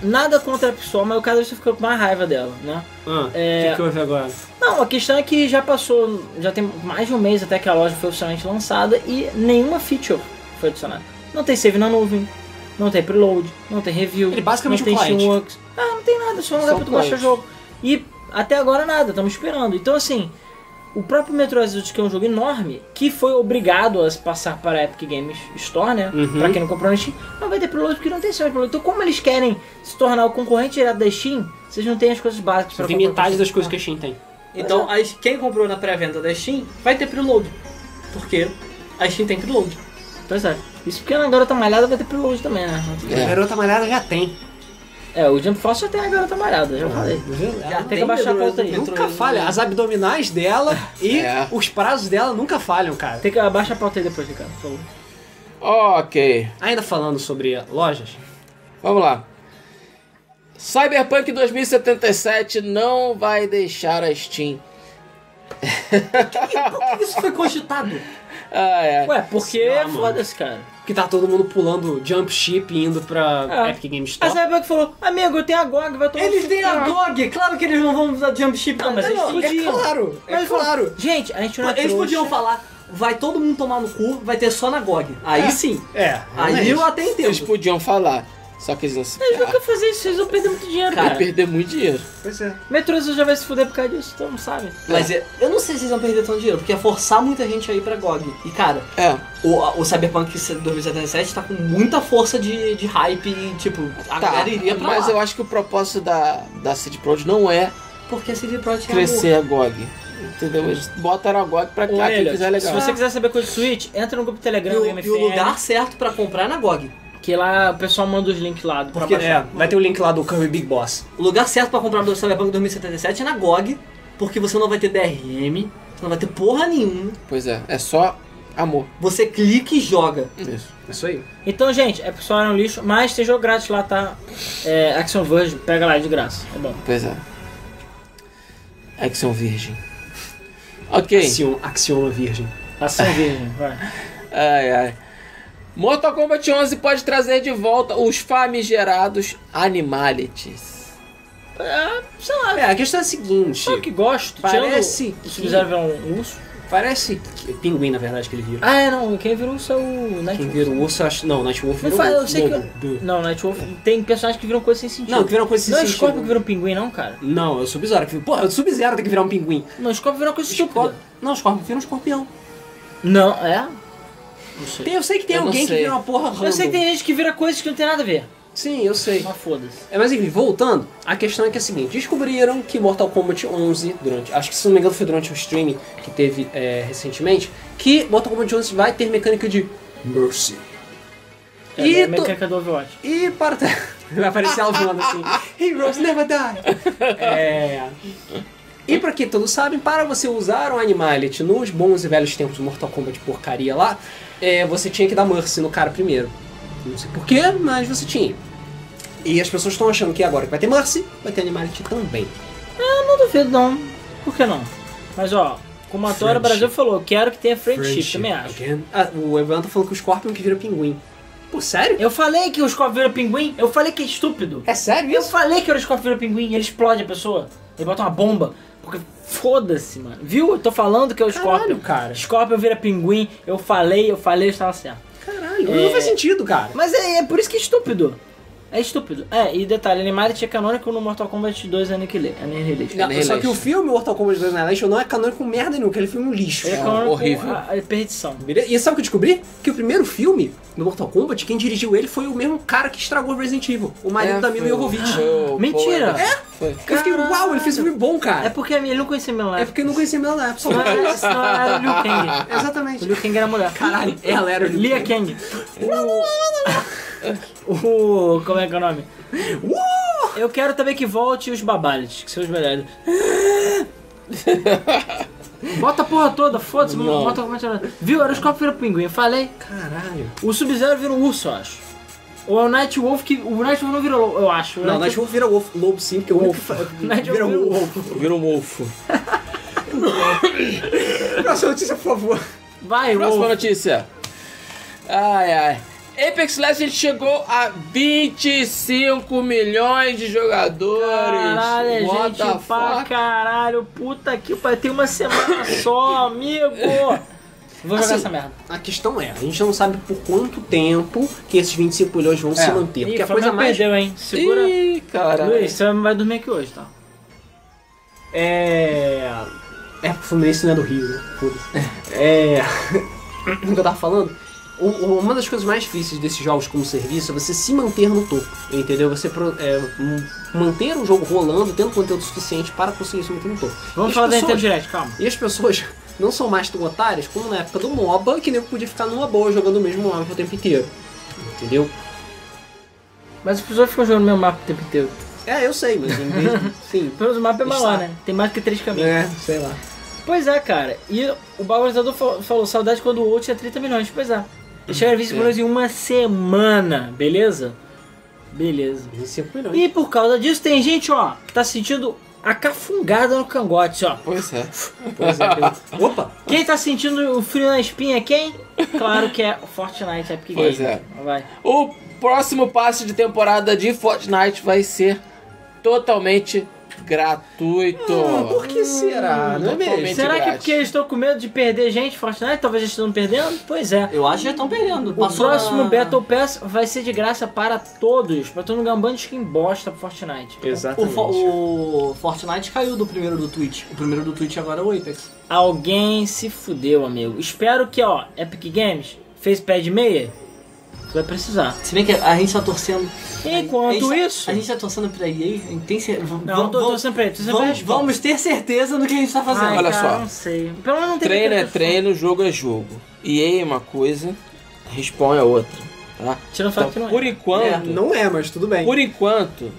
Speaker 3: Nada contra a Epic Store, mas o cara fica com mais raiva dela, né?
Speaker 6: Ah,
Speaker 3: É.
Speaker 6: que houve agora?
Speaker 3: Não, a questão é que já passou, já tem mais de um mês até que a loja foi oficialmente lançada e nenhuma feature foi adicionada. Não tem save na nuvem, não tem preload, não tem review,
Speaker 6: Ele é basicamente
Speaker 3: não tem
Speaker 6: um cliente.
Speaker 3: Steamworks. Ah, não tem nada, só um lugar
Speaker 2: Só
Speaker 3: pra tu
Speaker 2: um
Speaker 3: baixar o
Speaker 2: cliente.
Speaker 3: jogo. E até agora nada, estamos esperando. Então assim, o próprio Metro Exodus, que é um jogo enorme, que foi obrigado a se passar para a Epic Games Store, né?
Speaker 6: Uhum.
Speaker 3: Pra quem não comprou na Steam, não vai ter preload porque não tem save de preload. Então como eles querem se tornar o concorrente direto da Steam, vocês não têm as coisas básicas para
Speaker 6: Tem metade das coisas que a Steam tem.
Speaker 1: Então,
Speaker 3: é.
Speaker 1: as- quem comprou na pré-venda da Steam vai ter preload. Porque a Steam tem preload.
Speaker 3: Pois é. Isso porque a garota malhada vai ter preload também, né?
Speaker 6: A garota malhada já tem.
Speaker 3: É, o Jump Force já tem a garota malhada, já falei.
Speaker 6: É
Speaker 2: Ah,
Speaker 6: Ela
Speaker 3: tem que abaixar a pauta aí.
Speaker 6: Nunca falha. As abdominais dela e
Speaker 2: É.
Speaker 6: os prazos dela nunca falham, cara.
Speaker 3: Tem que abaixar a pauta aí depois, Ricardo. por favor.
Speaker 2: Ok,
Speaker 6: Ainda falando sobre lojas,
Speaker 2: vamos lá. Cyberpunk 2077 não vai deixar a Steam.
Speaker 1: Isso foi cogitado.
Speaker 2: Ah, é.
Speaker 3: Ué, porque
Speaker 6: Sei lá, mano.
Speaker 3: foda-se, cara.
Speaker 6: que tá todo mundo pulando jump ship e indo pra
Speaker 3: Ah.
Speaker 6: Epic Games
Speaker 3: A
Speaker 6: Store.
Speaker 3: Cyberpunk falou, amigo, eu tenho a GOG, vai tomar
Speaker 1: Eles
Speaker 3: no
Speaker 1: têm
Speaker 3: cu,
Speaker 1: a
Speaker 3: cara."
Speaker 1: GOG, claro que eles não vão usar jump ship
Speaker 3: Não, mas
Speaker 1: pra-
Speaker 3: eles
Speaker 1: Não,
Speaker 3: podiam.
Speaker 1: é claro.
Speaker 6: Claro,
Speaker 3: Mas
Speaker 6: é
Speaker 3: ele falou,
Speaker 6: claro.
Speaker 3: Gente, a gente não é
Speaker 1: Eles
Speaker 3: trouxa.
Speaker 1: podiam falar, vai todo mundo tomar no cu, vai ter só na GOG. Aí sim.
Speaker 6: É,
Speaker 1: Aí
Speaker 6: realmente.
Speaker 1: eu até
Speaker 2: Eles
Speaker 1: entendo.
Speaker 2: podiam falar. Só que eles não se.
Speaker 3: Eles nunca fazer isso, eles vão perder muito dinheiro,
Speaker 2: Vai
Speaker 3: cara.
Speaker 2: perder muito dinheiro.
Speaker 6: Pois é.
Speaker 3: Metrôzão já vai se fuder por causa disso, então não sabe.
Speaker 2: Ah,
Speaker 1: Mas é- eu não sei se vocês vão perder tanto dinheiro, porque é forçar muita gente a ir pra GOG. E cara,
Speaker 2: É,
Speaker 1: o, o Cyberpunk 2077 tá com muita força de, de hype e tipo, a
Speaker 2: tá.
Speaker 1: galera iria pra
Speaker 2: Mas
Speaker 1: lá.
Speaker 2: eu acho que o propósito da, da City Prod não é
Speaker 1: Porque a CD Projekt é
Speaker 2: crescer a GOG. Entendeu? Eles botaram a GOG pra cá, quem
Speaker 3: Elliot,
Speaker 2: quiser é legal.
Speaker 3: Se você quiser saber coisa de Switch, entra no grupo Telegram
Speaker 1: amor. E
Speaker 3: do
Speaker 1: o,
Speaker 3: MFN,
Speaker 1: e o lugar certo pra comprar é na GOG.
Speaker 3: que lá o pessoal manda os links lá. do-
Speaker 6: Porque, é, vai ter o link lá do Kirby Big Boss.
Speaker 1: O lugar certo pra comprar o Cyberpunk 2077 é na GOG, porque você não vai ter DRM, você não vai ter porra nenhuma.
Speaker 2: Pois é, é só amor.
Speaker 1: Você clica e joga.
Speaker 2: Isso.
Speaker 6: É Isso aí.
Speaker 3: Então, gente, é pessoal era um lixo, mas tem jogo grátis lá, tá? É, Action Verge, pega lá de graça, é bom.
Speaker 2: Pois é. Action Virgem. Ok.
Speaker 6: Axiom, axioma virgem.
Speaker 3: Ação Verge, vai.
Speaker 2: Ai, ai. Mortal Kombat 11 pode trazer de volta os famigerados Animalities.
Speaker 6: É, a questão é a seguinte.
Speaker 3: Só Tipo, que gosto,
Speaker 6: Parece
Speaker 3: tirando...
Speaker 6: que-
Speaker 3: Se quiser ver um urso...
Speaker 6: Parece que... Pinguim, na verdade, que ele vira.
Speaker 3: Ah, é, não, quem vira urso é o
Speaker 6: Quem
Speaker 3: Nightwolf.
Speaker 6: vira o urso, eu acho... Não, Nightwolf
Speaker 3: Não
Speaker 6: virou
Speaker 3: faz-
Speaker 6: o
Speaker 3: eu sei que
Speaker 6: lobo. Do-
Speaker 3: Não, Nightwolf, tem personagens que viram coisa sem sentido.
Speaker 6: Não, que virou coisa sem
Speaker 3: Não é o
Speaker 6: sentido.
Speaker 3: Scorpion que virou um pinguim, não, cara.
Speaker 6: Não, é o Sub-Zero. que vira- Porra, o Sub-Zero tem que virar um pinguim.
Speaker 3: Não, o Scorpion virou coisa estúpida.
Speaker 6: Não, o Scorpion vira um escorpião.
Speaker 3: Não, é?
Speaker 6: Tem- eu sei que tem
Speaker 2: Eu não
Speaker 6: alguém
Speaker 2: sei.
Speaker 6: que vira uma porra random.
Speaker 3: Eu sei que tem gente que vira coisas que não tem nada a ver.
Speaker 6: Sim, eu sei.
Speaker 3: Mas foda-se.
Speaker 6: É, mas enfim, voltando, a questão é que é a seguinte, descobriram que Mortal Kombat 11, durante, acho que se não me engano foi durante um streaming que teve é, recentemente, que Mortal Kombat 11 vai ter mecânica de Mercy.
Speaker 3: É,
Speaker 6: E
Speaker 3: e a
Speaker 6: tu-
Speaker 3: mecânica do Overwatch.
Speaker 6: E para... vai aparecer a Alvana assim, Heroes never die! É... E pra quem todos sabem, para você usar o Animality nos bons e velhos tempos do Mortal Kombat porcaria lá, é, você tinha que dar Mercy no cara primeiro. Não sei porquê, mas você tinha. E as pessoas estão achando que agora que vai ter Mercy, vai ter Animality também.
Speaker 3: Não duvido, não. Por que não? Mas, ó, como ator, o
Speaker 6: Friendship.
Speaker 3: Brasil falou, quero que tenha friendship, também acho.
Speaker 6: Again. Ah, o Evan tá falando que o Scorpion que vira pinguim. Pô, sério?
Speaker 3: Eu falei que o Scorpion vira pinguim, eu falei que é estúpido.
Speaker 6: É sério
Speaker 3: Eu
Speaker 6: isso?
Speaker 3: falei que era o Scorpion vira pinguim, ele explode a pessoa. Ele bota uma bomba. Porque foda-se, mano. Viu? Eu tô falando que é o Scorpion.
Speaker 6: Caralho, cara.
Speaker 3: Scorpion vira pinguim, eu falei, eu falei, eu estava certo.
Speaker 6: Caralho,
Speaker 3: É.
Speaker 6: não faz sentido, cara.
Speaker 3: Mas é, é por isso que é estúpido. É estúpido. É, e detalhe, Animality é canônico no Mortal Kombat 2 Annihilation. Annihilation.
Speaker 6: Não,
Speaker 2: nem
Speaker 6: só
Speaker 2: lixo.
Speaker 6: que o filme Mortal Kombat 2 Annihilation não é canônico com merda nenhuma, aquele filme é um lixo.
Speaker 3: Ele é
Speaker 2: É,
Speaker 3: canônico
Speaker 2: horrível.
Speaker 3: a, a perdição.
Speaker 6: Beleza? E sabe o que eu descobri? Que o primeiro filme do Mortal Kombat, quem dirigiu ele foi o mesmo cara que estragou Resident Evil, o Ah, marido
Speaker 2: É,
Speaker 6: da Mila
Speaker 2: foi o-
Speaker 6: Jovovich.
Speaker 2: foi o Paul
Speaker 3: Mentira.
Speaker 2: Anderson.
Speaker 6: é.
Speaker 2: Foi.
Speaker 6: Eu fiquei, uau, ele fez um filme bom,
Speaker 3: É
Speaker 6: cara.
Speaker 3: porque ele não conhecia meu
Speaker 6: É,
Speaker 3: lado.
Speaker 6: porque eu não conhecia Mila na
Speaker 3: Não
Speaker 6: época. Ah,
Speaker 3: era, senão era o Liu Kang. O
Speaker 6: Exatamente.
Speaker 3: Liu Kang era mulher.
Speaker 6: Caralho, ela era o Liu
Speaker 3: Lia Kang. O... o... Como é que é o nome? Eu quero também que volte os babales, que são os melhores. Bota a porra toda, foda-se,
Speaker 2: Não.
Speaker 3: bota como é que é o nome? Viu? Era o Scorpion vira pinguim, eu falei.
Speaker 6: Caralho.
Speaker 3: O Sub-Zero vira um urso, eu acho. Ou é o Nightwolf que... O Nightwolf não virou, lobo, eu acho. O
Speaker 6: Não,
Speaker 3: Nightwolf-
Speaker 6: Nightwolf vira wolf, lobo sim, porque o único é que fa-
Speaker 3: Nightwolf
Speaker 6: vira
Speaker 3: vira
Speaker 6: um
Speaker 3: wolf.
Speaker 6: wolf.
Speaker 2: Vira um mofo.
Speaker 6: Próxima notícia, por favor.
Speaker 3: Vai,
Speaker 2: Próxima
Speaker 3: Wolf.
Speaker 2: notícia. Ai, ai. Apex Legends chegou a 25 milhões de jogadores.
Speaker 3: Caralho, é
Speaker 2: What
Speaker 3: gente
Speaker 2: the
Speaker 3: pra
Speaker 2: fuck?
Speaker 3: caralho. Puta que pariu. Tem uma semana só, amigo. Vou jogar
Speaker 6: Assim,
Speaker 3: essa merda.
Speaker 6: A questão é, a gente não sabe por quanto tempo que esses 25 milhões vão se manter. Porque
Speaker 3: Ih,
Speaker 6: a coisa
Speaker 3: Flamengo
Speaker 6: mais...
Speaker 3: perdeu, hein? Segura.
Speaker 2: Ih, caralho.
Speaker 3: Luiz, você vai dormir aqui hoje, tá?
Speaker 6: É. É, porque o Fluminense não é do Rio, né? Foda-se. É. o que eu tava falando? o- o- Uma das coisas mais difíceis desses jogos como serviço é você se manter no topo, entendeu? Você pro- é, m- manter o jogo rolando, tendo conteúdo suficiente para conseguir se manter no topo.
Speaker 3: Vamos
Speaker 6: E as
Speaker 3: falar da Nintendo
Speaker 6: pessoas-
Speaker 3: Direct, calma.
Speaker 6: E as pessoas não são mais tão otárias como na época do MOBA, que nem podia ficar numa boa jogando o mesmo mapa o tempo inteiro, entendeu?
Speaker 3: Mas as pessoas ficam jogando o meu mapa o tempo inteiro.
Speaker 6: É, eu sei, mas em vez de... Sim.
Speaker 3: Pelo menos o mapa é
Speaker 6: Está.
Speaker 3: maior, né? Tem mais que três caminhos.
Speaker 6: É, sei lá.
Speaker 3: Pois é, cara. E o bagulhador falou saudade quando o outro tinha 30 milhões. Pois é. Eles chegaram a 20 milhões em uma semana, beleza? Beleza.
Speaker 6: 25 milhões.
Speaker 3: E por causa disso, tem gente, ó, que tá sentindo a cafungada no cangote, ó.
Speaker 2: Pois é.
Speaker 6: Pois é, tem- Opa!
Speaker 3: Quem tá sentindo o frio na espinha é quem? Claro que é o Fortnite Epic
Speaker 2: Pois
Speaker 3: Games.
Speaker 2: é.
Speaker 3: Vai.
Speaker 2: O próximo passo de temporada de Fortnite vai ser totalmente gratuito.
Speaker 3: Ah,
Speaker 6: Por
Speaker 1: Hum,
Speaker 6: que será? Não é
Speaker 2: totalmente.
Speaker 6: mesmo?
Speaker 3: Será que é
Speaker 2: grátis.
Speaker 3: porque eles estão com medo de perder gente Fortnite? Talvez eles estão perdendo? Pois é.
Speaker 1: Eu acho que já estão perdendo.
Speaker 3: O próximo Battle Pass vai ser de graça para todos, pra todo mundo ganhar um bando de skin bosta pro Fortnite.
Speaker 1: O,
Speaker 6: Exatamente.
Speaker 1: fo- o Fortnite caiu do primeiro do Twitch. O primeiro do Twitch agora é o Apex.
Speaker 3: Alguém se fudeu, amigo. Espero que, ó, Epic Games fez pé de meia. Vai precisar.
Speaker 1: Se bem que a gente tá torcendo.
Speaker 3: Enquanto
Speaker 1: a gente,
Speaker 3: isso.
Speaker 1: A gente tá torcendo pra EA. a gente Tem cer-
Speaker 3: Não, eu tô, tô
Speaker 1: vamos-
Speaker 3: sempre aí, tô sempre
Speaker 1: vamos,
Speaker 3: respondendo.
Speaker 1: vamos ter certeza do que a gente tá fazendo.
Speaker 3: Ai,
Speaker 2: Olha
Speaker 3: cara,
Speaker 2: só.
Speaker 3: Não sei. Pelo menos não tem
Speaker 2: Treino é
Speaker 3: muita
Speaker 2: treino, jogo é jogo. EA é uma coisa, respawn é outra. Tá?
Speaker 3: pessoa. Tirando o fato
Speaker 2: Então,
Speaker 3: que não é.
Speaker 2: por enquanto,
Speaker 6: Não é, mas tudo bem.
Speaker 2: por enquanto,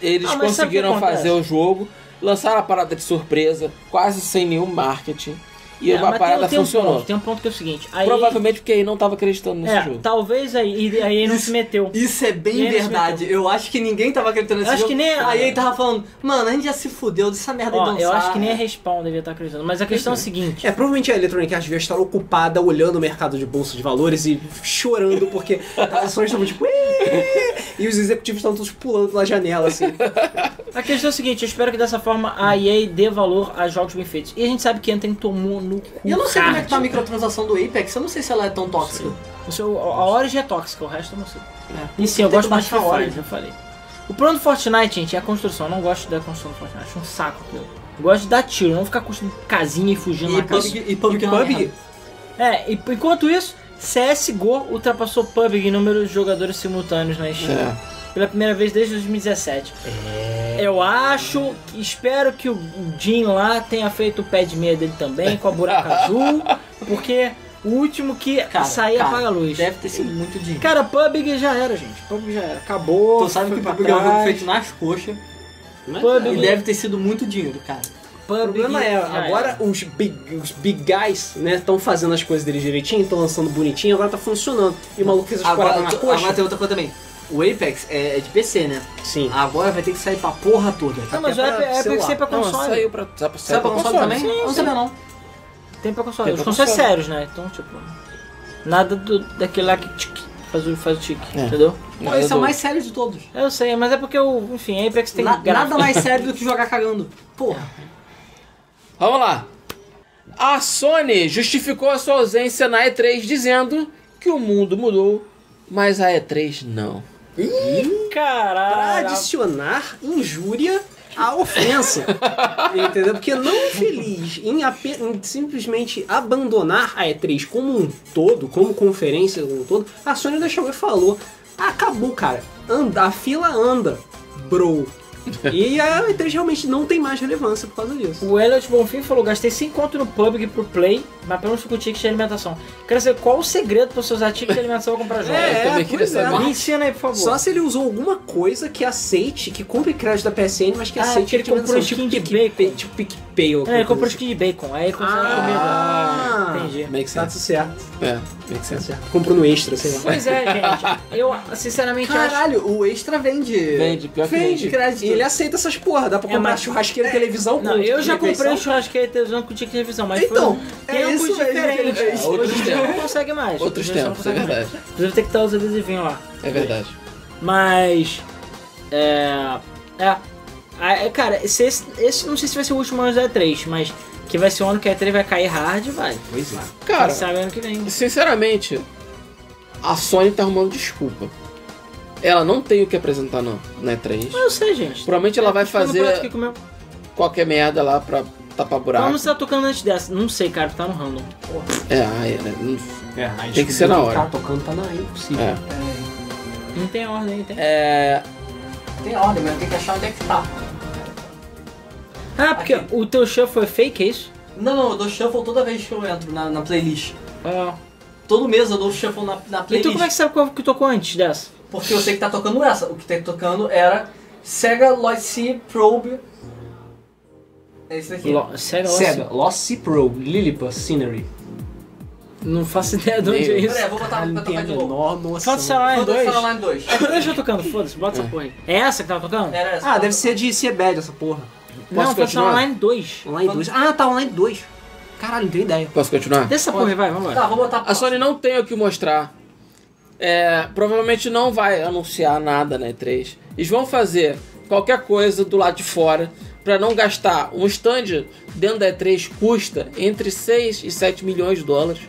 Speaker 2: eles
Speaker 3: Ah, mas sabe o que
Speaker 2: conseguiram
Speaker 3: acontece?
Speaker 2: fazer o jogo, lançaram a parada de surpresa, quase sem nenhum marketing, e
Speaker 3: É, mas
Speaker 2: a
Speaker 3: tem-
Speaker 2: parada
Speaker 3: tem um
Speaker 2: funcionou.
Speaker 3: ponto, tem um ponto que é o seguinte. Aí,
Speaker 2: Provavelmente porque aí não tava acreditando nesse
Speaker 3: É,
Speaker 2: jogo.
Speaker 3: talvez aí, aí ele não se meteu.
Speaker 1: Isso é
Speaker 3: E
Speaker 1: bem
Speaker 3: eles
Speaker 1: verdade. Eu acho que ninguém tava acreditando nesse
Speaker 3: Eu acho
Speaker 1: jogo.
Speaker 3: que nem-
Speaker 1: Aí ele tava falando, mano, a gente já se fudeu dessa merda
Speaker 3: Ó,
Speaker 1: de dançar.
Speaker 3: eu acho que nem a Respawn devia estar acreditando. Mas a questão é a seguinte.
Speaker 6: É, provavelmente a Electronic Arts devia estar ocupada olhando o mercado de bolsa de valores e chorando porque as ações estavam tipo... "Ih!" E os executivos estavam todos pulando na janela, assim.
Speaker 3: A questão é a seguinte, eu espero que dessa forma a EA dê valor a jogos bem feitos. E a gente sabe que Anthem tomou no cu.
Speaker 1: E eu não sei como é que tá a
Speaker 3: hard.
Speaker 1: microtransação do Apex, eu não sei se ela é tão tóxica.
Speaker 3: O seu, a Origin é tóxica, o resto eu não sei. e sim, eu gosto mais de
Speaker 1: baixar a
Speaker 3: Free Fire,
Speaker 1: Origin.
Speaker 3: já falei. O plano do Fortnite, gente, é a construção. Eu não gosto da construção do Fortnite, acho um saco aquilo. Eu gosto de dar tiro, não ficar construindo casinha e fugindo na
Speaker 1: E
Speaker 3: casa.
Speaker 1: PUBG, e PUBG, é uma merda.
Speaker 3: É, e enquanto isso, CSGO ultrapassou PUBG em número de jogadores simultâneos na Steam.
Speaker 2: É.
Speaker 3: Pela primeira vez desde 2017. Eu acho, que- espero que o Jim lá tenha feito o pé de meia dele também, com a buraca azul, porque o último que
Speaker 1: Cara,
Speaker 3: sair
Speaker 1: cara,
Speaker 3: apaga a luz.
Speaker 1: É. Deve ter sido muito dinheiro.
Speaker 3: Cara, PUBG já era, gente. PUBG já era. Acabou.
Speaker 1: Tu sabe que é o
Speaker 3: foi pra
Speaker 1: PUBG é um jogo
Speaker 3: trás. né?
Speaker 1: feito nas coxas e
Speaker 3: PUBG.
Speaker 1: deve ter sido muito dinheiro, cara.
Speaker 6: O problema é,
Speaker 3: já era.
Speaker 6: agora os big, os big guys, né, estão fazendo as coisas deles direitinho, estão lançando bonitinho, agora tá funcionando. E o maluco fez as
Speaker 1: Agora,
Speaker 6: paradas na
Speaker 1: tu- agora
Speaker 6: coxa.
Speaker 1: tem outra coisa também. O Apex é é de PC, né?
Speaker 6: Sim.
Speaker 1: Agora vai ter que sair pra porra toda.
Speaker 3: Não, mas
Speaker 6: até
Speaker 3: é
Speaker 6: pra
Speaker 3: pra, é pra que
Speaker 6: celular.
Speaker 3: ser pra
Speaker 2: Não,
Speaker 3: console.
Speaker 2: saiu pra, tá saiu pra,
Speaker 1: Sai pra console também?
Speaker 3: sim,
Speaker 1: Eu não
Speaker 3: sim.
Speaker 1: sabia não.
Speaker 3: Tem pra console.
Speaker 2: Tem
Speaker 3: Os
Speaker 2: pra
Speaker 3: consoles
Speaker 2: console.
Speaker 3: sérios, né? Então, tipo, nada do, daquele lá que tchic, faz o, faz o tique,
Speaker 2: É.
Speaker 3: entendeu?
Speaker 2: Não,
Speaker 1: Esse é
Speaker 2: eu
Speaker 1: o
Speaker 2: dou-
Speaker 1: mais sério de todos.
Speaker 3: Eu sei, mas é porque o, enfim, Apex tem
Speaker 1: Na-
Speaker 3: gráfico.
Speaker 1: nada mais sério do que jogar cagando. Porra.
Speaker 2: Vamos lá. A Sony justificou a sua ausência na E3 dizendo que o mundo mudou, mas a E3 não.
Speaker 6: Pra
Speaker 3: Caralho.
Speaker 6: adicionar injúria à ofensa. entendeu? Porque não feliz em, ape- em simplesmente abandonar a E3 como um todo, como conferência como um todo, a Sony ainda chegou e falou: acabou, cara. Anda, a fila anda, bro. E a E3 realmente não tem mais relevância por causa disso.
Speaker 3: O Elliot Bonfim falou, gastei 5 conto no PUBG pro Play, mas pelo menos fico ticket de alimentação. Quero saber qual o segredo pra você usar ticket de alimentação pra comprar jogos.
Speaker 2: eu também queria
Speaker 6: pois é.
Speaker 2: saber.
Speaker 3: Me ensina aí, por favor.
Speaker 6: Só se ele usou alguma coisa que aceite, que compre crédito da PSN, mas que
Speaker 3: Ah,
Speaker 6: aceite
Speaker 3: que ele comprou
Speaker 6: recompensão,
Speaker 3: skin de
Speaker 6: PicPay,
Speaker 3: bacon.
Speaker 6: Tipo PicPay
Speaker 3: É, ele
Speaker 6: ou alguma
Speaker 3: comprou
Speaker 6: coisa. assim.
Speaker 3: skin de bacon, aí ele consegue
Speaker 6: Ah.
Speaker 3: comer. Entendi.
Speaker 2: Make
Speaker 6: Tá
Speaker 2: sense.
Speaker 6: tudo certo,
Speaker 2: É, make
Speaker 6: tá
Speaker 2: sense.
Speaker 6: certo. Comprou no extra, sei lá.
Speaker 3: Pois é, gente. Eu, sinceramente, acho...
Speaker 1: Caralho, o extra vende.
Speaker 2: Vende, pior que
Speaker 1: Vende.
Speaker 2: vende.
Speaker 1: Crédito.
Speaker 6: E ele aceita essas porra, dá pra
Speaker 3: É,
Speaker 6: comprar
Speaker 3: mas-
Speaker 6: churrasqueira, televisão,
Speaker 3: Não,
Speaker 6: com-
Speaker 3: eu já
Speaker 6: refeição.
Speaker 3: comprei um churrasqueiro artesão com ticket de revisão, mas
Speaker 1: Então,
Speaker 3: foi um
Speaker 1: é
Speaker 3: tempos
Speaker 1: isso mesmo,
Speaker 3: diferentes.
Speaker 1: é isso.
Speaker 3: Hoje em dia
Speaker 2: Outros
Speaker 3: não consegue mais.
Speaker 2: Outros
Speaker 3: Hoje em dia
Speaker 2: tempos,
Speaker 3: não
Speaker 2: é
Speaker 3: consegue mais.
Speaker 2: verdade.
Speaker 3: Inclusive tem que estar os adesivinhos lá.
Speaker 2: É verdade.
Speaker 3: Mas. É. É. Ah, é, Cara, esse, esse, esse não sei se vai ser o último ano da E3, mas que vai ser o ano que a E3 vai cair hard, vai.
Speaker 6: Pois é.
Speaker 3: Quem
Speaker 2: Cara,
Speaker 3: sabe ano que vem.
Speaker 2: sinceramente, a Sony tá arrumando desculpa. Ela não tem o que apresentar não, na E3.
Speaker 3: Eu sei, gente.
Speaker 2: Provavelmente ela
Speaker 3: É,
Speaker 2: vai
Speaker 3: tô ficando
Speaker 2: fazer- Tá.
Speaker 3: prato aqui com o meu-
Speaker 2: Qualquer merda lá pra tapar buraco.
Speaker 3: Vamos estar tocando antes dessa. Não sei, cara, tá no random.
Speaker 2: É, ai, né? Não-
Speaker 6: Tem
Speaker 2: que ser na hora.
Speaker 6: Tá tocando, tá na impossível.
Speaker 2: É.
Speaker 3: Não tem ordem, não tem.
Speaker 2: É,
Speaker 1: Tem ordem, mas tem que achar onde é que tá.
Speaker 3: Ah, porque o teu show foi fake, é isso?
Speaker 1: Não, não, eu dou shuffle toda vez que eu entro na, na playlist.
Speaker 3: Ah.
Speaker 1: Todo mês eu dou shuffle na, na
Speaker 3: E
Speaker 1: playlist.
Speaker 3: tu como é que sabe qual que tocou antes dessa?
Speaker 1: Porque eu sei que tá tocando essa. O que tá tocando era Sega Lloyd C Probe. É isso daqui.
Speaker 3: Lo- Sério,
Speaker 6: Sega,
Speaker 3: nossa,
Speaker 6: Lost Sea Pro, Lilliput, Scenery.
Speaker 3: não faço ideia de onde
Speaker 2: Meu.
Speaker 3: é isso.
Speaker 1: Peraí, eu vou botar
Speaker 6: Caralho,
Speaker 1: pra
Speaker 6: não tem
Speaker 1: tocar
Speaker 6: a
Speaker 1: de novo.
Speaker 6: menor noção.
Speaker 3: Bota o celular em
Speaker 1: Vou
Speaker 3: dois.
Speaker 1: tocar online 2.
Speaker 3: Eu já tocando, foda-se, bota essa porra aí. É essa que tava tocando?
Speaker 1: Era essa.
Speaker 6: Ah, deve ser de Seabed essa porra.
Speaker 3: Não,
Speaker 2: Posso
Speaker 3: tá só
Speaker 2: continuar?
Speaker 3: online 2.
Speaker 6: Online 2. Ah, tá online 2. Caralho, não tenho ideia.
Speaker 2: posso continuar?
Speaker 3: Dessa porra aí, vai, vamos
Speaker 1: Tá,
Speaker 3: lá.
Speaker 1: vou botar
Speaker 2: A Sony não tem o que mostrar. É, provavelmente não vai anunciar nada na E3. Eles vão fazer qualquer coisa do lado de fora para não gastar. Um stand dentro da E3 custa entre 6 e 7 milhões de dólares.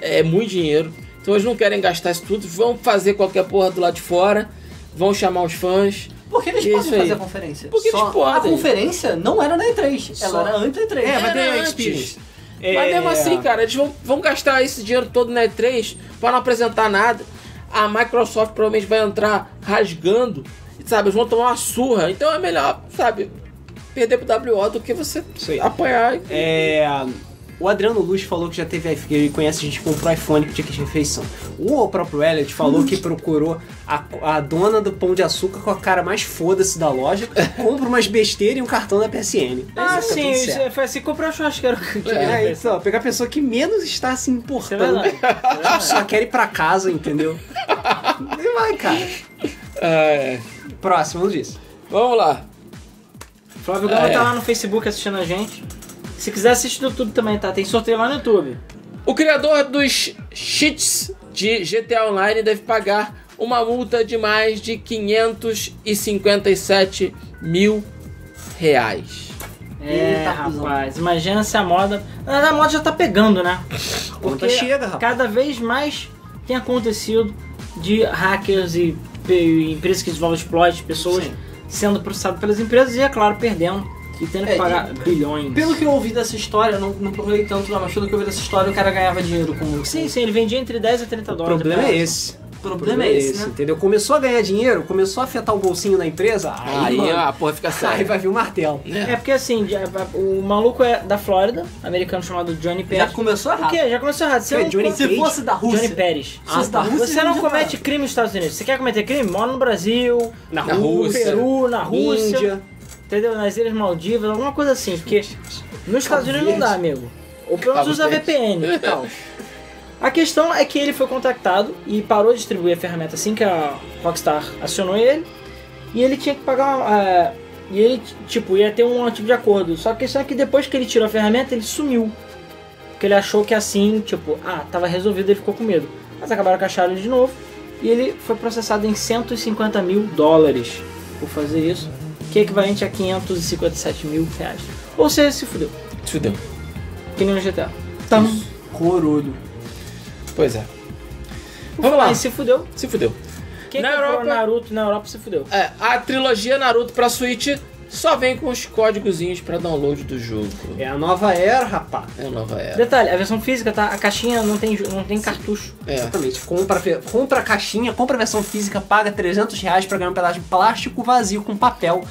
Speaker 2: É muito dinheiro. Então eles não querem gastar isso tudo, vão fazer qualquer porra do lado de fora, vão chamar os fãs.
Speaker 1: Porque eles
Speaker 2: Isso
Speaker 1: podem
Speaker 2: aí.
Speaker 1: fazer a conferência.
Speaker 2: Porque eles
Speaker 1: Só- A
Speaker 2: podem.
Speaker 1: conferência não era na E3.
Speaker 2: Só.
Speaker 1: Ela era antes da E3.
Speaker 2: É, mas tem a Experience. Mas mesmo assim, cara, eles vão, vão gastar esse dinheiro todo na E3 para não apresentar nada. A Microsoft provavelmente vai entrar rasgando, sabe? Eles vão tomar uma surra. Então é melhor, sabe, perder pro WO do que você
Speaker 6: Sei.
Speaker 2: apanhar.
Speaker 6: É, o Adriano Luz falou que já teve iPhone, que ele conhece gente que comprou iPhone que tinha que de refeição. O próprio Elliot falou que procurou a, a dona do pão de açúcar com a cara mais foda-se da loja, compra umas besteiras e um cartão da PSN.
Speaker 3: Ah,
Speaker 6: Isso fica
Speaker 3: sim,
Speaker 6: tudo certo.
Speaker 3: isso- foi assim que comprou o churrasqueiro.
Speaker 6: É, então, pegar a pessoa que menos está se
Speaker 3: Isso é
Speaker 6: importando.
Speaker 3: verdade.
Speaker 6: Só quer ir pra casa, entendeu? E vai, cara.
Speaker 2: É.
Speaker 6: Próximo, Luiz.
Speaker 2: Vamos lá.
Speaker 3: Flávio Gama
Speaker 2: É.
Speaker 3: tá lá no Facebook assistindo a gente. Se quiser assistir no YouTube também, tá? Tem sorteio lá no YouTube.
Speaker 2: O criador dos cheats de GTA Online deve pagar uma multa de mais de 557 mil reais.
Speaker 3: É,
Speaker 1: Eita,
Speaker 3: rapaz, imagina se a moda. Na verdade, a moda já tá pegando, né?
Speaker 6: Conta chega, rapaz.
Speaker 3: Cada vez mais tem acontecido de hackers e, e empresas que desenvolvem exploits, pessoas sendo processadas pelas empresas e, é claro, perdendo e tendo que
Speaker 1: É,
Speaker 3: pagar bilhões.
Speaker 1: Pelo que eu ouvi dessa história, eu não, não procurei tanto lá, mas pelo que eu ouvi dessa história, o cara ganhava dinheiro com
Speaker 3: Sim, sim, ele vendia entre 10 a 30
Speaker 6: O
Speaker 3: dólares.
Speaker 6: problema
Speaker 3: pra-
Speaker 6: é esse.
Speaker 1: O problema é esse, né?
Speaker 6: entendeu? Começou a ganhar dinheiro, começou a afetar o bolsinho da empresa, aí,
Speaker 2: Aí,
Speaker 6: mano,
Speaker 2: a porra fica séria.
Speaker 6: aí vai vir o martelo.
Speaker 3: É porque assim, de- o maluco é da Flórida, americano chamado Johnny
Speaker 1: Já
Speaker 3: Pérez.
Speaker 1: começou
Speaker 3: O
Speaker 1: errado.
Speaker 3: quê? Já começou errado. Você
Speaker 6: É,
Speaker 3: não
Speaker 6: Johnny
Speaker 3: come-
Speaker 1: Se fosse da Rússia.
Speaker 3: Johnny Pérez.
Speaker 1: Ah,
Speaker 3: Você-
Speaker 1: tá.
Speaker 3: Você
Speaker 1: Rússia
Speaker 3: não
Speaker 1: já
Speaker 3: comete
Speaker 1: tá.
Speaker 3: crime nos Estados Unidos. Você quer cometer crime? Mora no Brasil,
Speaker 6: Na,
Speaker 2: Na
Speaker 6: rua,
Speaker 2: Rússia.
Speaker 3: Peru, na Rússia,
Speaker 6: Índia.
Speaker 3: entendeu? Nas Ilhas Maldivas, alguma coisa assim. Porque nos Estados Unidos não dá, amigo. Ou pelo menos
Speaker 2: Cabo
Speaker 3: usa
Speaker 2: Verde.
Speaker 3: VPN. Então. A questão é que ele foi contactado e parou de distribuir a ferramenta assim que a Rockstar acionou ele. E ele tinha que pagar uma, ah, E ele, tipo, ia ter um tipo de acordo. Só que a questão é que depois que ele tirou a ferramenta, ele sumiu. Porque ele achou que assim, tipo, ah, tava resolvido, ele ficou com medo. Mas acabaram que acharam ele de novo. E ele foi processado em 150 mil dólares por fazer isso. Que é equivalente a 557 mil reais. Ou seja, se fudeu.
Speaker 2: Fudeu.
Speaker 3: Que nem no GTA. Então,
Speaker 6: Corolho.
Speaker 2: Pois é.
Speaker 3: Por
Speaker 2: Vamos
Speaker 3: falar
Speaker 2: lá.
Speaker 3: em se fudeu.
Speaker 2: Se fudeu.
Speaker 3: Quem
Speaker 2: Na
Speaker 3: comprou
Speaker 2: Europa-
Speaker 3: Naruto na Europa se fudeu.
Speaker 2: É, a trilogia Naruto pra Switch só vem com os códigozinhos pra download do jogo.
Speaker 6: É a nova era, rapaz.
Speaker 2: É a nova era.
Speaker 3: Detalhe, a versão física, tá? A caixinha não tem, ju- não tem cartucho.
Speaker 2: É.
Speaker 6: Exatamente. Compra, compra a caixinha, compra a versão física, paga 300 reais pra ganhar um pedaço de plástico vazio com papel,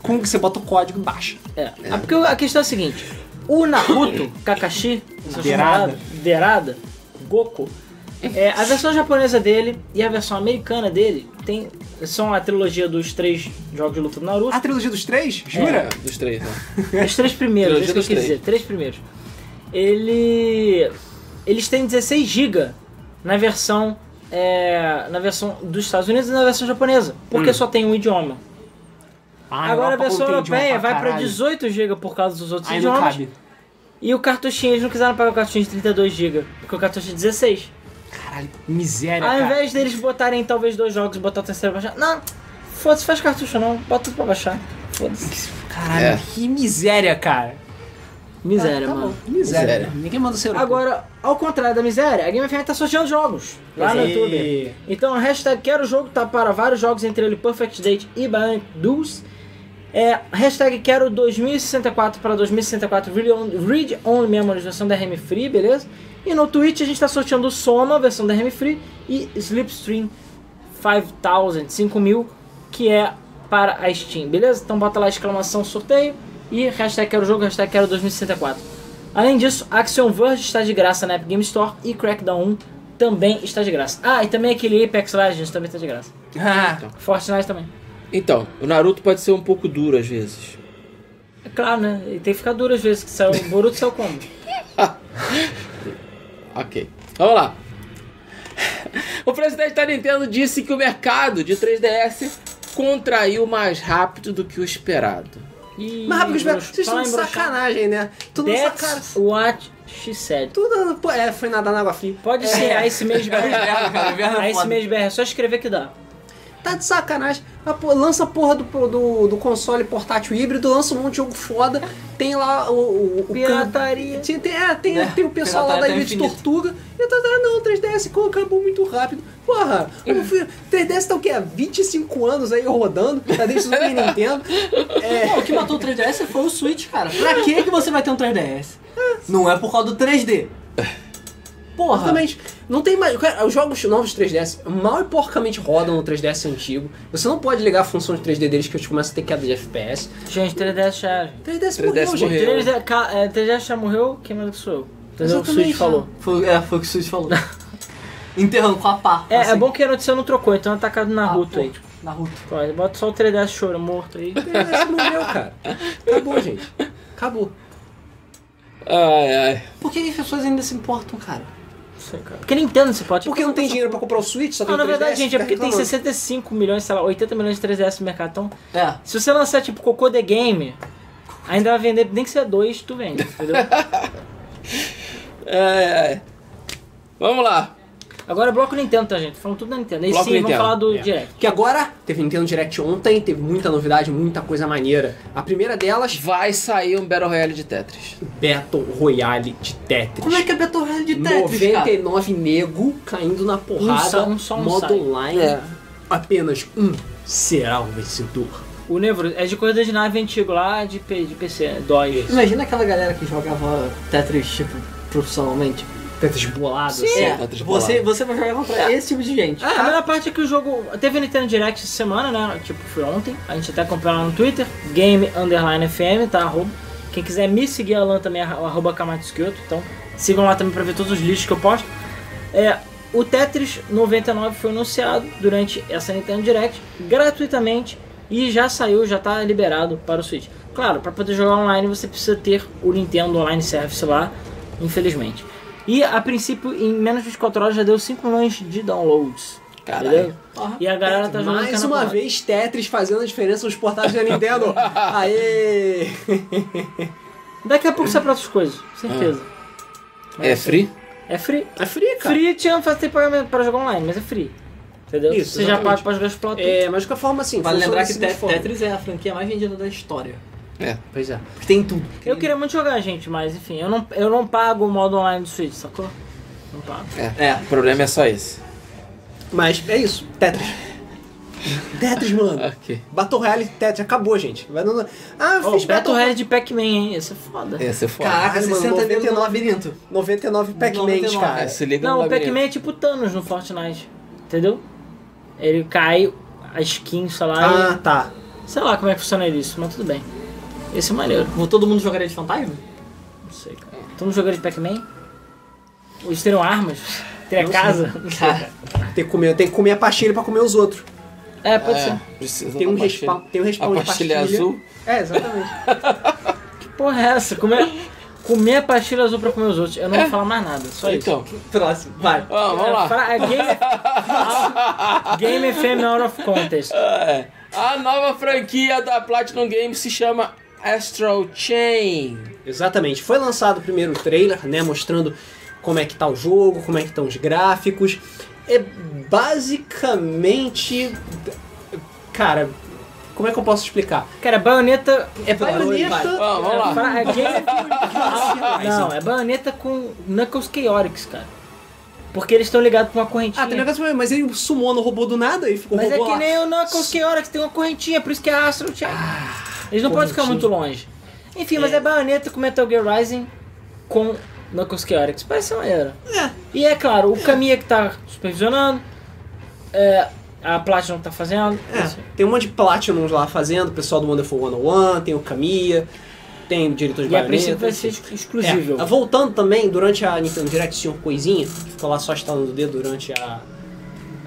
Speaker 6: com que você bota o código e baixa.
Speaker 3: É. Ah, porque a questão é a seguinte: o Naruto, Kakashi, seu
Speaker 6: Derada.
Speaker 3: chamado- Derada, Goku, é, a versão japonesa dele e a versão americana dele tem, são a trilogia dos três jogos de luta do Naruto.
Speaker 6: A trilogia dos três? Jura?
Speaker 2: É, dos três, né?
Speaker 3: Os três primeiros,
Speaker 2: Trilogia
Speaker 3: é isso que eu
Speaker 2: dos
Speaker 3: quis
Speaker 2: três.
Speaker 3: dizer, três primeiros. Ele. Eles têm 16 GB na versão. é, na versão dos Estados Unidos e na versão japonesa.
Speaker 2: Hum.
Speaker 3: Porque só tem um idioma.
Speaker 6: Ah,
Speaker 3: Agora a
Speaker 6: Europa
Speaker 3: versão
Speaker 6: contém idioma
Speaker 3: europeia vai pra
Speaker 6: caralho.
Speaker 3: 18 GB por causa dos outros
Speaker 6: Aí não
Speaker 3: idiomas.
Speaker 6: cabe.
Speaker 3: E o cartuchinho, eles não quiseram pagar o cartuchinho de 32 GB, porque o cartuchinho é 16.
Speaker 6: Caralho, miséria,
Speaker 3: Ao
Speaker 6: cara.
Speaker 3: invés deles botarem talvez dois jogos e botar o terceiro pra baixar. Não, foda-se, faz cartucho não, bota tudo pra baixar. Foda-se.
Speaker 6: Caralho,
Speaker 2: É.
Speaker 6: que miséria, cara.
Speaker 1: Ah,
Speaker 3: Miséria,
Speaker 6: Tá
Speaker 3: mano.
Speaker 6: bom, Miséria.
Speaker 2: Miséria.
Speaker 6: Ninguém manda ser europeu.
Speaker 3: Agora, ao contrário da miséria, a Game FM tá sorteando jogos lá no
Speaker 6: Ei.
Speaker 3: YouTube. Então, a hashtag quero jogo tá para vários jogos, entre ele Perfect Date e Bionic Duels. É, hashtag quero 2064 para 2064 Read On- Read Only Memories, versão da RM Free, beleza? E no Twitch a gente tá sorteando o Soma, versão da RM Free, e Slipstream 5000, 5000, que é para a Steam, beleza? Então bota lá exclamação sorteio e hashtag quero jogo, hashtag quero 2064. Além disso, Action Verge está de graça na App Game Store e Crackdown 1 também está de graça. Ah, e também aquele Apex Legends também está de graça.
Speaker 6: Ah,
Speaker 3: Fortnite também.
Speaker 2: Então, o Naruto pode ser um pouco duro às vezes.
Speaker 3: É claro, né? E tem que ficar duro às vezes, que saiu, o Boruto saiu como?
Speaker 2: Ok. Vamos lá. O presidente da Nintendo disse que o mercado de 3DS contraiu mais rápido do que o esperado.
Speaker 3: Ih,
Speaker 6: mas rápido,
Speaker 3: broxa-
Speaker 6: vocês estão
Speaker 3: fala
Speaker 6: de
Speaker 3: em broxar.
Speaker 6: sacanagem, né? Todo mundo sacanagem.
Speaker 3: That's what she said.
Speaker 6: Tudo, pô, é, foi nadar na água fria.
Speaker 3: Pode ser a esse mês BR.
Speaker 1: Inverno, cara, inverno é
Speaker 3: A esse
Speaker 1: foda.
Speaker 3: mês BR, é só escrever que dá.
Speaker 6: Tá de sacanagem. Ah, pô, lança a porra do, do, do console portátil híbrido, lança um monte de jogo foda. Tem lá o. o, o
Speaker 3: Pirataria.
Speaker 6: Tem, tem, é, tem,
Speaker 1: É,
Speaker 6: tem o pessoal lá da
Speaker 1: pirataria
Speaker 6: Ilha
Speaker 1: tá
Speaker 6: de
Speaker 1: infinito.
Speaker 6: Tortuga. E tá, ah, não, 3DS co- acabou muito rápido. Porra,
Speaker 1: Hum.
Speaker 6: o fi- 3DS tá o quê? Há 25 anos aí rodando, tá desde o Super Nintendo. É,
Speaker 1: Não, o que matou o 3DS foi o Switch, cara. Pra que que você vai ter um 3DS? Não é por causa do 3D. Porra.
Speaker 6: Exatamente. Não tem mais. cara, os jogos novos de 3DS mal e porcamente rodam no 3DS antigo. Você não pode ligar a função de 3D deles que eles começam a ter queda de FPS.
Speaker 3: Gente, 3DS já.
Speaker 6: 3DS,
Speaker 2: 3DS
Speaker 6: morreu, gente.
Speaker 2: morreu.
Speaker 3: 3DS, ca- é, 3DS já morreu, quem manda que sou eu. Entendeu o que o
Speaker 6: Exatamente,
Speaker 3: Switch falou?
Speaker 1: Foi, é, foi o que o Switch falou. Enterrando com a pá.
Speaker 3: É,
Speaker 1: assim.
Speaker 3: é bom que a notícia não trocou, então é atacado na
Speaker 1: Ah,
Speaker 3: Naruto
Speaker 1: pô,
Speaker 3: aí.
Speaker 1: Naruto.
Speaker 3: Olha, bota só o 3DS choro morto aí.
Speaker 6: 3DS morreu, cara. Acabou, gente. Acabou.
Speaker 2: Ai, ai.
Speaker 1: Por que que as pessoas ainda se importam, cara?
Speaker 3: Não sei, cara. Porque Nintendo você pode.
Speaker 6: Porque não tem dinheiro pra comprar o Switch, só tem
Speaker 1: Ah,
Speaker 3: Não, na
Speaker 6: 3DS,
Speaker 3: verdade, gente, é
Speaker 6: fica
Speaker 3: porque tem
Speaker 6: reclamando.
Speaker 3: 65 milhões, sei lá, 80 milhões de 3DS no mercado. Então,
Speaker 1: É.
Speaker 3: se você lançar tipo Cocô The Game, ainda vai vender, nem que seja dois, tu vende, entendeu?
Speaker 2: Ai, ai. Vamos lá.
Speaker 3: Agora é bloco Nintendo, tá, gente? Falando tudo da Nintendo. Aí
Speaker 2: Bloco
Speaker 3: sim, vamos
Speaker 2: Nintendo.
Speaker 3: falar do
Speaker 6: É.
Speaker 3: Direct.
Speaker 6: Que agora teve Nintendo Direct ontem, teve muita novidade, muita coisa maneira. A primeira delas,
Speaker 2: Vai sair um Battle Royale de Tetris.
Speaker 6: Battle Royale de Tetris.
Speaker 1: Como é que é Battle Royale de Tetris, cara?
Speaker 6: 99 nego caindo na porrada,
Speaker 3: só- um só, um
Speaker 6: modo
Speaker 3: sai.
Speaker 6: online.
Speaker 2: É.
Speaker 6: Apenas um será o vencedor.
Speaker 3: O Nevro é de corrida de nave antigo lá, de, P- de PC, né? DOS.
Speaker 1: Imagina aquela galera que jogava Tetris, tipo, profissionalmente.
Speaker 6: Tetris bolado,
Speaker 2: Sim,
Speaker 6: assim. É. Ah,
Speaker 1: é,
Speaker 2: Tetris
Speaker 1: você, você vai jogar contra esse tipo de gente.
Speaker 3: A primeira parte é que o jogo. Teve a Nintendo Direct essa semana, né? Tipo, foi ontem. A gente até comprou lá no Twitter. Game Underline FM, tá? Arroba. Quem quiser me seguir, a Alan também, é arro- arroba Kamatsu Kyoto. Então sigam lá também pra ver todos os lixos que eu posto. É, o Tetris 99 foi anunciado durante essa Nintendo Direct gratuitamente e já saiu, já tá liberado para o Switch. Claro, para poder jogar online você precisa ter o Nintendo Online Service lá, infelizmente. E a princípio, em menos de 4 horas já deu 5 milhões de downloads.
Speaker 2: Caralho.
Speaker 3: Entendeu?
Speaker 1: Porra,
Speaker 3: E a galera tá jogando
Speaker 6: Mais
Speaker 3: carnaval.
Speaker 6: uma vez, Tetris fazendo a diferença nos portáteis da Nintendo. Aê!
Speaker 3: Daqui a pouco sai pra outras coisas,
Speaker 6: Ah.
Speaker 3: certeza.
Speaker 2: É free?
Speaker 3: É free.
Speaker 6: É free, cara.
Speaker 3: Free tinha não faz ter pagamento pra jogar online, mas é free. Entendeu?
Speaker 6: Isso,
Speaker 3: você já
Speaker 6: exatamente.
Speaker 3: paga pra jogar Splatoon.
Speaker 6: É, mas de qualquer forma, assim,
Speaker 1: Vale
Speaker 6: funciona
Speaker 1: lembrar
Speaker 6: da
Speaker 1: que
Speaker 6: seguinte
Speaker 1: Te-
Speaker 6: forma.
Speaker 1: Tetris é a franquia mais vendida da história.
Speaker 2: É.
Speaker 6: Pois é.
Speaker 1: Porque tem tudo.
Speaker 3: Eu queria muito jogar, gente, mas enfim, eu não, eu não pago o modo online do Switch, sacou? Não pago.
Speaker 2: É. O problema é só esse.
Speaker 6: Mas é isso, Tetris. Tetris, mano.
Speaker 2: Ok.
Speaker 6: Battle Royale Tetris, acabou, gente. Vai dando... Ah, eu
Speaker 3: Oh,
Speaker 6: fiz
Speaker 3: Battle
Speaker 6: Battle Royale
Speaker 3: Royale de Pac-Man, hein? Isso é foda.
Speaker 2: Esse é foda.
Speaker 1: Caraca,
Speaker 6: Caralho, mano,
Speaker 1: 60 nego no
Speaker 6: 99.
Speaker 1: labirinto.
Speaker 6: 99 Pac-Man,
Speaker 1: 99,
Speaker 2: É,
Speaker 6: cara.
Speaker 2: se liga
Speaker 3: Não,
Speaker 2: no
Speaker 3: o Pac-Man
Speaker 2: labirinto.
Speaker 3: é tipo Thanos no Fortnite, entendeu? Ele cai, a skin, sei lá,
Speaker 6: Ah, tá.
Speaker 3: e- sei lá como é que funciona isso, mas tudo bem. Esse é maneiro,
Speaker 1: Todo mundo jogaria de fantasma?
Speaker 3: não sei, cara. Estamos jogando de Pac-Man? Eles teriam armas? Teria casa? Não sei, cara.
Speaker 6: Tem que comer, tem que comer a pastilha pra comer os outros.
Speaker 3: É, pode
Speaker 2: É,
Speaker 3: ser.
Speaker 2: precisa
Speaker 6: Tem um
Speaker 2: da pastilha.
Speaker 6: respawn, tem um respawn
Speaker 2: A
Speaker 6: de
Speaker 2: pastilha
Speaker 6: pastilha.
Speaker 2: azul.
Speaker 6: É, exatamente.
Speaker 3: Que porra é essa? Comer, comer a pastilha azul pra comer os outros. Eu não vou falar mais nada, só isso.
Speaker 2: Então,
Speaker 1: Próximo, vai.
Speaker 2: ó, É. Então, vamos
Speaker 3: É,
Speaker 2: lá.
Speaker 3: fra- é Game, Game FM Out of Contest.
Speaker 2: É. A nova franquia da Platinum Games se chama Astral Chain.
Speaker 6: Exatamente. Foi lançado o primeiro trailer, né? Mostrando como é que tá o jogo, como é que estão os gráficos. É basicamente. Cara, como é que eu posso explicar?
Speaker 3: Cara, baioneta.
Speaker 6: É baioneta.
Speaker 2: Ó, vamos lá.
Speaker 3: Fra- é Game... Não, é baioneta com Knuckles Chaotix, cara. Porque eles estão ligados com uma correntinha.
Speaker 6: Ah, tem um negócio, mesmo, mas ele sumou no robô do nada e ficou
Speaker 3: Mas é
Speaker 6: robô
Speaker 3: que
Speaker 6: lá.
Speaker 3: nem o Knuckles Chaotix, tem uma correntinha, por isso que é Astro Chain. eles não podem ficar muito longe. Enfim, mas Ah, é baioneta com Metal Gear Rising com Knuckles Chaotix. Parece ser maneiro. E é claro, o Caminha que tá supervisionando, é, a Platinum tá fazendo. assim.
Speaker 6: É, tem um monte de Platinums lá fazendo, o pessoal do Wonderful 101, tem o Kamiya, tem o diretor de
Speaker 3: E a princípio
Speaker 6: baioneta.
Speaker 3: vai ser ex- exclusivo.
Speaker 6: É, voltando também, durante a Nintendo Direct, tinha uma coisinha, que ficou lá só estalando o dedo durante a,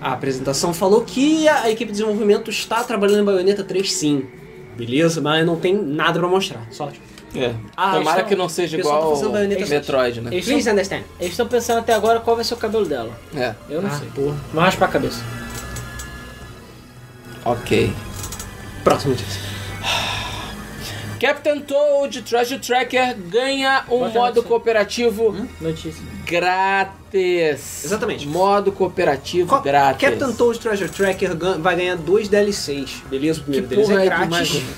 Speaker 6: a apresentação, falou que a, a equipe de desenvolvimento está trabalhando em Bayonetta 3 sim. Beleza, mas não tem nada pra mostrar. Só tipo,
Speaker 2: É.
Speaker 6: Ah,
Speaker 2: Tomara
Speaker 6: então,
Speaker 2: que não seja
Speaker 6: o pessoal tá
Speaker 2: igual
Speaker 6: fazendo baioneta
Speaker 2: Metroid, né?
Speaker 3: Eles
Speaker 6: please
Speaker 3: estão-
Speaker 6: understand.
Speaker 3: eles estão pensando até agora qual vai ser o cabelo dela.
Speaker 2: É.
Speaker 3: Eu não
Speaker 6: Ah,
Speaker 3: sei.
Speaker 6: porra.
Speaker 3: Vou raspar a cabeça.
Speaker 2: Ok.
Speaker 6: Próximo notícia.
Speaker 2: Captain Toad Treasure Tracker ganha um
Speaker 3: Bota
Speaker 2: modo
Speaker 3: no-
Speaker 2: cooperativo
Speaker 3: Hum? Notícia.
Speaker 2: grátis.
Speaker 1: Exatamente.
Speaker 2: Modo cooperativo
Speaker 1: Co-
Speaker 2: grátis.
Speaker 1: Captain Toad Treasure Tracker gan- vai ganhar dois DLCs, beleza? O primeiro
Speaker 2: Que
Speaker 1: deles
Speaker 2: porra
Speaker 1: é
Speaker 2: é que mais-
Speaker 1: grátis.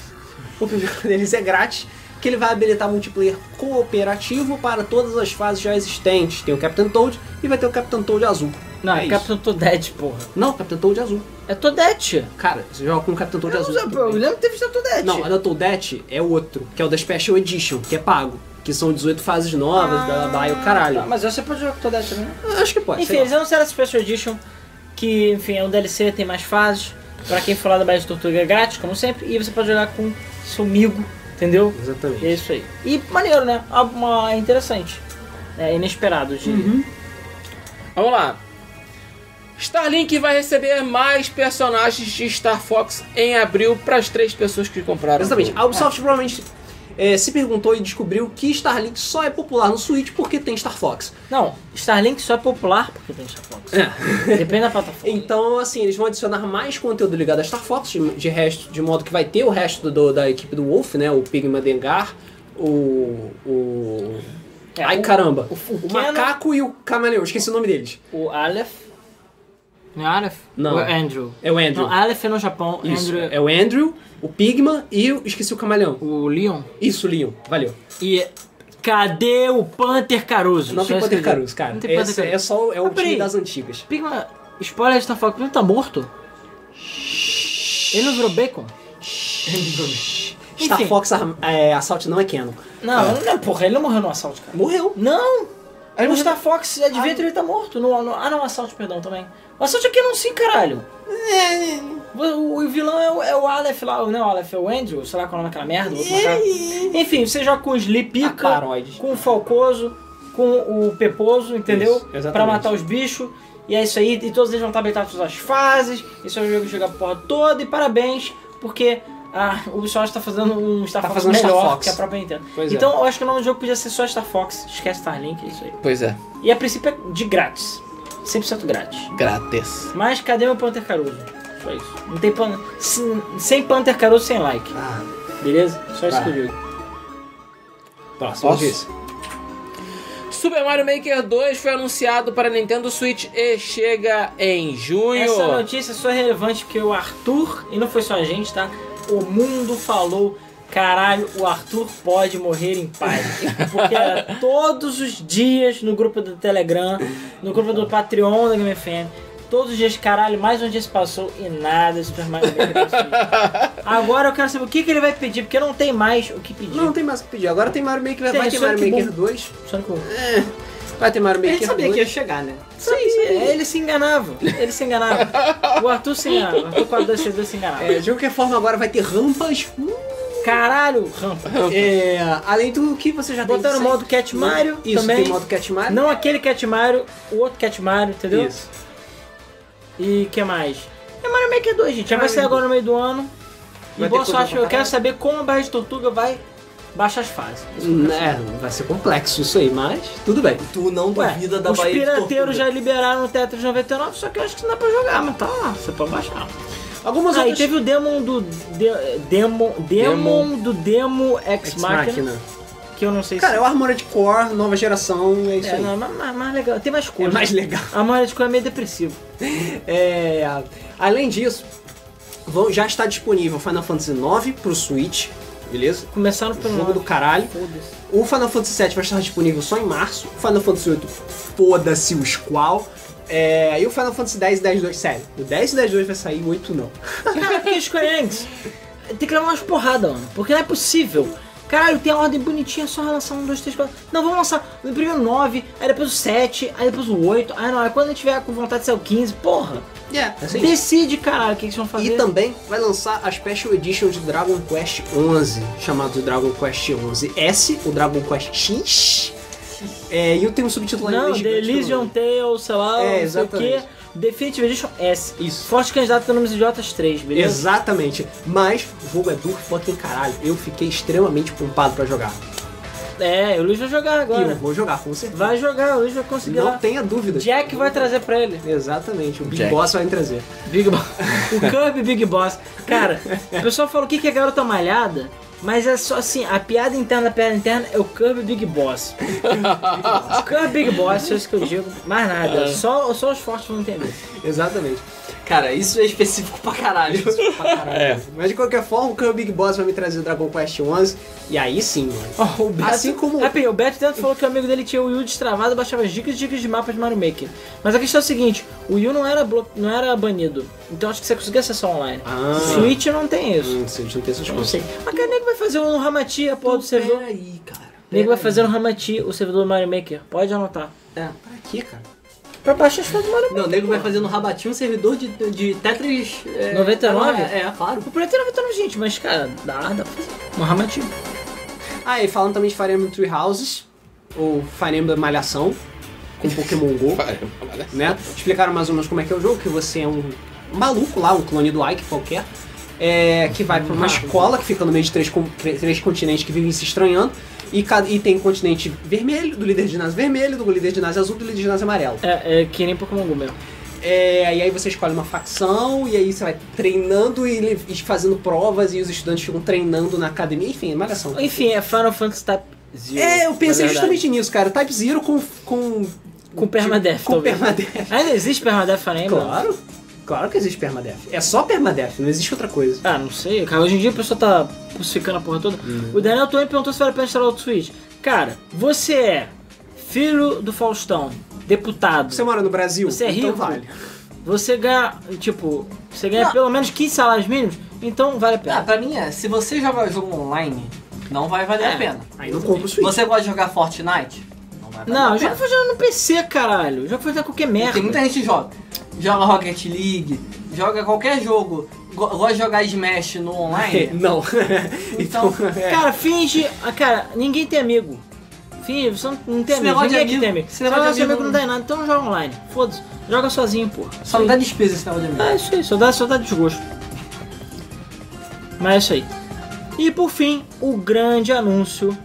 Speaker 1: O primeiro deles é grátis, que ele vai habilitar multiplayer cooperativo para todas as fases já existentes. Tem o Captain Toad e vai ter o Captain Toad azul.
Speaker 3: Não,
Speaker 1: é
Speaker 3: é Capitão Todete, porra.
Speaker 1: Não, Captain Toad azul.
Speaker 3: É Todete.
Speaker 1: Cara, você joga com o Captain Toad
Speaker 3: Eu,
Speaker 1: azul.
Speaker 3: não sei, Ah, pô, eu
Speaker 1: tudo bem.
Speaker 3: lembro de ter visto a Todete.
Speaker 1: Não, a da Toadette é outro, que é o da Special Edition, que é pago. Que são 18 fases novas, blá blá blá, e o caralho.
Speaker 3: Mas você pode jogar com Todete também. né?
Speaker 1: Eu Acho que pode, Ah,
Speaker 3: Enfim,
Speaker 1: sei lá.
Speaker 3: eles anunciaram a Special Edition, que, enfim, é um DLC, tem mais fases. Pra quem for lá da Baía de Tortuga é grátis, como sempre. E você pode jogar com seu amigo, entendeu? E
Speaker 1: Exatamente.
Speaker 3: é isso aí. E maneiro, né? Ah, Uma, interessante. É inesperado de...
Speaker 1: Uhum.
Speaker 2: Vamos lá. Starlink vai receber mais personagens de Star Fox em abril para as três pessoas que compraram.
Speaker 1: Exatamente.
Speaker 2: o jogo.
Speaker 1: A Ubisoft provavelmente é, se perguntou e descobriu que Starlink só é popular no Switch porque tem Star Fox.
Speaker 3: Não, Starlink só é popular porque tem Star Fox.
Speaker 1: É.
Speaker 3: Depende da plataforma.
Speaker 1: Então, assim, eles vão adicionar mais conteúdo ligado a Star Fox, de, de resto, de modo que vai ter o resto do- da equipe do Wolf, né? O Pigma Dengar, o. o...
Speaker 3: É,
Speaker 1: Ai
Speaker 3: o-
Speaker 1: caramba! O,
Speaker 3: Kenan-
Speaker 1: macaco e o camaleão, esqueci o nome deles.
Speaker 3: O Aleph... Não é Aleph?
Speaker 1: Não.
Speaker 3: Ou é Andrew?
Speaker 1: É o Andrew.
Speaker 3: Não, Aleph é no Japão,
Speaker 1: Isso.
Speaker 3: Andrew é
Speaker 1: É o Andrew, o Pigma e o. Esqueci o camaleão.
Speaker 3: o Leon.
Speaker 1: Isso, Leon. Valeu.
Speaker 3: E é- cadê o Panther Caruso?
Speaker 1: Não
Speaker 3: Só
Speaker 1: tem
Speaker 3: isso
Speaker 1: Panther
Speaker 3: que eu digo.
Speaker 1: Caruso, cara.
Speaker 3: Não tem Panther
Speaker 1: Esse
Speaker 3: Caruso.
Speaker 1: É só é o
Speaker 3: Ah, peraí.
Speaker 1: time das antigas.
Speaker 3: Pigma, spoiler de Star Fox, ele tá morto? Ele não virou bacon?
Speaker 1: Star
Speaker 3: Enfim.
Speaker 1: Fox Ar- é, Assault não é canon.
Speaker 3: Não, não, É, porra, ele não morreu no assalto, cara.
Speaker 1: Morreu.
Speaker 3: Não! o Star Fox Adventure ele tá morto. No, no- ah, não, assalto, perdão, também. O assalto aqui não sim, caralho.
Speaker 1: É.
Speaker 3: O, o vilão é o, é o Aleph lá, não é o Aleph, é o Andrew, sei lá qual é o nome daquela merda, o outro macaco. Enfim, você joga com o Slipica,
Speaker 1: Acaroide.
Speaker 3: com o Falcoso, com o Peposo, entendeu?
Speaker 1: Isso, exatamente.
Speaker 3: pra matar os bichos. E é isso aí, e todos eles vão estar habilitados em todas as fases. Esse é um jogo que chega a porra toda, e parabéns, porque a Ubisoft tá fazendo um Star
Speaker 1: Tá
Speaker 3: Fox
Speaker 1: fazendo Star
Speaker 3: melhor
Speaker 1: Fox.
Speaker 3: que a própria Nintendo.
Speaker 1: Pois é.
Speaker 3: então eu acho que o nome do jogo podia ser só Star Fox, esquece Starlink, é isso aí.
Speaker 2: Pois é,
Speaker 3: E a princípio é de grátis, 100% grátis.
Speaker 2: grátis.
Speaker 3: Mas cadê meu Panther Caruso? Só isso. Não tem pan... sem- Sem Panther Caruso, sem like.
Speaker 1: Ah,
Speaker 3: Beleza? Só isso
Speaker 1: Tá.
Speaker 3: que eu digo.
Speaker 1: próximo
Speaker 2: Posso?
Speaker 1: disso.
Speaker 2: Super Mario Maker 2 foi anunciado para Nintendo Switch e chega em junho.
Speaker 3: Essa notícia só é relevante porque o Arthur, e não foi só a gente, tá? O mundo falou, caralho, o Arthur pode morrer em paz. Porque era todos os dias no grupo do Telegram, no grupo do Patreon da Game FM, todos os dias, caralho, mais um dia se passou e nada, Super Mario Maker conseguiu. Agora eu quero saber o que, que ele vai pedir, porque não tem mais o que pedir.
Speaker 1: Não tem mais o que pedir. Agora tem Mario Maker,
Speaker 3: Tem,
Speaker 1: vai ter
Speaker 3: só
Speaker 1: Mario
Speaker 3: que
Speaker 1: Maker
Speaker 3: bom.
Speaker 1: 2.
Speaker 3: Sonic 1.
Speaker 1: É, Vai ter Mario
Speaker 6: A
Speaker 1: Maker
Speaker 6: gente sabia que
Speaker 1: 2.
Speaker 6: ia chegar, né?
Speaker 3: Isso aí, é, ele se enganava. Ele se enganava. O Arthur se enganava. O Arthur 4262 se enganava.
Speaker 1: É, de qualquer forma, agora vai ter rampas.
Speaker 3: Caralho, rampa.
Speaker 1: É, além do que você já
Speaker 3: Botaram o
Speaker 1: tem.
Speaker 3: modo Cat Mario
Speaker 1: Isso,
Speaker 3: também.
Speaker 1: tem modo Cat Mario.
Speaker 3: Não aquele Cat Mario, o outro Cat Mario, entendeu?
Speaker 1: Isso.
Speaker 3: E que mais? É Mario Maker 2, gente. Já vai
Speaker 1: Mario
Speaker 3: sair agora no meio do ano.
Speaker 1: Vai ter
Speaker 3: e boa
Speaker 1: coisa
Speaker 3: sorte,
Speaker 1: pra
Speaker 3: eu quero
Speaker 1: caralho.
Speaker 3: saber como a Barra de Tortuga vai baixar as fases.
Speaker 1: É, vai ser complexo isso aí, mas tudo bem.
Speaker 6: Tu não
Speaker 3: Ué,
Speaker 6: duvida da
Speaker 3: os
Speaker 6: Bahia de Tortuga.
Speaker 3: pirateiros já liberaram o Tetris 99, só que eu acho que não dá pra jogar, mas tá lá, você pode baixar.
Speaker 1: Algumas
Speaker 3: Aí
Speaker 1: outras...
Speaker 3: teve o Demon do. De, Demon. Demon do Demo X,
Speaker 1: Ex
Speaker 3: Machina,
Speaker 1: Machina.
Speaker 3: Que eu não sei
Speaker 1: Cara, é
Speaker 3: se.
Speaker 1: o Armored Core, nova geração, é isso
Speaker 3: É,
Speaker 1: aí.
Speaker 3: não, mas, mas- mas legal. Tem mais
Speaker 1: É
Speaker 3: coisas.
Speaker 1: mais legal.
Speaker 3: A maioria de coisa é meio depressivo.
Speaker 1: É, além disso, vão- já está disponível Final Fantasy IX pro Switch, beleza?
Speaker 3: Começaram pelo
Speaker 1: Jogo do caralho.
Speaker 3: Foda-se.
Speaker 1: O Final Fantasy VII vai estar disponível só em março. O Final Fantasy VIII, foda-se o Squall. É, e o Final Fantasy X e 10 2, sério. O 10 e 10 2 vai sair, o 8 não.
Speaker 3: Cara, porque Square Enix tem que levar umas porradas, mano. Porque não é possível. Caralho, tem a ordem bonitinha, só lançar um, dois, três, quatro. Não, vamos lançar o primeiro 9, aí depois o 7, aí depois o 8. Aí não, aí quando tiver com vontade de ser o 15, porra.
Speaker 1: É, assim.
Speaker 3: Decide, caralho, o que que vocês vão fazer.
Speaker 1: E também vai lançar a Special Edition de Dragon Quest 11, chamado Dragon Quest 11 S, o Dragon Quest X. É, e eu tenho um subtítulo em
Speaker 3: Não,
Speaker 1: inglês
Speaker 3: The
Speaker 1: gigante,
Speaker 3: Elysium Tale, sei lá,
Speaker 1: É,
Speaker 3: não sei o quê.
Speaker 1: exatamente.
Speaker 3: Definitive Edition S.
Speaker 1: Isso.
Speaker 3: Forte candidato a nomes idiotas 3, beleza?
Speaker 1: Exatamente. Mas o jogo é do fucking caralho. Eu fiquei extremamente pompado pra jogar.
Speaker 3: É, o Luiz vai jogar
Speaker 1: E eu
Speaker 3: agora.
Speaker 1: vou jogar, com certeza.
Speaker 3: Vai jogar, o Luiz vai conseguir
Speaker 1: Não
Speaker 3: lá.
Speaker 1: tenha dúvida.
Speaker 3: Ah. Jack vai trazer pra ele.
Speaker 1: Exatamente. O Big
Speaker 2: Jack.
Speaker 1: Boss vai me trazer.
Speaker 3: Big Boss. o Kirby Big Boss. Cara, o pessoal fala o que que é garota malhada. Mas é só assim, a piada interna da piada interna é o Kirby Big Boss. o Kirby Big Boss, é isso que eu digo. Mais nada,
Speaker 6: É.
Speaker 3: só, só os fortes vão entender.
Speaker 6: Exatamente.
Speaker 1: Cara, isso é específico pra caralho.
Speaker 3: um
Speaker 2: É.
Speaker 6: Mas de qualquer forma, o Kirby Big Boss vai me trazer o Dragon Quest 11 e aí sim, mano.
Speaker 3: Ó, o Beto, é
Speaker 6: Assim como-
Speaker 3: Rapidinho, o Beto tanto falou que o amigo dele tinha o Wii U destravado e baixava gigas e gigas de mapas de Mario Maker. Mas a questão é a seguinte, o Wii U não era, blo- não era banido, então acho que você conseguia acessar online.
Speaker 6: Ah.
Speaker 3: Switch não tem isso.
Speaker 6: Hum, Switch não tem essas
Speaker 3: Não
Speaker 6: coisas.
Speaker 3: sei. Mas cara, o nego vai fazer um Ramati a porra do servidor. O
Speaker 1: Peraí, cara.
Speaker 3: nego vai fazer um Ramati o servidor do Mario Maker. Pode anotar.
Speaker 6: Pra quê, cara?
Speaker 3: Pra baixar as coisas do Mario Maker.
Speaker 1: Não, o nego vai fazer no rabatinho um servidor de, de Tetris. é,
Speaker 3: 99?
Speaker 1: É, é, claro.
Speaker 3: O planeta não vai estar no gente, mas cara, dá, dá pra fazer. Um Ramati.
Speaker 6: Ah, e falando também de Fire Emblem Three Houses, ou Fire Emblem Malhação, com Pokémon GO. né? Explicaram mais ou menos como é que é o jogo, que você é um maluco lá, um clone do Ike qualquer, é, que vai pra uma escola que fica no meio de três, con- tre- três continentes que vivem se estranhando, e, cada- e tem um continente vermelho, do líder de ginásio vermelho, do líder de ginásio azul, do líder de ginásio amarelo.
Speaker 3: É, é que nem Pokémon Go mesmo.
Speaker 6: É, e aí você escolhe uma facção, e aí você vai treinando e, le- e fazendo provas, e os estudantes ficam treinando na academia, enfim, é malhação.
Speaker 3: Enfim, é Final Fantasy Type Zero.
Speaker 6: É, eu pensei
Speaker 3: na verdade.
Speaker 6: justamente nisso, cara. Type Zero com. Com,
Speaker 3: Com permadeath,
Speaker 6: é Com
Speaker 3: talvez.
Speaker 6: permadeath.
Speaker 3: Ainda existe Permadeath Fire Emblem?
Speaker 6: Claro. Claro que existe permadeath. É só permadeath, não existe outra coisa.
Speaker 3: Ah, não sei, cara. Hoje em dia a pessoa tá crucificando a porra toda.
Speaker 6: Uhum.
Speaker 3: O Daniel Tony perguntou se vale a pena instalar outro Switch. Cara, você é filho do Faustão, deputado.
Speaker 6: Você mora no Brasil?
Speaker 3: Você é
Speaker 6: então
Speaker 3: rico?
Speaker 6: vale.
Speaker 3: Você ganha, tipo, você ganha pelo menos 15 salários mínimos, então vale a
Speaker 1: Ah,
Speaker 3: pena.
Speaker 1: pra mim é, se você joga jogo online, não vai valer
Speaker 3: É.
Speaker 1: a pena.
Speaker 6: Aí não compra o Switch.
Speaker 1: Você gosta de jogar Fortnite? Não vai valer
Speaker 3: não,
Speaker 1: a
Speaker 3: o
Speaker 1: pena.
Speaker 3: jogo foi jogando no PC, caralho. O jogo foi jogando qualquer merda.
Speaker 1: Tem muita gente que joga. Joga Rocket League, joga qualquer jogo. Go- Gosta de jogar Smash no
Speaker 6: É,
Speaker 1: online.
Speaker 6: não.
Speaker 1: Então,
Speaker 6: é.
Speaker 3: Cara, finge. ah, Cara, ninguém tem amigo. Finge, você não, não tem
Speaker 1: Esse
Speaker 3: amigo.
Speaker 1: negócio de
Speaker 3: Ninguém aqui
Speaker 1: amigo-
Speaker 3: tem amigo.
Speaker 1: esse
Speaker 3: Você
Speaker 1: negócio
Speaker 3: não
Speaker 1: de
Speaker 3: tem amigo,
Speaker 1: amigo
Speaker 3: não dá em nada, então joga online. Foda-se. Joga sozinho, porra.
Speaker 1: só não dá despesa esse negócio de
Speaker 3: Ah,
Speaker 1: amigo.
Speaker 3: isso aí, só dá, só dá desgosto. Mas é isso aí. E por fim, o grande anúncio,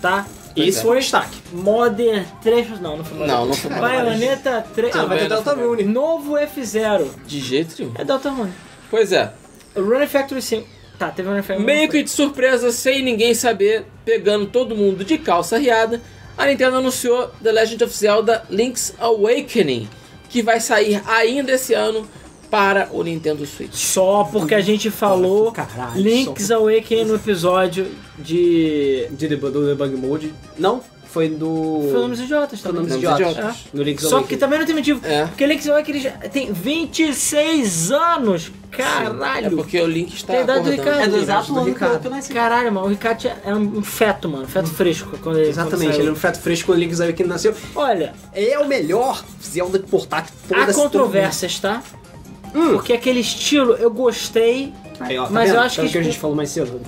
Speaker 3: tá?
Speaker 6: Esse foi o destaque.
Speaker 3: Modern 3. Não, não foi Modern.
Speaker 2: Não, não foi mais.
Speaker 3: Bayonetta 3.
Speaker 6: Ah, vai ter
Speaker 2: bem,
Speaker 6: Delta
Speaker 2: tudo
Speaker 6: Rune.
Speaker 3: Novo F0.
Speaker 2: De jeito nenhum.
Speaker 3: É Delta Rune.
Speaker 2: Pois é.
Speaker 3: Rune Factory 5. Tá, teve Rune Factory
Speaker 2: Meio que de surpresa, sem ninguém saber, pegando todo mundo de calça riada, a Nintendo anunciou The Legend of Zelda Link's Awakening, que vai sair ainda esse ano para o Nintendo Switch.
Speaker 3: Só porque a gente falou
Speaker 6: Caralho,
Speaker 3: Link's Awakening no episódio de.
Speaker 6: De debug, do debug mode. Não, foi do.
Speaker 3: Foi nomes idiotas
Speaker 6: Foi
Speaker 3: também. É.
Speaker 6: nomes
Speaker 2: Nomes
Speaker 6: idiotas.
Speaker 2: idiotas.
Speaker 6: No Link's
Speaker 3: Só que tá- também
Speaker 6: Awakening.
Speaker 3: não tem motivo.
Speaker 2: É.
Speaker 3: Porque Link's Awakening já tem 26 anos. Caralho.
Speaker 2: É porque o Link está
Speaker 3: Tem idade do
Speaker 2: acordando.
Speaker 3: Ricardo.
Speaker 1: É do exato
Speaker 6: do
Speaker 1: ano que eu-
Speaker 6: Ricardo.
Speaker 1: que eu nasci.
Speaker 3: Caralho, mano, o Ricardo tinha- era um feto, mano. Feto fresco. Quando ele,
Speaker 6: Exatamente, ele
Speaker 3: Quando
Speaker 6: era um feto fresco quando o Link's Awakening nasceu.
Speaker 3: saiu. Olha,
Speaker 6: É o melhor Zelda de portátil.
Speaker 3: há
Speaker 6: foda-se todo
Speaker 3: controvérsias, tá?
Speaker 6: Hum.
Speaker 3: Porque aquele estilo eu gostei.
Speaker 6: mundo. Aí, ó, tá
Speaker 3: Ah, Mas
Speaker 6: vendo?
Speaker 3: eu acho que- tipo
Speaker 6: Sabe o que a gente falou mais cedo.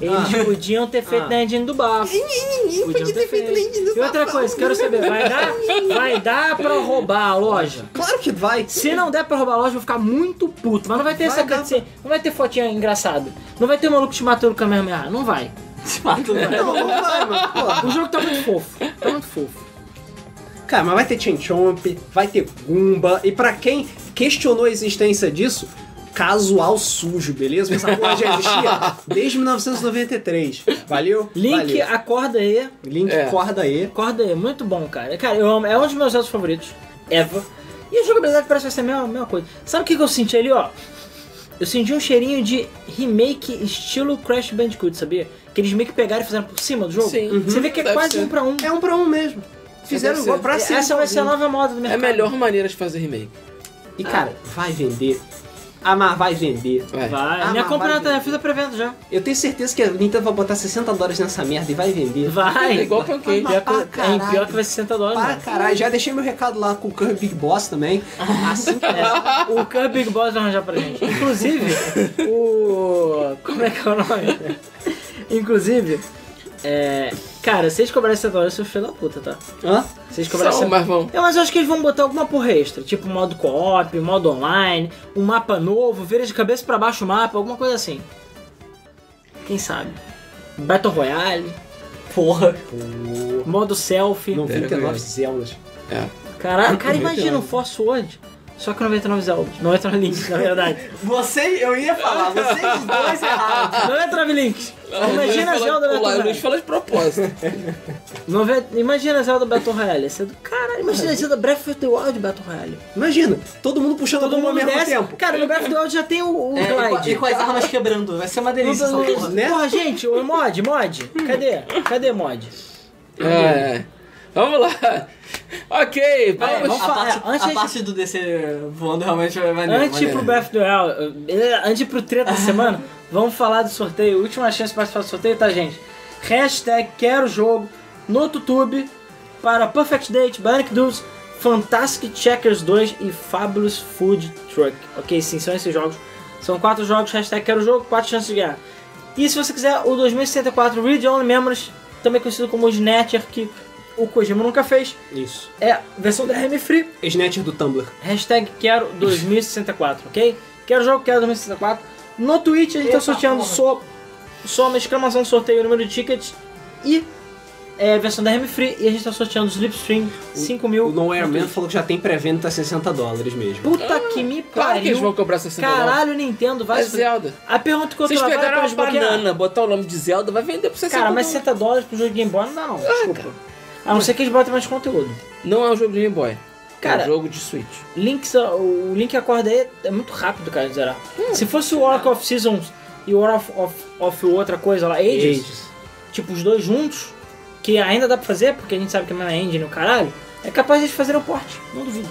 Speaker 3: Eles podiam ter feito
Speaker 6: Ah.
Speaker 3: na engine do bafo. Podiam ter feito. E outra coisa, quero saber, vai dar, vai dar pra roubar a loja?
Speaker 6: Claro que vai.
Speaker 3: Se não der pra roubar a loja, eu vou ficar muito puto. Mas não vai ter essa
Speaker 6: dar
Speaker 3: cutscene, não vai ter fotinha engraçada. Não vai ter um maluco te matando com a Kamehameha. Não vai.
Speaker 6: Não, não vai, mano.
Speaker 3: é
Speaker 6: Pô,
Speaker 3: O jogo tá muito fofo. Tá muito fofo.
Speaker 6: Cara, mas vai ter Chenchomp, vai ter Goomba, e pra quem questionou a existência disso, casual sujo, beleza? Essa porra já existia desde 1993. Valeu?
Speaker 3: Link,
Speaker 6: Valeu.
Speaker 3: acorda aí.
Speaker 6: Link
Speaker 2: É.
Speaker 6: corda aí.
Speaker 3: Acorda aí. Muito bom, cara. Cara, eu amo. É um dos meus jogos favoritos. Ever. E a jogabilidade parece que vai ser a mesma, a mesma coisa. Sabe o que, que eu senti ali, ó? Eu senti um cheirinho de remake estilo Crash Bandicoot, sabia? Que eles meio que pegaram e fizeram por cima do jogo.
Speaker 2: Sim. Uhum.
Speaker 3: Você vê que é
Speaker 2: Deve
Speaker 3: quase
Speaker 2: ser.
Speaker 3: um pra um.
Speaker 6: É um pra um mesmo. Fizeram
Speaker 2: Deve
Speaker 6: igual
Speaker 2: ser.
Speaker 6: pra ser.
Speaker 3: Essa vai ser a nova moda do
Speaker 2: É a
Speaker 3: mercado.
Speaker 2: melhor maneira de fazer remake.
Speaker 6: E cara, vai vender. Ah, mas vai vender.
Speaker 2: Vai.
Speaker 3: Vai.
Speaker 6: Ah,
Speaker 3: Minha
Speaker 6: mas
Speaker 3: compra
Speaker 6: vai
Speaker 3: na tá,
Speaker 6: ver.
Speaker 3: eu fiz a pré-venda já.
Speaker 6: Eu tenho certeza que a Nintendo vai botar 60 dólares nessa merda e vai vender.
Speaker 3: Vai.
Speaker 2: É igual pancake.
Speaker 3: Pior
Speaker 6: pra
Speaker 3: que, é, pior
Speaker 6: caralho.
Speaker 3: que vai ser 60 dólares. né?
Speaker 6: Para
Speaker 3: mano.
Speaker 6: caralho, já deixei meu recado lá com o Kirby Big Boss também. Assim que
Speaker 3: É, o Kirby Big Boss vai arranjar pra gente. Inclusive, o. Como é que é o nome? Inclusive, é. Cara, se eles cobrarem 60 dólares, eu sou filho da puta, tá?
Speaker 6: Hã?
Speaker 3: Se eles cobrarem
Speaker 2: São,
Speaker 3: 60
Speaker 2: mas vão.
Speaker 3: É, mas eu acho que eles vão botar alguma porra extra, tipo modo co-op, modo online, um mapa novo, vira de cabeça pra baixo o mapa, alguma coisa assim. Quem sabe? Battle Royale. Porra. Modo selfie.
Speaker 6: 99 Zeldas.
Speaker 2: É.
Speaker 3: Caralho, cara,
Speaker 6: Muito
Speaker 3: imagina
Speaker 6: legal.
Speaker 3: um Force Word. Só que 99 Zeldas. 99 links, na verdade.
Speaker 4: Você, eu ia falar, vocês dois erraram.
Speaker 3: 99 links. é, Imagina Zelda
Speaker 2: O
Speaker 3: Battle
Speaker 2: Lai- o Luiz
Speaker 3: Royale.
Speaker 2: fala de propósito.
Speaker 3: Nove- Imagina Zelda Battle Royale. Isso é do caralho. Imagina Zelda Breath of the Wild Battle Royale.
Speaker 6: Imagina, todo mundo puxando todo mundo ao mesmo
Speaker 3: desce.
Speaker 6: tempo.
Speaker 3: Cara, no Breath of the Wild já tem o, o
Speaker 4: É, e com-
Speaker 3: glide.
Speaker 4: e com as armas quebrando, vai ser uma delícia essa
Speaker 3: Não- não-
Speaker 4: porra.
Speaker 6: né?
Speaker 3: Porra, gente, o mod, mod.
Speaker 4: Hum.
Speaker 3: Cadê? Cadê mod?
Speaker 2: É, é. Vamos lá. Ok,
Speaker 4: Vai,
Speaker 2: vamos.
Speaker 4: a, parte,
Speaker 3: falar, antes
Speaker 4: a
Speaker 3: de-
Speaker 4: parte do DC voando realmente é maneiro.
Speaker 3: Antes de ir pro Breath of the Wild, eh, antes de ir pro treta da semana, vamos falar do sorteio. Última chance para participar do sorteio, tá, gente? Hashtag quero jogo no YouTube para Perfect Date, Bionic Dudes, Fantastic Checkers 2 e Fabulous Food Truck. Ok, sim, são esses jogos. São quatro jogos, hashtag quero jogo, quatro chances de ganhar. E se você quiser o 2064 Read Only Memories, também conhecido como Snatcher, que o Kojima nunca fez,
Speaker 6: Isso.
Speaker 3: é a versão DRM Free.
Speaker 6: Snatcher do Tumblr.
Speaker 3: Hashtag quero 2064, ok? Quero jogo, quero 2064. No Twitch a gente tá sorteando só, só uma exclamação sorteio, número de tickets e é, versão da RM Free. E a gente tá sorteando Slipstream 5 mil.
Speaker 6: O
Speaker 2: é
Speaker 6: Nowhere Man falou que já tem pré-venda, tá 60 dólares mesmo.
Speaker 3: Puta que me
Speaker 2: Ah, Claro que é eles vão
Speaker 3: pariu.
Speaker 2: cobrar 60 dólares.
Speaker 3: Caralho, Nintendo, vai.
Speaker 2: É
Speaker 3: se-
Speaker 2: Zelda.
Speaker 3: A pergunta que eu tô
Speaker 2: Vocês
Speaker 3: lá, vale
Speaker 2: pegaram
Speaker 3: pra
Speaker 2: uma
Speaker 3: desbloquear?
Speaker 2: banana, botar o nome de Zelda, vai vender por 60
Speaker 3: Cara,
Speaker 2: dólares.
Speaker 3: mas 60 dólares pro jogo de Game Boy não dá não,
Speaker 2: Ah,
Speaker 3: desculpa. A não ser que eles botem mais conteúdo.
Speaker 2: Não é um jogo de Game Boy. é
Speaker 3: Cara-
Speaker 2: um jogo de Switch.
Speaker 3: Links, o Link acorda aí é muito rápido, cara, de zerar.
Speaker 2: Hum,
Speaker 3: Se fosse o Oracle of Seasons e o Oracle of, of outra coisa lá, Ages, tipo os dois juntos, que ainda dá pra fazer, porque a gente sabe que é uma engine, o caralho, é capaz de eles fazerem o porte, não duvido.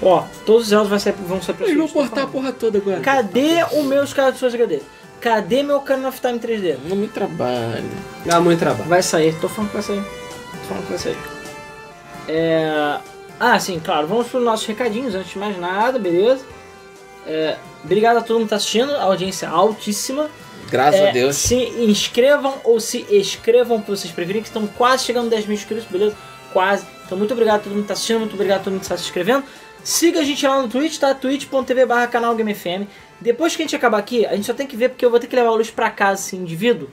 Speaker 3: Ó, todos os Zeldas vão sair, vão sair pra
Speaker 2: Eles vão
Speaker 3: Switch, tô
Speaker 2: cortar a
Speaker 3: falando.
Speaker 2: porra toda agora.
Speaker 3: Cadê o meu Scarlet Souls HD? Cadê meu Ocarina of Time 3D?
Speaker 2: Não me trabalha.
Speaker 6: Dá muito trabalho.
Speaker 3: Vai sair, tô falando que vai sair. Tô falando que vai sair. É... Ah, sim, claro. Vamos para os nossos recadinhos antes de mais nada, beleza? É, Obrigado a todo mundo que tá assistindo, a audiência altíssima.
Speaker 2: Graças
Speaker 3: É,
Speaker 2: a Deus.
Speaker 3: Se inscrevam ou se inscrevam que vocês preferirem, que estamos quase chegando a 10 mil inscritos, beleza? Quase. Então, muito obrigado a todo mundo que tá assistindo, muito obrigado a todo mundo que está se inscrevendo. Siga a gente lá no Twitch, tá? twitch.tv barra canal GameFM. Depois que a gente acabar aqui, a gente só tem que ver, porque eu vou ter que levar o Luiz pra casa, esse indivíduo.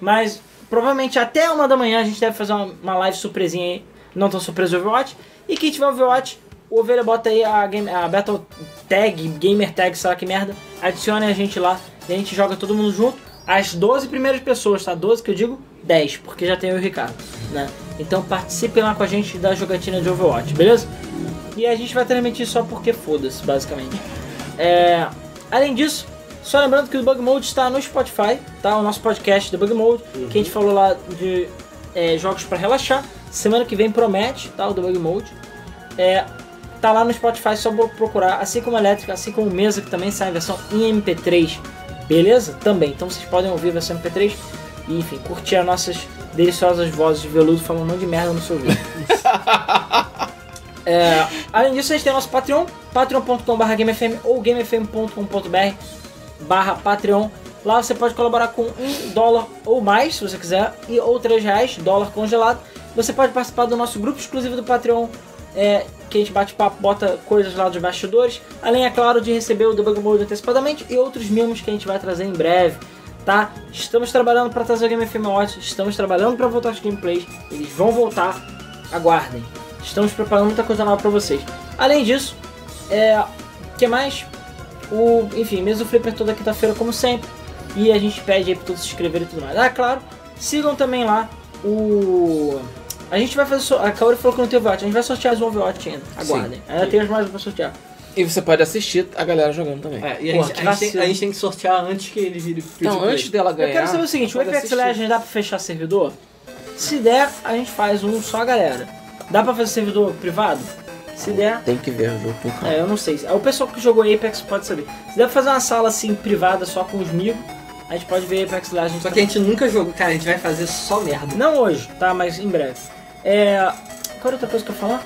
Speaker 3: Mas, provavelmente, até uma da manhã a gente deve fazer uma, uma live surpresinha aí. Não tão surpresa do Overwatch. E quem tiver Overwatch, o Ovelha bota aí a, game, a Battle Tag, Gamer Tag, sei lá que merda. Adicione a gente lá e a gente joga todo mundo junto. As 12 primeiras pessoas, tá? 12 que eu digo, 10, porque já tem eu e o Ricardo, né? Então participem lá com a gente da jogatina de Overwatch, beleza? E a gente vai transmitir só porque foda-se, basicamente. É, Além disso, só lembrando que o Bug Mode está no Spotify, tá? O nosso podcast do Bug Mode, que a gente falou lá de é, jogos pra relaxar. Semana que vem promete, tá? O do Bug Mode. É, tá lá no Spotify, só bo- procurar, assim como a Elétrica, assim como o Mesa, que também sai a versão em MP3, beleza? Também, então vocês podem ouvir a versão MP3 e, enfim, curtir as nossas deliciosas vozes de veludo falando um monte de merda no seu vídeo. É, além disso, a gente tem nosso Patreon, patreon.com.br gamefm ou gamefm.com.br barra Patreon. Lá você pode colaborar com um dólar ou mais, se você quiser, e ou três reais, dólar congelado. Você pode participar do nosso grupo exclusivo do Patreon, é, que a gente bate papo, bota coisas lá dos bastidores. Além, é claro, de receber o Debug Mode antecipadamente e outros mimos que a gente vai trazer em breve, tá? Estamos trabalhando para trazer o Game FM Awards, estamos trabalhando para voltar os gameplays, eles vão voltar, aguardem. Estamos preparando muita coisa nova para vocês. Além disso, é, que mais? O, enfim, mesmo Flipper toda quinta-feira, como sempre. E a gente pede aí pra todos se inscreverem e tudo mais. Ah, claro, sigam também lá o. A gente vai fazer. so- A Kaori falou que não tem Overwatch, a gente vai sortear as Overwatch ainda. Aguardem. Ainda tem as mais pra sortear.
Speaker 2: E você pode assistir a galera jogando também.
Speaker 4: É, e a, gente,
Speaker 3: Porra, que
Speaker 4: a, gente tem,
Speaker 3: vacilo.
Speaker 4: a gente tem que sortear antes que ele vire free
Speaker 2: Então,
Speaker 4: to play.
Speaker 2: antes dela ganhar.
Speaker 3: Eu quero saber o seguinte: o
Speaker 2: pode
Speaker 3: Apex
Speaker 2: assistir.
Speaker 3: Legends dá pra fechar servidor? Se der, a gente faz um só, galera. Dá pra fazer servidor privado? Se der,
Speaker 2: Tem que ver o jogo com calma.
Speaker 3: É, eu não sei. O pessoal que jogou Apex pode saber. Se der pra fazer uma sala assim privada só com os amigos, a gente pode ver Apex Legends.
Speaker 4: Só que a
Speaker 3: também.
Speaker 4: gente nunca jogou, cara, a gente vai fazer só merda.
Speaker 3: Não hoje, tá? Mas em breve. É. Qual era outra coisa que eu ia falar?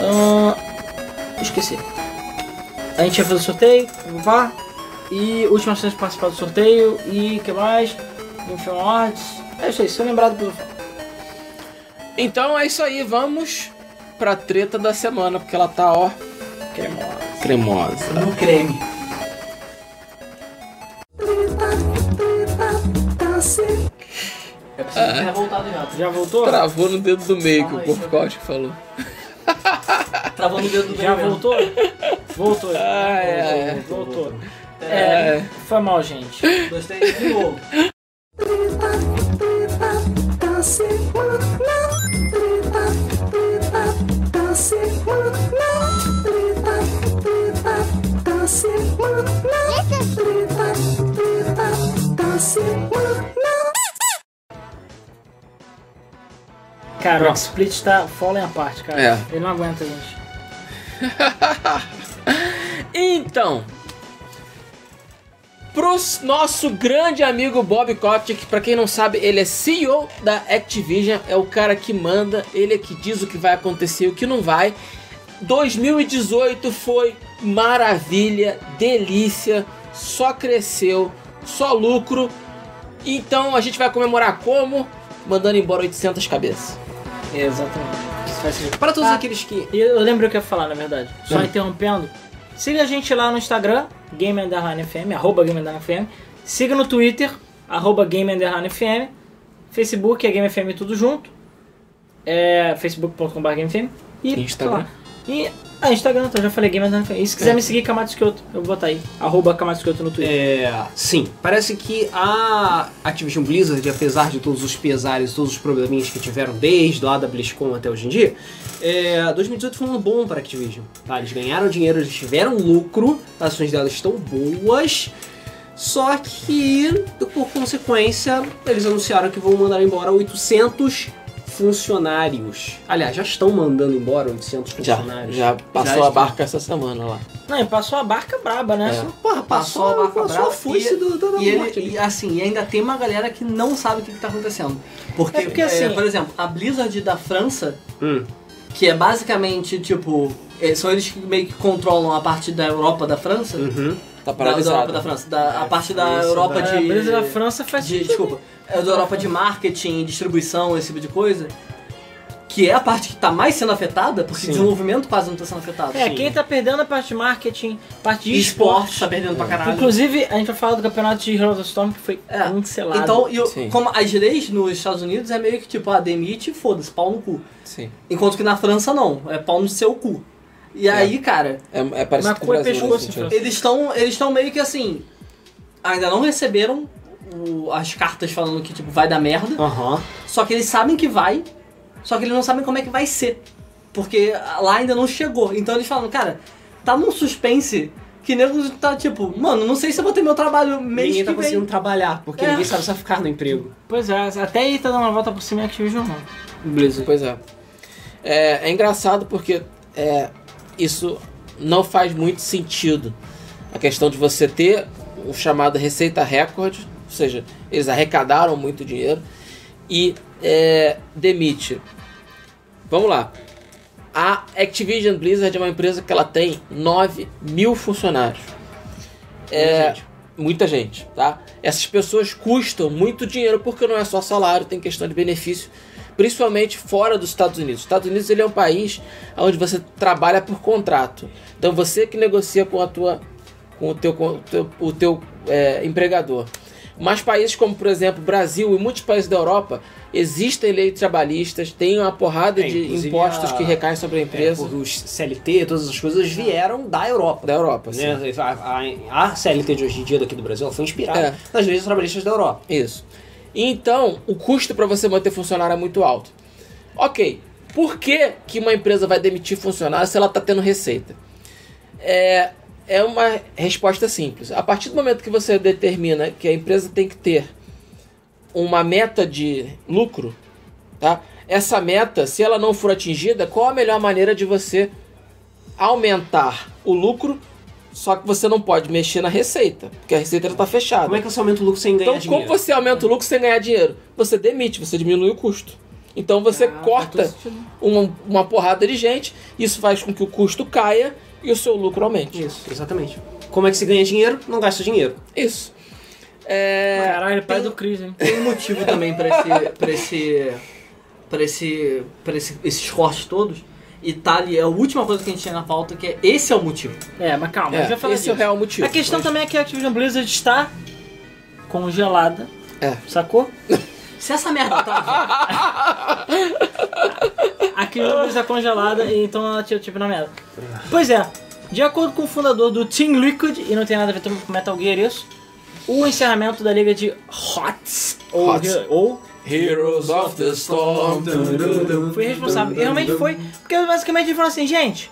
Speaker 3: Ahn, Esqueci. A gente ia fazer o sorteio, vá. E última chance de participar do sorteio. E que mais? Enfim, Awards. É isso aí, sou lembrado pelo.
Speaker 2: Então é isso aí, vamos pra treta da semana, porque ela tá, ó,
Speaker 3: Cremosa.
Speaker 2: cremosa.
Speaker 4: No creme. É preciso ter voltado já.
Speaker 3: Já voltou?
Speaker 2: Travou no dedo do meio que o Corpo Corte falou.
Speaker 4: Travou no dedo do
Speaker 3: Já
Speaker 4: meio mesmo.
Speaker 3: voltou? Voltou.
Speaker 2: Ah, é, é.
Speaker 3: Voltou. É, foi mal, gente.
Speaker 1: Gostei de novo.
Speaker 3: Cara,
Speaker 2: Pronto.
Speaker 3: o Split tá falling apart, cara.
Speaker 2: É.
Speaker 3: Ele não aguenta, gente.
Speaker 2: Então, pro nosso grande amigo Bob Kotick, pra quem não sabe, ele é CEO da Activision, é o cara que manda, ele é que diz o que vai acontecer e o que não vai. 2018 foi maravilha, delícia, só cresceu, só lucro. Então a gente vai comemorar como? Mandando embora 800 cabeças.
Speaker 3: Exatamente. Isso vai ser
Speaker 6: Para
Speaker 1: Tá.
Speaker 6: todos aqueles que.
Speaker 3: E eu lembro o que eu ia falar, na verdade. Só interrompendo. Siga a gente lá no Instagram, Game Underline FM, arroba Game Underline FM. Siga no Twitter, arroba Game Underline FM. Facebook é Game FM tudo junto. É facebook.com.br Game FM. E
Speaker 2: Instagram.
Speaker 3: sei lá. E, ah, Instagram, então, eu já falei Game Underline FM. E se quiser me seguir, Camato Esquioto, eu vou botar aí. Arroba Camato Esquioto no Twitter.
Speaker 6: É, sim, parece que a Activision Blizzard, apesar de todos os pesares, todos os probleminhas que tiveram desde lá da BlizzCon até hoje em dia, é, 2018 foi um ano bom para a Activision. tá? Eles ganharam dinheiro, eles tiveram lucro, as ações delas estão boas, só que, por consequência, eles anunciaram que vão mandar embora 800 funcionários. Aliás, já estão mandando embora 800
Speaker 2: Já,
Speaker 6: funcionários.
Speaker 2: já passou
Speaker 6: Já
Speaker 2: a barca essa semana lá. Tá
Speaker 3: Não, e passou a barca braba, né?
Speaker 2: É.
Speaker 3: Só-
Speaker 1: Passou Tá,
Speaker 6: Porra, passou,
Speaker 1: a
Speaker 6: passou,
Speaker 1: barca
Speaker 6: a
Speaker 1: brava
Speaker 6: foice
Speaker 1: e-
Speaker 6: do, do, da
Speaker 1: E,
Speaker 6: morte ali.
Speaker 1: ele, e, assim, e ainda tem uma galera que não sabe o que, que tá acontecendo. Porque,
Speaker 3: É porque, assim-
Speaker 1: por exemplo, a Blizzard da França,
Speaker 6: Hum.
Speaker 1: que é basicamente, tipo, é, são eles que meio que controlam a parte da Europa da França.
Speaker 6: Uhum. É,
Speaker 2: Tá
Speaker 1: Da, da Europa
Speaker 2: paralisado.
Speaker 1: da França, da- a parte da
Speaker 6: França,
Speaker 1: Europa
Speaker 3: É, A
Speaker 1: de.
Speaker 3: Beleza da França faz
Speaker 1: É. de,
Speaker 3: tudo.
Speaker 1: desculpa, é da Europa de marketing, distribuição, esse tipo de coisa, que é a parte que está mais sendo afetada, porque
Speaker 6: Sim.
Speaker 1: o desenvolvimento quase não está sendo afetado.
Speaker 3: É, quem tá perdendo é a parte de marketing, parte de
Speaker 1: E
Speaker 3: esporte.
Speaker 1: esporte tá perdendo
Speaker 2: É.
Speaker 1: pra caralho.
Speaker 3: Inclusive, a gente vai falar do campeonato de Heroes of Storm que foi
Speaker 1: É.
Speaker 3: cancelado.
Speaker 1: então, e o-
Speaker 2: Sim.
Speaker 1: como as leis nos Estados Unidos é meio que tipo, ah, demite, foda-se, pau no cu.
Speaker 2: Sim.
Speaker 1: Enquanto que na França não, é pau no seu cu. E aí, cara,
Speaker 2: É, é parecido
Speaker 3: Mas
Speaker 2: com o
Speaker 3: cu é
Speaker 2: Brasil. nesse
Speaker 3: pescoço,
Speaker 2: sentido.
Speaker 1: eles estão eles estão meio que assim, ainda não receberam o- as cartas falando que tipo vai dar merda.
Speaker 6: Aham.
Speaker 1: Só que eles sabem que vai, só que eles não sabem como é que vai ser. Porque lá ainda não chegou. Então eles falam, cara, tá num suspense que nego tá tipo, mano, não sei se eu vou ter meu trabalho mês
Speaker 6: Ninguém
Speaker 1: que
Speaker 6: tá
Speaker 1: vem.
Speaker 6: conseguindo trabalhar, porque
Speaker 1: É.
Speaker 6: ninguém sabe se vai ficar no emprego.
Speaker 3: Pois é, até aí tá dando uma volta por cima e a Activision não.
Speaker 6: Blizzard.
Speaker 2: Pois é. é. é engraçado porque é, isso não faz muito sentido. A questão de você ter o chamado receita recorde, ou seja, eles arrecadaram muito dinheiro e é, demite. Vamos lá. A Activision Blizzard é uma empresa que ela tem 9 mil funcionários. É, muita gente, tá? Essas pessoas custam muito dinheiro porque não é só salário, tem questão de benefício, principalmente fora dos Estados Unidos. Os Estados Unidos ele é um país onde você trabalha por contrato. Então você que negocia com a tua com o teu, com o teu, o teu é, empregador. Mas países como, por exemplo, Brasil e muitos países da Europa, existem leis trabalhistas, tem uma porrada
Speaker 6: É,
Speaker 2: de
Speaker 6: inclusive
Speaker 2: impostos
Speaker 6: a-
Speaker 2: que recaem sobre a
Speaker 6: É,
Speaker 2: empresa
Speaker 6: os CLT, todas as coisas vieram da Europa.
Speaker 2: da Europa. Assim.
Speaker 6: Né? A, a- a CLT de hoje em dia daqui do Brasil ela foi inspirada
Speaker 2: É.
Speaker 6: nas leis trabalhistas da Europa.
Speaker 2: Isso. Então, o custo para você manter funcionário é muito alto. Ok, por que, que uma empresa vai demitir funcionário se ela está tendo receita? É, é uma resposta simples. A partir do momento que você determina que a empresa tem que ter uma meta de lucro, tá? essa meta, se ela não for atingida, qual a melhor maneira de você aumentar o lucro? Só que você não pode mexer na receita, porque a receita está fechada.
Speaker 6: Como é que você aumenta o lucro sem ganhar
Speaker 2: Então, como
Speaker 6: dinheiro?
Speaker 2: você aumenta o lucro sem ganhar dinheiro? Você demite, você diminui o custo. Então, você
Speaker 3: Ah,
Speaker 2: corta uma, uma porrada de gente, isso faz com que o custo caia e o seu lucro aumente.
Speaker 6: Isso, exatamente. Como é que se ganha dinheiro? Não gasta dinheiro.
Speaker 2: Isso. É,
Speaker 3: Caralho, pai do Chris, hein?
Speaker 1: Tem um motivo também pra esse. pra esse. pra esse. pra esse, esses cortes todos. E tá ali, é a última coisa que a gente tinha na pauta, que é esse é o motivo.
Speaker 3: É, mas calma, a gente
Speaker 2: é,
Speaker 3: vai falar
Speaker 2: esse
Speaker 3: disso.
Speaker 2: é o real motivo.
Speaker 3: a questão também é que a Activision Blizzard está congelada.
Speaker 2: É.
Speaker 3: Sacou?
Speaker 1: Se essa merda tá.
Speaker 3: tá A Activision Blizzard está congelada e então ela tira o tipo na merda. Pois é, De acordo com o fundador do Team Liquid, e não tem nada a ver com Metal Gear isso, o encerramento da liga de HOTS, ou,
Speaker 7: HOTS.
Speaker 3: ou
Speaker 2: Heroes of
Speaker 6: é
Speaker 2: the Storm.
Speaker 3: foi responsável. E realmente foi, porque basicamente ele falou assim, gente,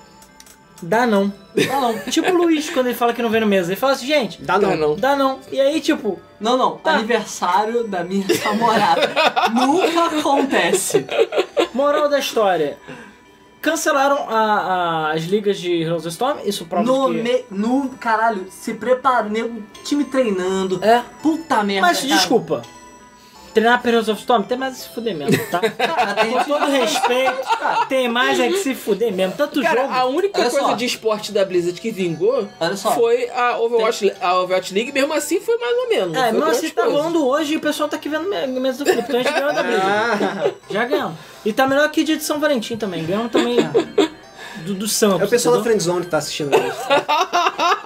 Speaker 3: dá não. Dá não. tipo o Luiz, quando ele fala que não vem no mês, ele fala assim, gente,
Speaker 6: Dá não.
Speaker 2: Dá Tá, não.
Speaker 3: dá não. E aí, tipo,
Speaker 1: Não, não.
Speaker 3: Tá.
Speaker 1: Aniversário da minha namorada. Nunca acontece.
Speaker 3: moral da história. Cancelaram a- a- as ligas de Heroes of the Storm, isso prova
Speaker 1: No,
Speaker 3: que...
Speaker 1: me, no caralho, se prepara, nego, time treinando.
Speaker 3: É,
Speaker 1: Puta merda.
Speaker 3: mas
Speaker 1: cara.
Speaker 3: desculpa. Treinar pra Heroes of the Storm tem mais a se fuder mesmo, tá?
Speaker 1: Cara, tem
Speaker 3: Com todo respeito, tem mais é que se fuder mesmo. Tanto
Speaker 2: Cara,
Speaker 3: jogo.
Speaker 2: a única
Speaker 1: Olha
Speaker 2: coisa
Speaker 1: só.
Speaker 2: de esporte da Blizzard que vingou
Speaker 1: Olha só.
Speaker 2: foi a Overwatch, a Overwatch League, mesmo assim foi mais ou menos. não
Speaker 3: É,
Speaker 2: foi
Speaker 3: mas
Speaker 2: grande
Speaker 3: você tá
Speaker 2: coisa.
Speaker 3: rolando hoje e o pessoal tá aqui vendo me- menos do Felipe, então a gente ganhou da briga.
Speaker 6: Ah,
Speaker 3: Já ganhamos. E tá melhor que dia de São Valentim também. Ganhamos também do, do Santos.
Speaker 6: é o pessoal da
Speaker 3: entendeu?
Speaker 6: Friendzone que tá assistindo isso.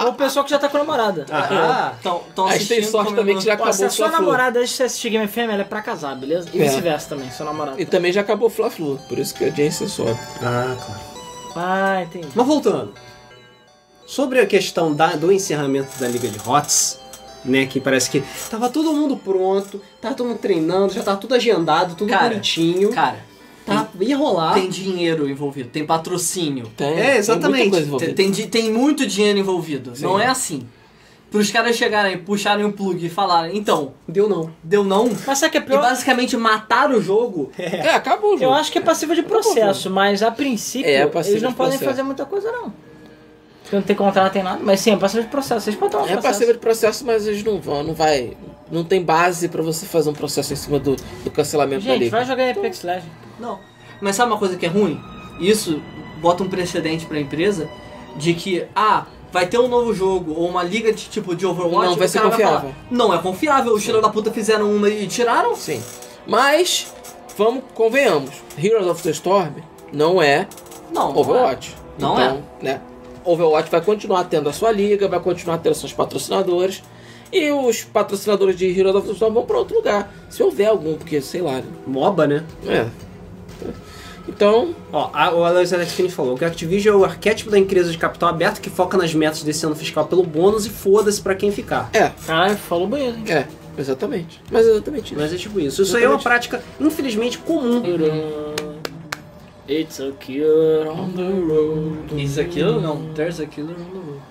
Speaker 3: Ou o pessoal que já tá com namorada.
Speaker 6: Ah,
Speaker 1: É, Tão, tão
Speaker 2: Mas tem
Speaker 1: assistindo,
Speaker 2: sorte também que já
Speaker 1: comemorando.
Speaker 3: Ó,
Speaker 2: acabou
Speaker 3: se a
Speaker 2: o
Speaker 3: sua
Speaker 2: Fla-Flu.
Speaker 3: namorada deixa você assistir Game FM, ela é pra casar, beleza? E
Speaker 2: É.
Speaker 3: vice-versa também, seu namorado.
Speaker 2: E também já acabou o Fla-Flu, por isso que a audiência sobe.
Speaker 6: ah, claro.
Speaker 3: Ah, entendi.
Speaker 6: Mas voltando. Sobre a questão da- do encerramento da Liga de Hots, né? Que parece que tava todo mundo pronto, tava todo mundo treinando, já tava tudo agendado, tudo
Speaker 1: Cara,
Speaker 6: bonitinho.
Speaker 1: Cara,
Speaker 6: tá, ia rolar.
Speaker 1: tem dinheiro envolvido, tem patrocínio.
Speaker 2: Tem,
Speaker 6: É, exatamente.
Speaker 2: Tem muita coisa
Speaker 1: Tem,
Speaker 2: envolvida.
Speaker 1: tem, di- tem muito dinheiro envolvido. Não é assim. Pros caras chegarem, puxarem o plug e falarem, então,
Speaker 6: Deu não.
Speaker 1: deu não.
Speaker 3: Mas sabe o que é
Speaker 1: E
Speaker 3: pior?
Speaker 1: basicamente matar o jogo.
Speaker 2: É, acabou o jogo.
Speaker 3: Eu acho que é passiva de processo, mas a princípio
Speaker 2: É, é passiva
Speaker 3: eles não
Speaker 2: de
Speaker 3: podem
Speaker 2: processo.
Speaker 3: fazer muita coisa, não. Porque não tem contrato, tem nada, mas sim, é passiva de processo. Vocês podem tomar um
Speaker 2: É
Speaker 3: processo.
Speaker 2: passiva de processo, mas eles não vão, não vai. Não tem base pra você fazer um processo em cima do, do cancelamento da
Speaker 3: Gente,
Speaker 2: liga.
Speaker 3: vai jogar Apex Legends.
Speaker 1: Não. Mas sabe uma coisa que é ruim? Isso bota um precedente pra empresa de que, ah, vai ter um novo jogo ou uma liga de tipo de Overwatch.
Speaker 2: Não vai
Speaker 1: o
Speaker 2: ser
Speaker 1: cara
Speaker 2: confiável.
Speaker 1: falar, não é confiável. Os filhos da puta fizeram uma e tiraram.
Speaker 2: Sim. Mas, vamos, convenhamos. Heroes of the Storm não é
Speaker 1: Não. não
Speaker 2: Overwatch.
Speaker 1: Não
Speaker 2: então, é. Né, Overwatch vai continuar tendo a sua liga, vai continuar tendo seus patrocinadores. E os patrocinadores de Heroes of the Storm vão pra outro lugar. Se houver algum, porque sei lá. né?
Speaker 6: MOBA, né?
Speaker 2: É. Então,
Speaker 6: Ó, a, o Alex Alex Finney falou que a Activision é o arquétipo da empresa de capital aberto que foca nas metas desse ano fiscal pelo bônus e foda-se pra quem ficar.
Speaker 2: é.
Speaker 3: Caralho, falou bonito, hein?
Speaker 2: É, exatamente. Mas é exatamente isso.
Speaker 6: Mas é tipo isso. Isso aí é uma prática, infelizmente, comum.
Speaker 3: It's a killer on the road.
Speaker 1: Isso aquilo não. There's a killer on the world.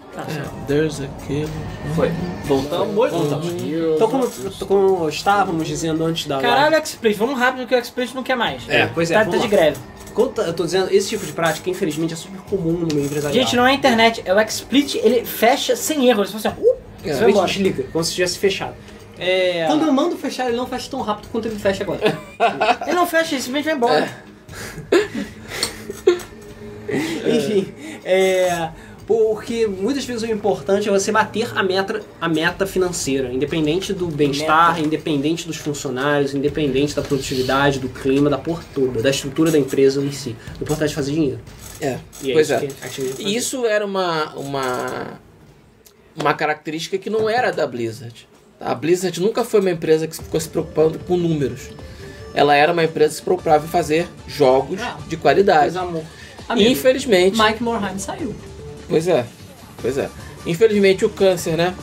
Speaker 2: There's a killer.
Speaker 1: Foi. Voltamos. Voltamos.
Speaker 6: Então, como, como estávamos dizendo antes da.
Speaker 3: Caralho, XSplit, vamos rápido que o XSplit não quer mais.
Speaker 6: É, pois é,
Speaker 3: Tá, tá
Speaker 6: vamos
Speaker 3: de
Speaker 6: lá.
Speaker 3: greve.
Speaker 6: Conta, eu tô dizendo, esse tipo de prática, infelizmente, é super comum no meio empresarial.
Speaker 3: Gente, não é internet, é o XSplit, ele fecha sem erro. Ele fala assim, ó,
Speaker 2: É,
Speaker 3: uh, você vai
Speaker 6: Realmente
Speaker 3: embora.
Speaker 6: desliga, como se tivesse fechado. É.
Speaker 1: Quando eu mando fechar, ele não fecha tão rápido quanto ele fecha agora.
Speaker 3: "Uh, Ele não fecha, ele simplesmente vai embora.
Speaker 6: Enfim, é. Porque muitas vezes o importante é você bater a meta, a meta financeira, independente do bem-estar, independente dos funcionários, independente da produtividade, do clima, da porra toda, da estrutura da empresa em si. O importante é fazer dinheiro.
Speaker 2: É.
Speaker 6: E é
Speaker 2: pois
Speaker 6: isso
Speaker 2: é.
Speaker 6: que a Activision faz.
Speaker 2: E isso era uma, uma, uma característica que não era da Blizzard. A Blizzard nunca foi uma empresa que ficou se preocupando com números. Ela era uma empresa que se preocupava em fazer jogos
Speaker 1: Ah,
Speaker 2: de qualidade.
Speaker 1: Mas, amor.
Speaker 2: E,
Speaker 1: Amigo,
Speaker 2: Infelizmente.
Speaker 1: Mike Morheim saiu.
Speaker 2: Pois é. Pois é. Infelizmente o câncer, né?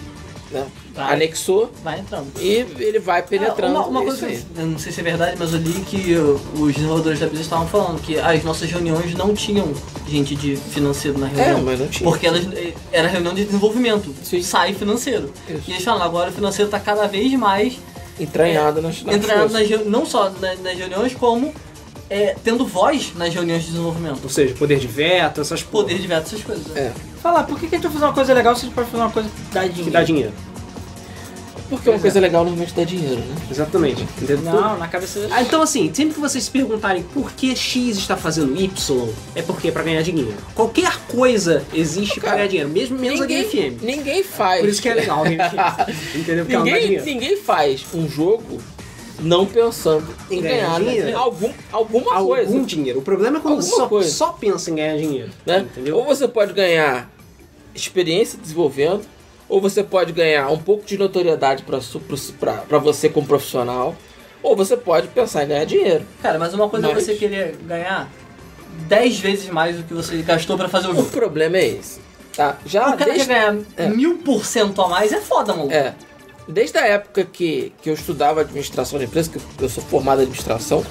Speaker 2: né,
Speaker 1: Vai.
Speaker 2: Anexou
Speaker 1: Vai entrando. É,
Speaker 2: e ele vai penetrando.
Speaker 1: Uma, uma
Speaker 2: isso
Speaker 1: coisa que
Speaker 2: aí.
Speaker 1: eu, eu não sei se é verdade, mas eu li que uh, os desenvolvedores da Blizzard estavam falando que as nossas reuniões não tinham
Speaker 6: É.
Speaker 1: gente de financeiro na
Speaker 2: É,
Speaker 1: reunião.
Speaker 2: mas não tinha.
Speaker 1: Porque elas, eh, era reunião de desenvolvimento,
Speaker 2: Sim.
Speaker 1: sai financeiro.
Speaker 2: Isso.
Speaker 1: E eles falam, agora o financeiro está cada vez mais
Speaker 2: Entranhado nas, nas
Speaker 1: entrando
Speaker 2: coisas.
Speaker 1: é, nas, reu- não só na- nas reuniões, como eh, tendo voz nas reuniões de desenvolvimento.
Speaker 6: Ou seja, poder de veto, essas porra,
Speaker 1: Poder de veto, essas coisas. né?
Speaker 2: É.
Speaker 3: Falar, por que, que a gente vai fazer uma coisa legal se a gente pode fazer uma coisa que dá dinheiro?
Speaker 6: que dá dinheiro.
Speaker 2: Porque uma
Speaker 1: é.
Speaker 2: coisa legal normalmente dá dinheiro, né?
Speaker 6: Exatamente. Entendeu?
Speaker 3: Não, na cabeça dele.
Speaker 6: Ah, Então, assim, sempre que vocês se perguntarem por que X está fazendo Y, é porque é pra ganhar dinheiro. Qualquer coisa existe pra
Speaker 2: Cara,
Speaker 6: ganhar dinheiro, mesmo menos a Game FM.
Speaker 2: ninguém faz.
Speaker 6: Por isso que é legal a Game FM. Entendeu? Porque é ela dá
Speaker 2: Ninguém,
Speaker 6: dinheiro.
Speaker 2: ninguém faz um jogo não pensando em
Speaker 6: Ganhar
Speaker 2: ganhar, né?
Speaker 6: dinheiro.
Speaker 2: algum, alguma
Speaker 6: Algum
Speaker 2: coisa.
Speaker 6: dinheiro. O problema é quando você
Speaker 2: Alguma
Speaker 6: só,
Speaker 2: coisa.
Speaker 6: só pensa em ganhar dinheiro.
Speaker 2: né?
Speaker 6: Entendeu?
Speaker 2: Ou você pode ganhar experiência desenvolvendo, ou você pode ganhar um pouco de notoriedade para você como profissional, ou você pode pensar em ganhar dinheiro.
Speaker 1: Cara, mas uma coisa é
Speaker 2: Mas-
Speaker 1: você querer ganhar 10 vezes mais do que você gastou para fazer o
Speaker 2: O
Speaker 1: jogo.
Speaker 2: problema é esse. Tá? Já
Speaker 1: o cara
Speaker 2: desde-
Speaker 1: quer ganhar
Speaker 2: é.
Speaker 1: mil por cento a mais é foda, maluco.
Speaker 2: É. Desde a época que, que eu estudava administração de empresa, que eu sou formado em administração,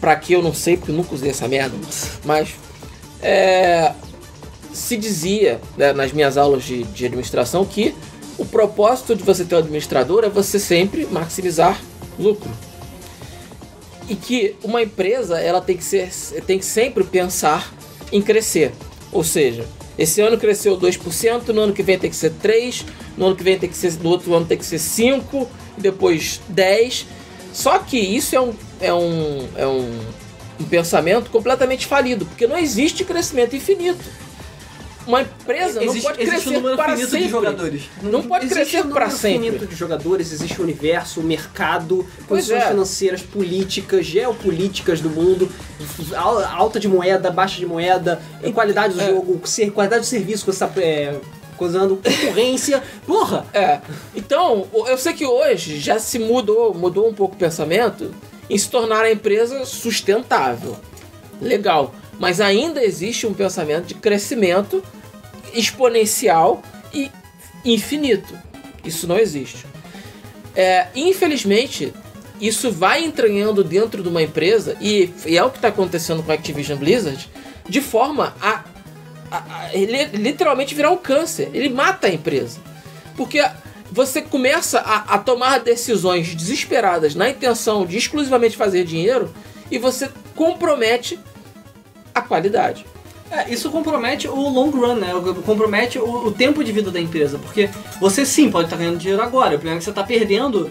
Speaker 2: pra que eu não sei, porque eu nunca usei essa merda, mas é, se dizia né, nas minhas aulas de, de administração que o propósito de você ter um administrador é você sempre maximizar lucro. E que uma empresa ela tem que, ser, tem que sempre pensar em crescer. Ou seja, esse ano cresceu 2%, no ano que vem tem que ser 3%, no ano que vem tem que ser. No outro ano tem que ser 5%, depois 10%. Só que isso é um, é um, é um, um pensamento completamente falido, porque não existe crescimento infinito. Uma empresa não
Speaker 1: Existe-
Speaker 2: pode
Speaker 1: existe um
Speaker 2: crescer
Speaker 1: número
Speaker 2: para
Speaker 1: infinito de
Speaker 2: sempre.
Speaker 1: jogadores.
Speaker 2: Não pode
Speaker 6: existe um
Speaker 2: crescer para
Speaker 6: número
Speaker 2: sempre.
Speaker 6: infinito de jogadores, existe o universo, o mercado,
Speaker 2: Pois
Speaker 6: condições
Speaker 2: é.
Speaker 6: financeiras, políticas, geopolíticas do mundo, al- alta de moeda, baixa de moeda, qualidade do
Speaker 2: é.
Speaker 6: jogo, ser- qualidade do serviço que você está é, coisando, concorrência. Porra!
Speaker 2: É. Então, o- eu sei que hoje já se mudou, mudou um pouco o pensamento em se tornar a empresa sustentável. Legal. Mas ainda existe um pensamento de crescimento exponencial e infinito. Isso não existe. É, infelizmente, isso vai entranhando dentro de uma empresa, e, e é o que está acontecendo com a Activision Blizzard, de forma a, a- a- ele literalmente virar um câncer. Ele mata a empresa. Porque você começa a, a tomar decisões desesperadas na intenção de exclusivamente fazer dinheiro e você compromete a qualidade.
Speaker 1: É, isso compromete o long run, né? Compromete o, o tempo de vida da empresa. Porque você sim pode estar ganhando dinheiro agora. O problema é que você está perdendo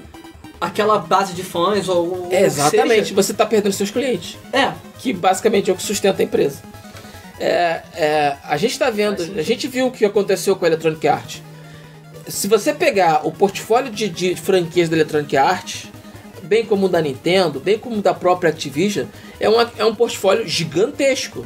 Speaker 1: aquela base de fãs ou. ou
Speaker 2: Exatamente.
Speaker 1: seja.
Speaker 2: Você está perdendo seus clientes.
Speaker 1: É,
Speaker 2: que basicamente é o que sustenta a empresa. É, é, a gente está vendo, a gente viu o que aconteceu com a Electronic Arts. Se você pegar o portfólio de, de franquias da Electronic Arts, bem como o da Nintendo, bem como o da própria Activision, é, uma, é um portfólio gigantesco.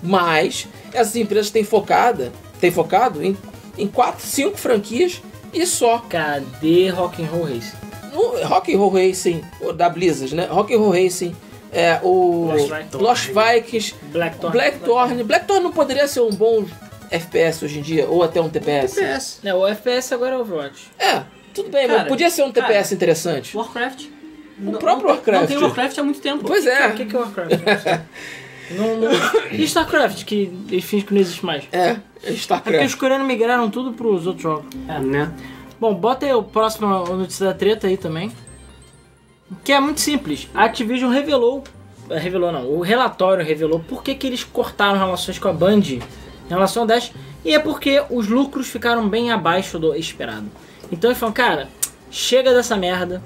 Speaker 2: Mas essas empresas têm, focada, têm focado em, em 4, 5 franquias e só.
Speaker 3: Cadê Rock'n'Roll Race?
Speaker 2: No Rock and Roll Racing, o da Blizzard, né? Rock and Roll Racing, é, o
Speaker 3: Lost Vikings.
Speaker 2: Lost Vikings,
Speaker 3: Blackthorn.
Speaker 2: Blackthorn. Blackthorn não poderia ser um bom FPS hoje em dia, ou até um TPS.
Speaker 6: PS.
Speaker 3: Não, o FPS agora é Overwatch.
Speaker 2: É, tudo bem, mas
Speaker 1: Cara,
Speaker 2: podia ser um
Speaker 1: cara,
Speaker 2: TPS interessante.
Speaker 1: Warcraft.
Speaker 2: O
Speaker 1: Não-
Speaker 2: próprio
Speaker 1: não, tem- Não
Speaker 2: Warcraft.
Speaker 1: tem Warcraft há muito tempo.
Speaker 2: Pois é.
Speaker 3: O que, que é Warcraft? não, não... E StarCraft, que ele finge que não existe mais.
Speaker 2: É, é
Speaker 3: É porque os
Speaker 2: StarCraft.
Speaker 3: coreanos migraram tudo pros outros jogos.
Speaker 6: É, né?
Speaker 3: Bom, bota aí o próximo notícia da treta aí também. Que é muito simples. A Activision revelou. eh, Revelou não, o relatório revelou por que, que eles cortaram relações com a Band em relação a Dash. E é porque os lucros ficaram bem abaixo do esperado. Então eles falaram, cara, chega dessa merda.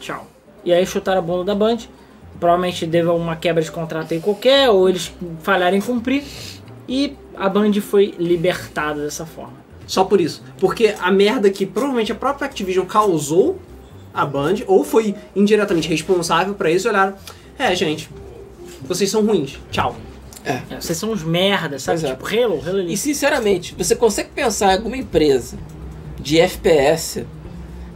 Speaker 3: Tchau. E aí chutaram a bunda da Band. Provavelmente deve uma quebra de contrato aí qualquer, ou eles falharam em cumprir. E a Band foi libertada dessa forma.
Speaker 6: Só por isso. Porque a merda que provavelmente a própria Activision causou a Band, ou foi indiretamente responsável pra isso, olharam. É, gente, vocês são ruins. Tchau.
Speaker 3: É, vocês são uns merda, sabe?
Speaker 2: Pois é.
Speaker 3: Tipo, Halo, Halo
Speaker 2: E
Speaker 3: Elite.
Speaker 2: sinceramente, você consegue pensar em alguma empresa de FPS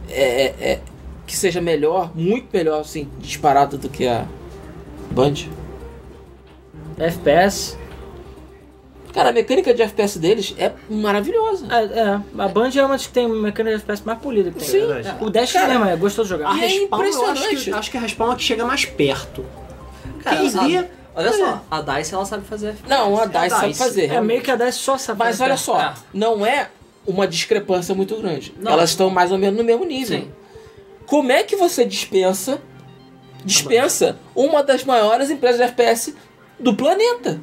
Speaker 2: é, é, é, que seja melhor, muito melhor, assim, disparada do que a Band?
Speaker 3: FPS.
Speaker 2: Cara, a mecânica de FPS deles é maravilhosa.
Speaker 3: É, é, a Band é uma das que tem mecânica de FPS mais polida que tem.
Speaker 2: Sim.
Speaker 3: O Dash
Speaker 2: Cara,
Speaker 3: mesmo, é, gostou de
Speaker 6: A
Speaker 3: jogar.
Speaker 2: e é
Speaker 6: Respawn, eu acho que,
Speaker 2: impressionante.
Speaker 6: acho que a Respawn é a que chega mais perto.
Speaker 1: Cara,
Speaker 6: Quem
Speaker 1: a-
Speaker 6: vê-
Speaker 1: Olha só, a DICE ela sabe fazer FPS.
Speaker 2: Não, a DICE,
Speaker 6: DICE
Speaker 2: sabe fazer.
Speaker 3: É meio que a Dash só sabe.
Speaker 2: Mas
Speaker 3: fazer
Speaker 2: olha
Speaker 3: FPS.
Speaker 2: só,
Speaker 1: É.
Speaker 2: não é uma discrepância muito grande.
Speaker 1: Não.
Speaker 2: Elas estão mais ou menos no mesmo nível.
Speaker 1: Sim.
Speaker 2: Como é que você dispensa dispensa uma das maiores empresas de FPS do planeta?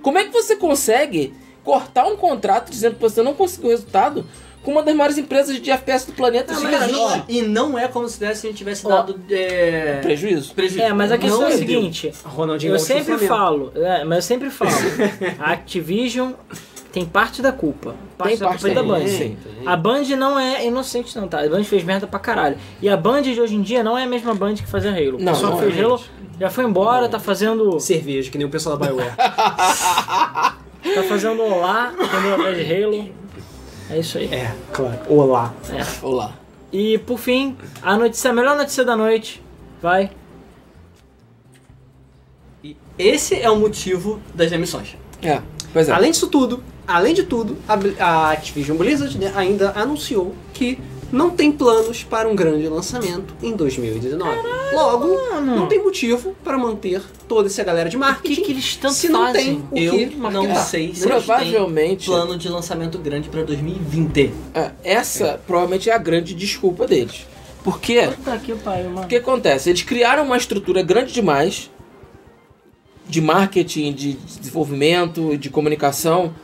Speaker 2: Como é que você consegue cortar um contrato dizendo que você não conseguiu resultado com uma das maiores empresas de FPS do planeta? Isso não
Speaker 1: Cara, não-
Speaker 2: existe.
Speaker 1: e não é como se tivesse, tivesse
Speaker 3: Ó.
Speaker 1: dado é,
Speaker 2: Prejuízo.
Speaker 1: prejuízo.
Speaker 3: É, mas a questão
Speaker 1: Não
Speaker 3: é a
Speaker 1: deu. é um
Speaker 3: seguinte.
Speaker 6: Ronaldinho
Speaker 3: Eu
Speaker 6: Gaúcho do
Speaker 3: sempre
Speaker 6: Flamengo.
Speaker 3: falo, é, mas eu sempre falo. A Activision tem parte da culpa. Parte
Speaker 2: Tem
Speaker 3: da
Speaker 2: parte
Speaker 3: culpa é da
Speaker 2: da
Speaker 3: Band.
Speaker 2: culpa,
Speaker 6: sim.
Speaker 3: A Band não é inocente, não, tá? A Band fez merda pra caralho. E a Band de hoje em dia não é a mesma Band que fazia Halo.
Speaker 2: Não,
Speaker 3: Só
Speaker 2: não
Speaker 3: que
Speaker 6: é.
Speaker 3: o Halo já foi embora, tá fazendo.
Speaker 6: Cerveja, que nem o pessoal da Bioware.
Speaker 3: Tá fazendo olá, entendeu? Atrás de Halo. É isso aí.
Speaker 6: é, claro. Olá.
Speaker 2: Olá.
Speaker 3: E por fim, a notícia, a melhor notícia da noite. Vai.
Speaker 1: Esse é o motivo das demissões.
Speaker 2: É, pois é.
Speaker 6: Tá. Além disso tudo, Além de tudo, a, Bl- a Activision Blizzard né, ainda anunciou que não tem planos para um grande lançamento em 2019. Logo, não tem motivo para manter toda essa galera de
Speaker 8: O que,
Speaker 6: marketing.
Speaker 8: que eles tanto
Speaker 6: se não
Speaker 8: fazem?
Speaker 6: tem o que
Speaker 1: Eu
Speaker 6: marketar.
Speaker 1: não sei se eles
Speaker 2: Tá.
Speaker 1: têm
Speaker 2: Provavelmente,
Speaker 1: plano de lançamento grande pra 2020.
Speaker 2: é, essa provavelmente é a grande desculpa deles. Por quê?
Speaker 8: Puta que pariu, mano.
Speaker 2: O que acontece? Eles criaram uma estrutura grande demais de marketing, de desenvolvimento, de comunicação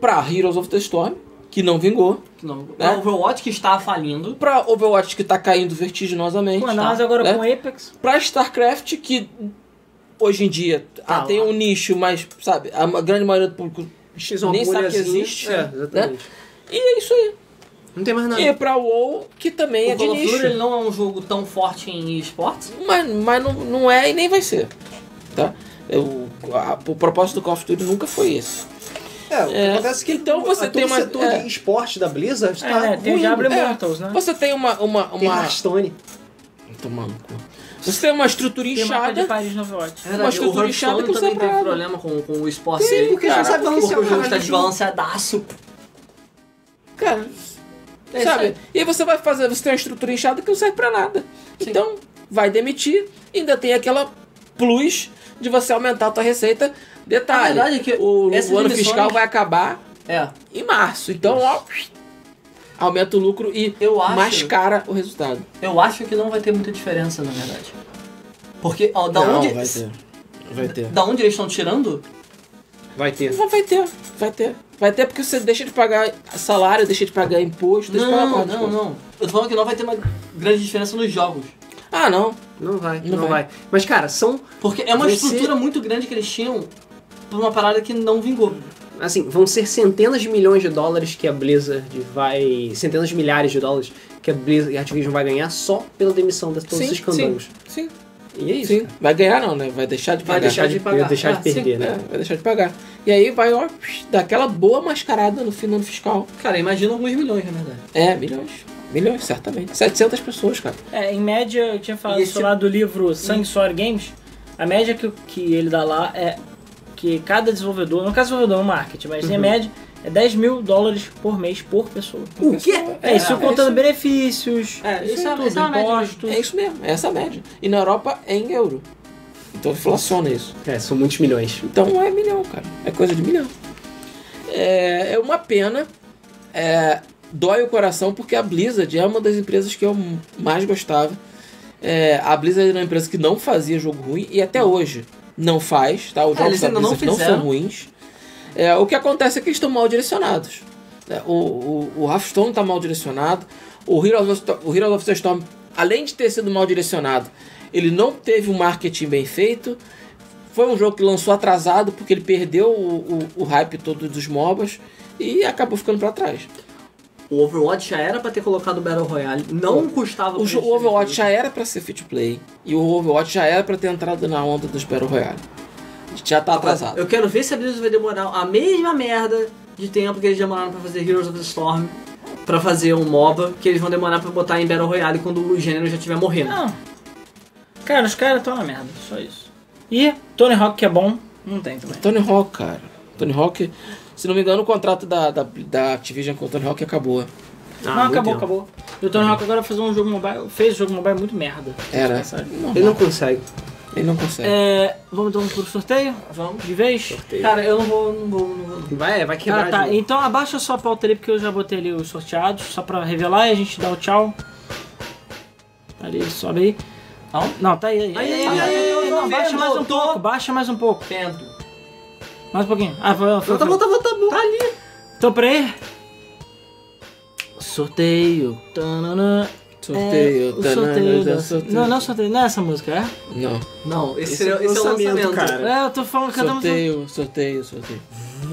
Speaker 2: pra Heroes of the Storm, que não vingou,
Speaker 8: Que não-
Speaker 2: né?
Speaker 1: O Overwatch que está falindo.
Speaker 2: pra Overwatch que tá caindo vertiginosamente,
Speaker 3: Mano, mas agora
Speaker 2: né?
Speaker 3: com Apex.
Speaker 2: pra StarCraft que hoje em dia ah,
Speaker 3: Tá
Speaker 2: tem um nicho, mas sabe, a ma- grande maioria do público
Speaker 6: Fiz uma
Speaker 2: nem sabe que
Speaker 6: bolhazinha.
Speaker 2: existe,
Speaker 6: É,
Speaker 2: né?
Speaker 6: exatamente.
Speaker 2: E é isso aí.
Speaker 6: Não tem mais nada.
Speaker 2: E pra WoW que também é
Speaker 1: O
Speaker 2: de
Speaker 1: Call of Duty ele
Speaker 2: nicho,
Speaker 1: não é um jogo tão forte em esportes.
Speaker 2: mas, mas não, não é e nem vai ser, tá? Eu- a- o propósito do Call of Duty nunca foi esse.
Speaker 6: É, o que
Speaker 2: É.
Speaker 6: acontece é que
Speaker 2: Então você
Speaker 6: todo
Speaker 2: tem uma-
Speaker 6: setor
Speaker 2: é.
Speaker 6: de esporte da Blizzard
Speaker 3: É,
Speaker 6: tá
Speaker 3: né, tem o
Speaker 6: ruim.
Speaker 3: Diablo
Speaker 2: É,
Speaker 3: Immortals, né?
Speaker 2: Você tem uma. uma,
Speaker 6: Tem
Speaker 2: uma...
Speaker 6: Hearthstone.
Speaker 2: Tomar no cu. Você tem uma estrutura
Speaker 3: Tem mapa de
Speaker 2: inchada.
Speaker 3: Paris no
Speaker 1: É
Speaker 3: Overwatch.
Speaker 2: Uma estrutura
Speaker 1: o
Speaker 2: inchada
Speaker 1: Hearthstone
Speaker 2: que você
Speaker 1: também teve
Speaker 2: apaga.
Speaker 1: problema com, com o esporte
Speaker 6: Sim,
Speaker 1: dele.
Speaker 6: porque eles não sabem
Speaker 1: porque
Speaker 6: balancear
Speaker 1: o jogo está
Speaker 6: caralho de jogo.
Speaker 1: desbalanceadaço.
Speaker 2: Cara,
Speaker 1: É
Speaker 2: sabe? E aí você vai fazer. Você tem uma estrutura inchada que não serve pra nada. Então, vai demitir. Ainda tem aquela plus de você aumentar a tua receita. Detalhe:
Speaker 1: A verdade é que
Speaker 2: o,
Speaker 1: essas
Speaker 2: o ano
Speaker 1: demissões-
Speaker 2: fiscal vai acabar
Speaker 1: É,
Speaker 2: em março. Então, ó. Aumenta o lucro e
Speaker 1: Eu acho-
Speaker 2: mascara o resultado.
Speaker 1: eu acho que não vai ter muita diferença, na verdade. Porque, ó, da
Speaker 2: não,
Speaker 1: onde...
Speaker 2: vai ter. Vai ter.
Speaker 1: Da onde eles estão tirando?
Speaker 6: Vai ter.
Speaker 2: Não, vai ter, vai ter. Vai ter porque você deixa de pagar salário, deixa de pagar imposto, deixa de pagar
Speaker 1: Não,
Speaker 2: um monte de
Speaker 1: não,
Speaker 2: coisa.
Speaker 1: não. Eu tô falando que não vai ter uma grande diferença nos jogos.
Speaker 2: Ah, não.
Speaker 6: Não vai,
Speaker 2: Não
Speaker 6: não,
Speaker 2: vai.
Speaker 6: vai. Mas, cara, são.
Speaker 1: Porque é uma
Speaker 6: Você-
Speaker 1: estrutura muito grande que eles tinham por uma parada que não vingou.
Speaker 6: Assim, vão ser centenas de milhões de dólares que a Blizzard vai. Centenas de milhares de dólares que a Blizzard e a Activision vai ganhar só pela demissão de todos
Speaker 2: Sim,
Speaker 6: esses candangos.
Speaker 2: Sim,
Speaker 6: E é isso.
Speaker 2: sim. Vai ganhar não, né? Vai deixar de pagar.
Speaker 1: Vai deixar de pagar.
Speaker 6: Vai deixar de
Speaker 1: Ah,
Speaker 6: perder,
Speaker 1: sim.
Speaker 6: né?
Speaker 2: É, vai deixar de pagar. E aí vai, ó, dar aquela boa mascarada no fim do ano fiscal.
Speaker 1: Cara, imagina alguns milhões, na verdade.
Speaker 2: É, milhões. Milhões, certamente. 700 pessoas, cara.
Speaker 3: É, em média, eu tinha falado
Speaker 1: E esse-
Speaker 3: isso lá do livro Sangue Suor Games. A média que, que ele dá lá é que cada desenvolvedor, no caso desenvolvedor, no marketing, mas
Speaker 1: Uhum.
Speaker 3: em média é 10 mil dólares por mês por pessoa.
Speaker 6: O quê?
Speaker 3: É, isso contando benefícios,
Speaker 1: É, isso é-
Speaker 3: tudo,
Speaker 1: isso é uma média
Speaker 3: impostos.
Speaker 2: É isso mesmo, é essa a média. E na Europa é em euro. Então inflaciona isso.
Speaker 6: É, são muitos milhões.
Speaker 2: Então é milhão, cara. É coisa de milhão. É, é uma pena. É, dói o coração porque a Blizzard é uma das empresas que eu mais gostava. É, a Blizzard era uma empresa que não fazia jogo ruim e até hoje não faz, tá? Os
Speaker 1: É,
Speaker 2: jogos
Speaker 1: eles
Speaker 2: da
Speaker 1: ainda não
Speaker 2: Blizzard não, são
Speaker 1: fizeram.
Speaker 2: ruins. É, o que acontece é que eles estão mal direcionados. É, O, o, o Hearthstone está mal direcionado. O Heroes, of, Sto- o Heroes of the Storm, além de ter sido mal direcionado, ele não teve um marketing bem feito. Foi um jogo que lançou atrasado porque ele perdeu o, o, o hype todo dos MOBAs e acabou ficando para trás.
Speaker 1: O Overwatch já era pra ter colocado o Battle Royale. Não
Speaker 2: O,
Speaker 1: custava... pra
Speaker 2: jo-
Speaker 1: eles
Speaker 2: o Overwatch
Speaker 1: terem
Speaker 2: já era pra ser free to play e o Overwatch já era pra ter entrado na onda dos Battle Royale. Já tá
Speaker 1: feito.
Speaker 2: atrasado.
Speaker 1: Eu quero ver se a Blizzard vai demorar a mesma merda de tempo que eles demoraram pra fazer Heroes of the Storm. Pra fazer um MOBA que eles vão demorar pra botar em Battle Royale quando o gênero já estiver morrendo.
Speaker 3: Não. Cara, os caras estão na merda, só isso. E Tony Hawk que é bom, não tem também.
Speaker 1: Ah,
Speaker 2: Tony Hawk, cara. Tony Hawk, se não me engano, o contrato da, da, da Activision com o Tony Hawk acabou.
Speaker 3: não,
Speaker 6: muito
Speaker 3: acabou,
Speaker 6: tempo.
Speaker 3: acabou. E o Tony Hawk agora fez um jogo mobile, fez um jogo mobile muito merda.
Speaker 2: Era.
Speaker 1: É.
Speaker 3: Sabe?
Speaker 6: Ele não consegue.
Speaker 2: Ele não consegue.
Speaker 3: É, vamos então pro sorteio?
Speaker 1: Vamos.
Speaker 3: De vez?
Speaker 1: Cara, eu não vou... Não vou, não vou.
Speaker 6: Vai, vai quebrar.
Speaker 3: Ah, tá.
Speaker 6: de novo.
Speaker 3: Então abaixa só a pauta ali, porque eu já botei ali os sorteados, só pra revelar e a gente dá o tchau. Tá Ali, sobe aí.
Speaker 1: Não?
Speaker 3: Não, tá aí. aí.
Speaker 1: Aí, aí,
Speaker 3: Tá, tá, tá,
Speaker 1: aí,
Speaker 3: tá,
Speaker 1: aí,
Speaker 3: não,
Speaker 1: não,
Speaker 3: baixa
Speaker 1: vendo,
Speaker 3: mais um
Speaker 1: tô.
Speaker 3: pouco, baixa mais um pouco.
Speaker 1: Tento.
Speaker 3: Mais um pouquinho. Ah, foi, foi,
Speaker 1: Tá bom,
Speaker 3: foi.
Speaker 1: tá bom, tá bom. Tá ali.
Speaker 3: Então, peraí. Sorteio. Tanana. É,
Speaker 2: Sorteio,
Speaker 3: o
Speaker 2: tanana,
Speaker 3: sorteio da-
Speaker 2: sorteio.
Speaker 3: Não, não é sorteio, não é essa música, é?
Speaker 2: Não.
Speaker 1: Não, esse, é,
Speaker 6: Esse é
Speaker 1: o- esse é o
Speaker 6: lançamento,
Speaker 1: lançamento.
Speaker 6: cara.
Speaker 3: É, eu tô falando, cantamos. um
Speaker 2: Sorteio, sorteio, sorteio.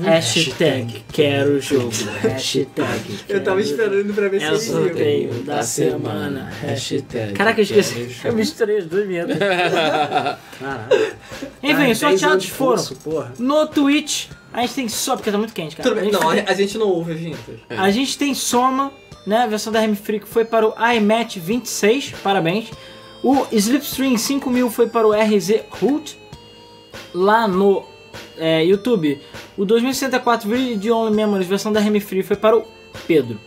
Speaker 3: Hashtag quero jogo. Hashtag.
Speaker 1: Eu tava esperando pra ver se
Speaker 3: É o
Speaker 1: eles iam.
Speaker 3: sorteio da semana.
Speaker 2: Hashtag.
Speaker 3: Caraca, eu esqueci. Eu misturei os dois vinhetas.
Speaker 6: Caralho.
Speaker 3: Enfim,
Speaker 1: Ah,
Speaker 3: os sorteados foram.
Speaker 6: Porra.
Speaker 3: No Twitch, a gente tem só, porque tá muito quente, cara.
Speaker 1: Tudo
Speaker 3: a
Speaker 1: bem,
Speaker 3: gente,
Speaker 1: não, a gente não ouve as vinhetas.
Speaker 3: a gente tem soma, né? A versão da RM Free que foi para o iMatch 26, parabéns. O Slipstream 5000 foi para o RZ Root. Lá no é, YouTube. O 2064 Video Only Memories, versão da RM Free, foi para o Pedro.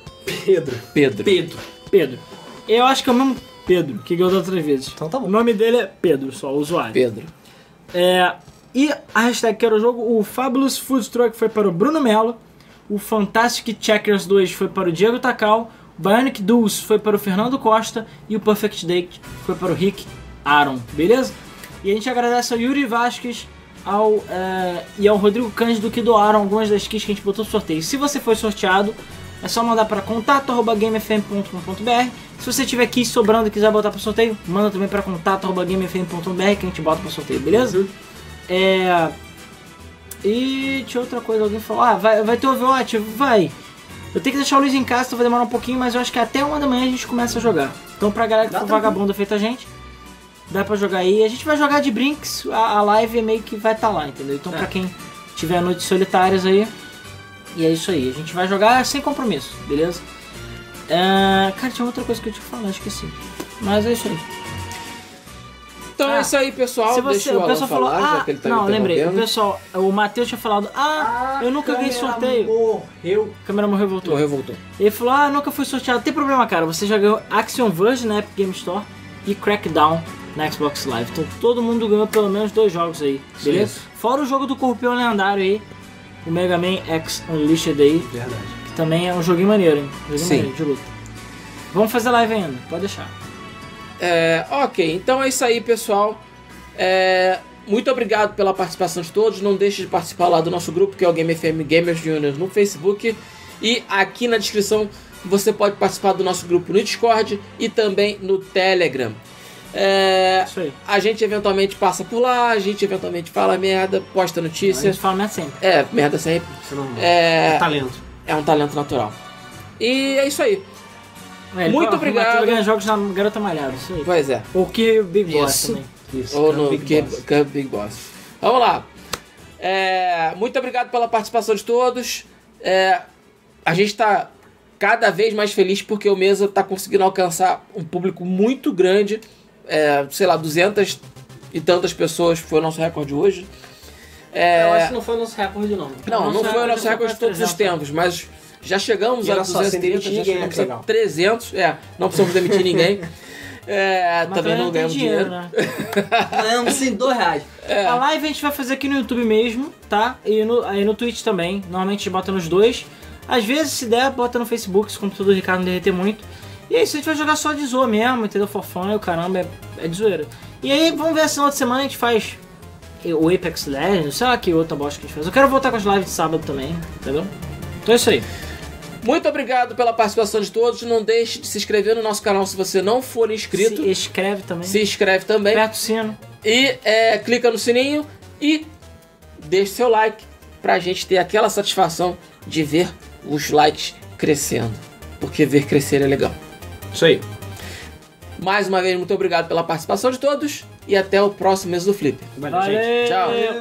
Speaker 6: Pedro.
Speaker 2: Pedro.
Speaker 6: Pedro.
Speaker 3: Pedro. Eu acho que é o mesmo Pedro que ganhou da outra vez.
Speaker 6: Então tá
Speaker 3: O
Speaker 6: bom.
Speaker 3: nome dele é Pedro, só o usuário.
Speaker 2: Pedro.
Speaker 3: É, e a hashtag que era o jogo, o Fabulous Food Truck foi para o Bruno Melo, o Fantastic Checkers 2 foi para o Diego Takal, o Bionic Duels foi para o Fernando Costa e o Perfect Date foi para o Rick Aaron, beleza? E a gente agradece ao Yuri Vasquez ao, é, e ao Rodrigo Cândido que doaram algumas das kits que a gente botou no sorteio. Se você foi sorteado, é só mandar para contato.gamefm.com.br. Se você tiver kit sobrando e quiser botar para sorteio, manda também para contato.gamefm.br que a gente bota para sorteio, beleza? É. E tinha outra coisa, alguém falou: Ah, vai, vai ter Overwatch? Vai. Eu tenho que deixar o Luiz em casa, então vai demorar um pouquinho, mas eu acho que até uma da manhã a gente começa a jogar. Então, pra galera que for vagabunda feita a gente, dá pra jogar aí. A gente vai jogar de Brinks, a, a live meio que vai estar lá, entendeu? Então, pra quem tiver noites solitárias aí, e é isso aí. A gente vai jogar sem compromisso, beleza? É, cara, tinha outra coisa que eu tinha que falar, esqueci. Mas é isso aí.
Speaker 2: Então
Speaker 3: Ah,
Speaker 2: é isso aí, pessoal.
Speaker 3: Se você,
Speaker 2: Deixa o
Speaker 3: o
Speaker 2: Alan
Speaker 3: pessoal falou,
Speaker 2: falar,
Speaker 3: ah,
Speaker 2: já que ele tá
Speaker 3: não,
Speaker 2: me
Speaker 3: lembrei, o
Speaker 2: interrompendo.
Speaker 3: pessoal, o Matheus tinha falado, ah, eu nunca ganhei sorteio.
Speaker 6: Morreu.
Speaker 3: A câmera morreu e voltou.
Speaker 2: Morreu, voltou.
Speaker 3: Ele falou, ah, nunca fui sorteado. Tem problema, cara, você já ganhou Action Verge na Epic Game Store e Crackdown na Xbox Live. Então todo mundo ganhou pelo menos dois jogos aí, beleza? Fora o jogo do Corpião Lendário aí, o Mega Man X Unleashed aí,
Speaker 6: Verdade.
Speaker 3: que também é um joguinho maneiro, hein? Joguinho
Speaker 2: Sim.
Speaker 3: maneiro de luta. Vamos fazer live ainda, pode deixar.
Speaker 2: É, ok, então é isso aí, pessoal. É, muito obrigado pela participação de todos. Não deixe de participar lá do nosso grupo, que é o Game FM Gamers Juniors no Facebook. E aqui na descrição você pode participar do nosso grupo no Discord e também no Telegram. É,
Speaker 3: Isso aí.
Speaker 2: a gente eventualmente passa por lá, a gente eventualmente fala merda, posta
Speaker 3: Isso
Speaker 2: notícias.
Speaker 3: fala merda sempre.
Speaker 2: É, merda sempre.
Speaker 6: Você não...
Speaker 2: É,
Speaker 6: Talento.
Speaker 2: é um talento natural. E é isso aí.
Speaker 3: É, ele
Speaker 2: Muito
Speaker 3: fala, o
Speaker 2: obrigado.
Speaker 3: Matheus ganha jogos na Garota Malhada, isso aí.
Speaker 2: Pois é.
Speaker 3: Ou que o Big Boss
Speaker 2: Isso.
Speaker 3: também.
Speaker 6: Isso.
Speaker 2: Ou
Speaker 6: cara,
Speaker 2: no
Speaker 6: Big
Speaker 2: Big
Speaker 6: Boss.
Speaker 2: Boss. Camp Big Boss. Vamos lá. É, muito obrigado pela participação de todos. É, a gente está cada vez mais feliz porque o Mesa está conseguindo alcançar um público muito grande. É, sei lá, 200 e tantas pessoas foi o nosso recorde hoje. É,
Speaker 1: Eu acho que não foi o nosso recorde, não.
Speaker 2: não, não
Speaker 3: Nossa,
Speaker 2: foi o
Speaker 3: já
Speaker 2: nosso
Speaker 3: foi
Speaker 2: recorde de todos os
Speaker 3: 300.
Speaker 2: tempos, mas já chegamos
Speaker 6: E
Speaker 2: a
Speaker 6: era só
Speaker 2: 230,
Speaker 6: 120,
Speaker 2: já
Speaker 6: ninguém
Speaker 2: chegamos
Speaker 6: é
Speaker 2: a
Speaker 6: legal.
Speaker 2: 300. É, não precisamos demitir ninguém. É,
Speaker 3: Mas
Speaker 2: também não
Speaker 3: tem
Speaker 2: ganhamos dinheiro.
Speaker 3: né?
Speaker 1: Ganhamos sim dois reais.
Speaker 2: é.
Speaker 3: A live a gente vai fazer aqui no YouTube mesmo, tá? E no, aí no Twitch também. Normalmente a gente bota nos dois. Às vezes, se der, bota no Facebook, se o computador do Ricardo não derreter muito. E é isso, a gente vai jogar só de zoa mesmo, entendeu? Fofão e o caramba, é, é de zoeira. E aí, vamos ver se na outra semana a gente faz o Apex Legends, sei lá que outra bosta que a gente faz. Eu quero voltar com as lives de sábado também, entendeu? Então é isso aí.
Speaker 2: Muito obrigado pela participação de todos. Não deixe de se inscrever no nosso canal se você não for inscrito.
Speaker 3: Se inscreve também.
Speaker 2: Se, inscreve também.
Speaker 3: Aperta o sino.
Speaker 2: E é, clica no sininho e deixe seu like pra gente ter aquela satisfação de ver os likes crescendo. Porque ver crescer é legal.
Speaker 6: Isso aí.
Speaker 2: Mais uma vez, muito obrigado pela participação de todos e até o próximo mês do Flip.
Speaker 6: Valeu, gente.
Speaker 2: Tchau.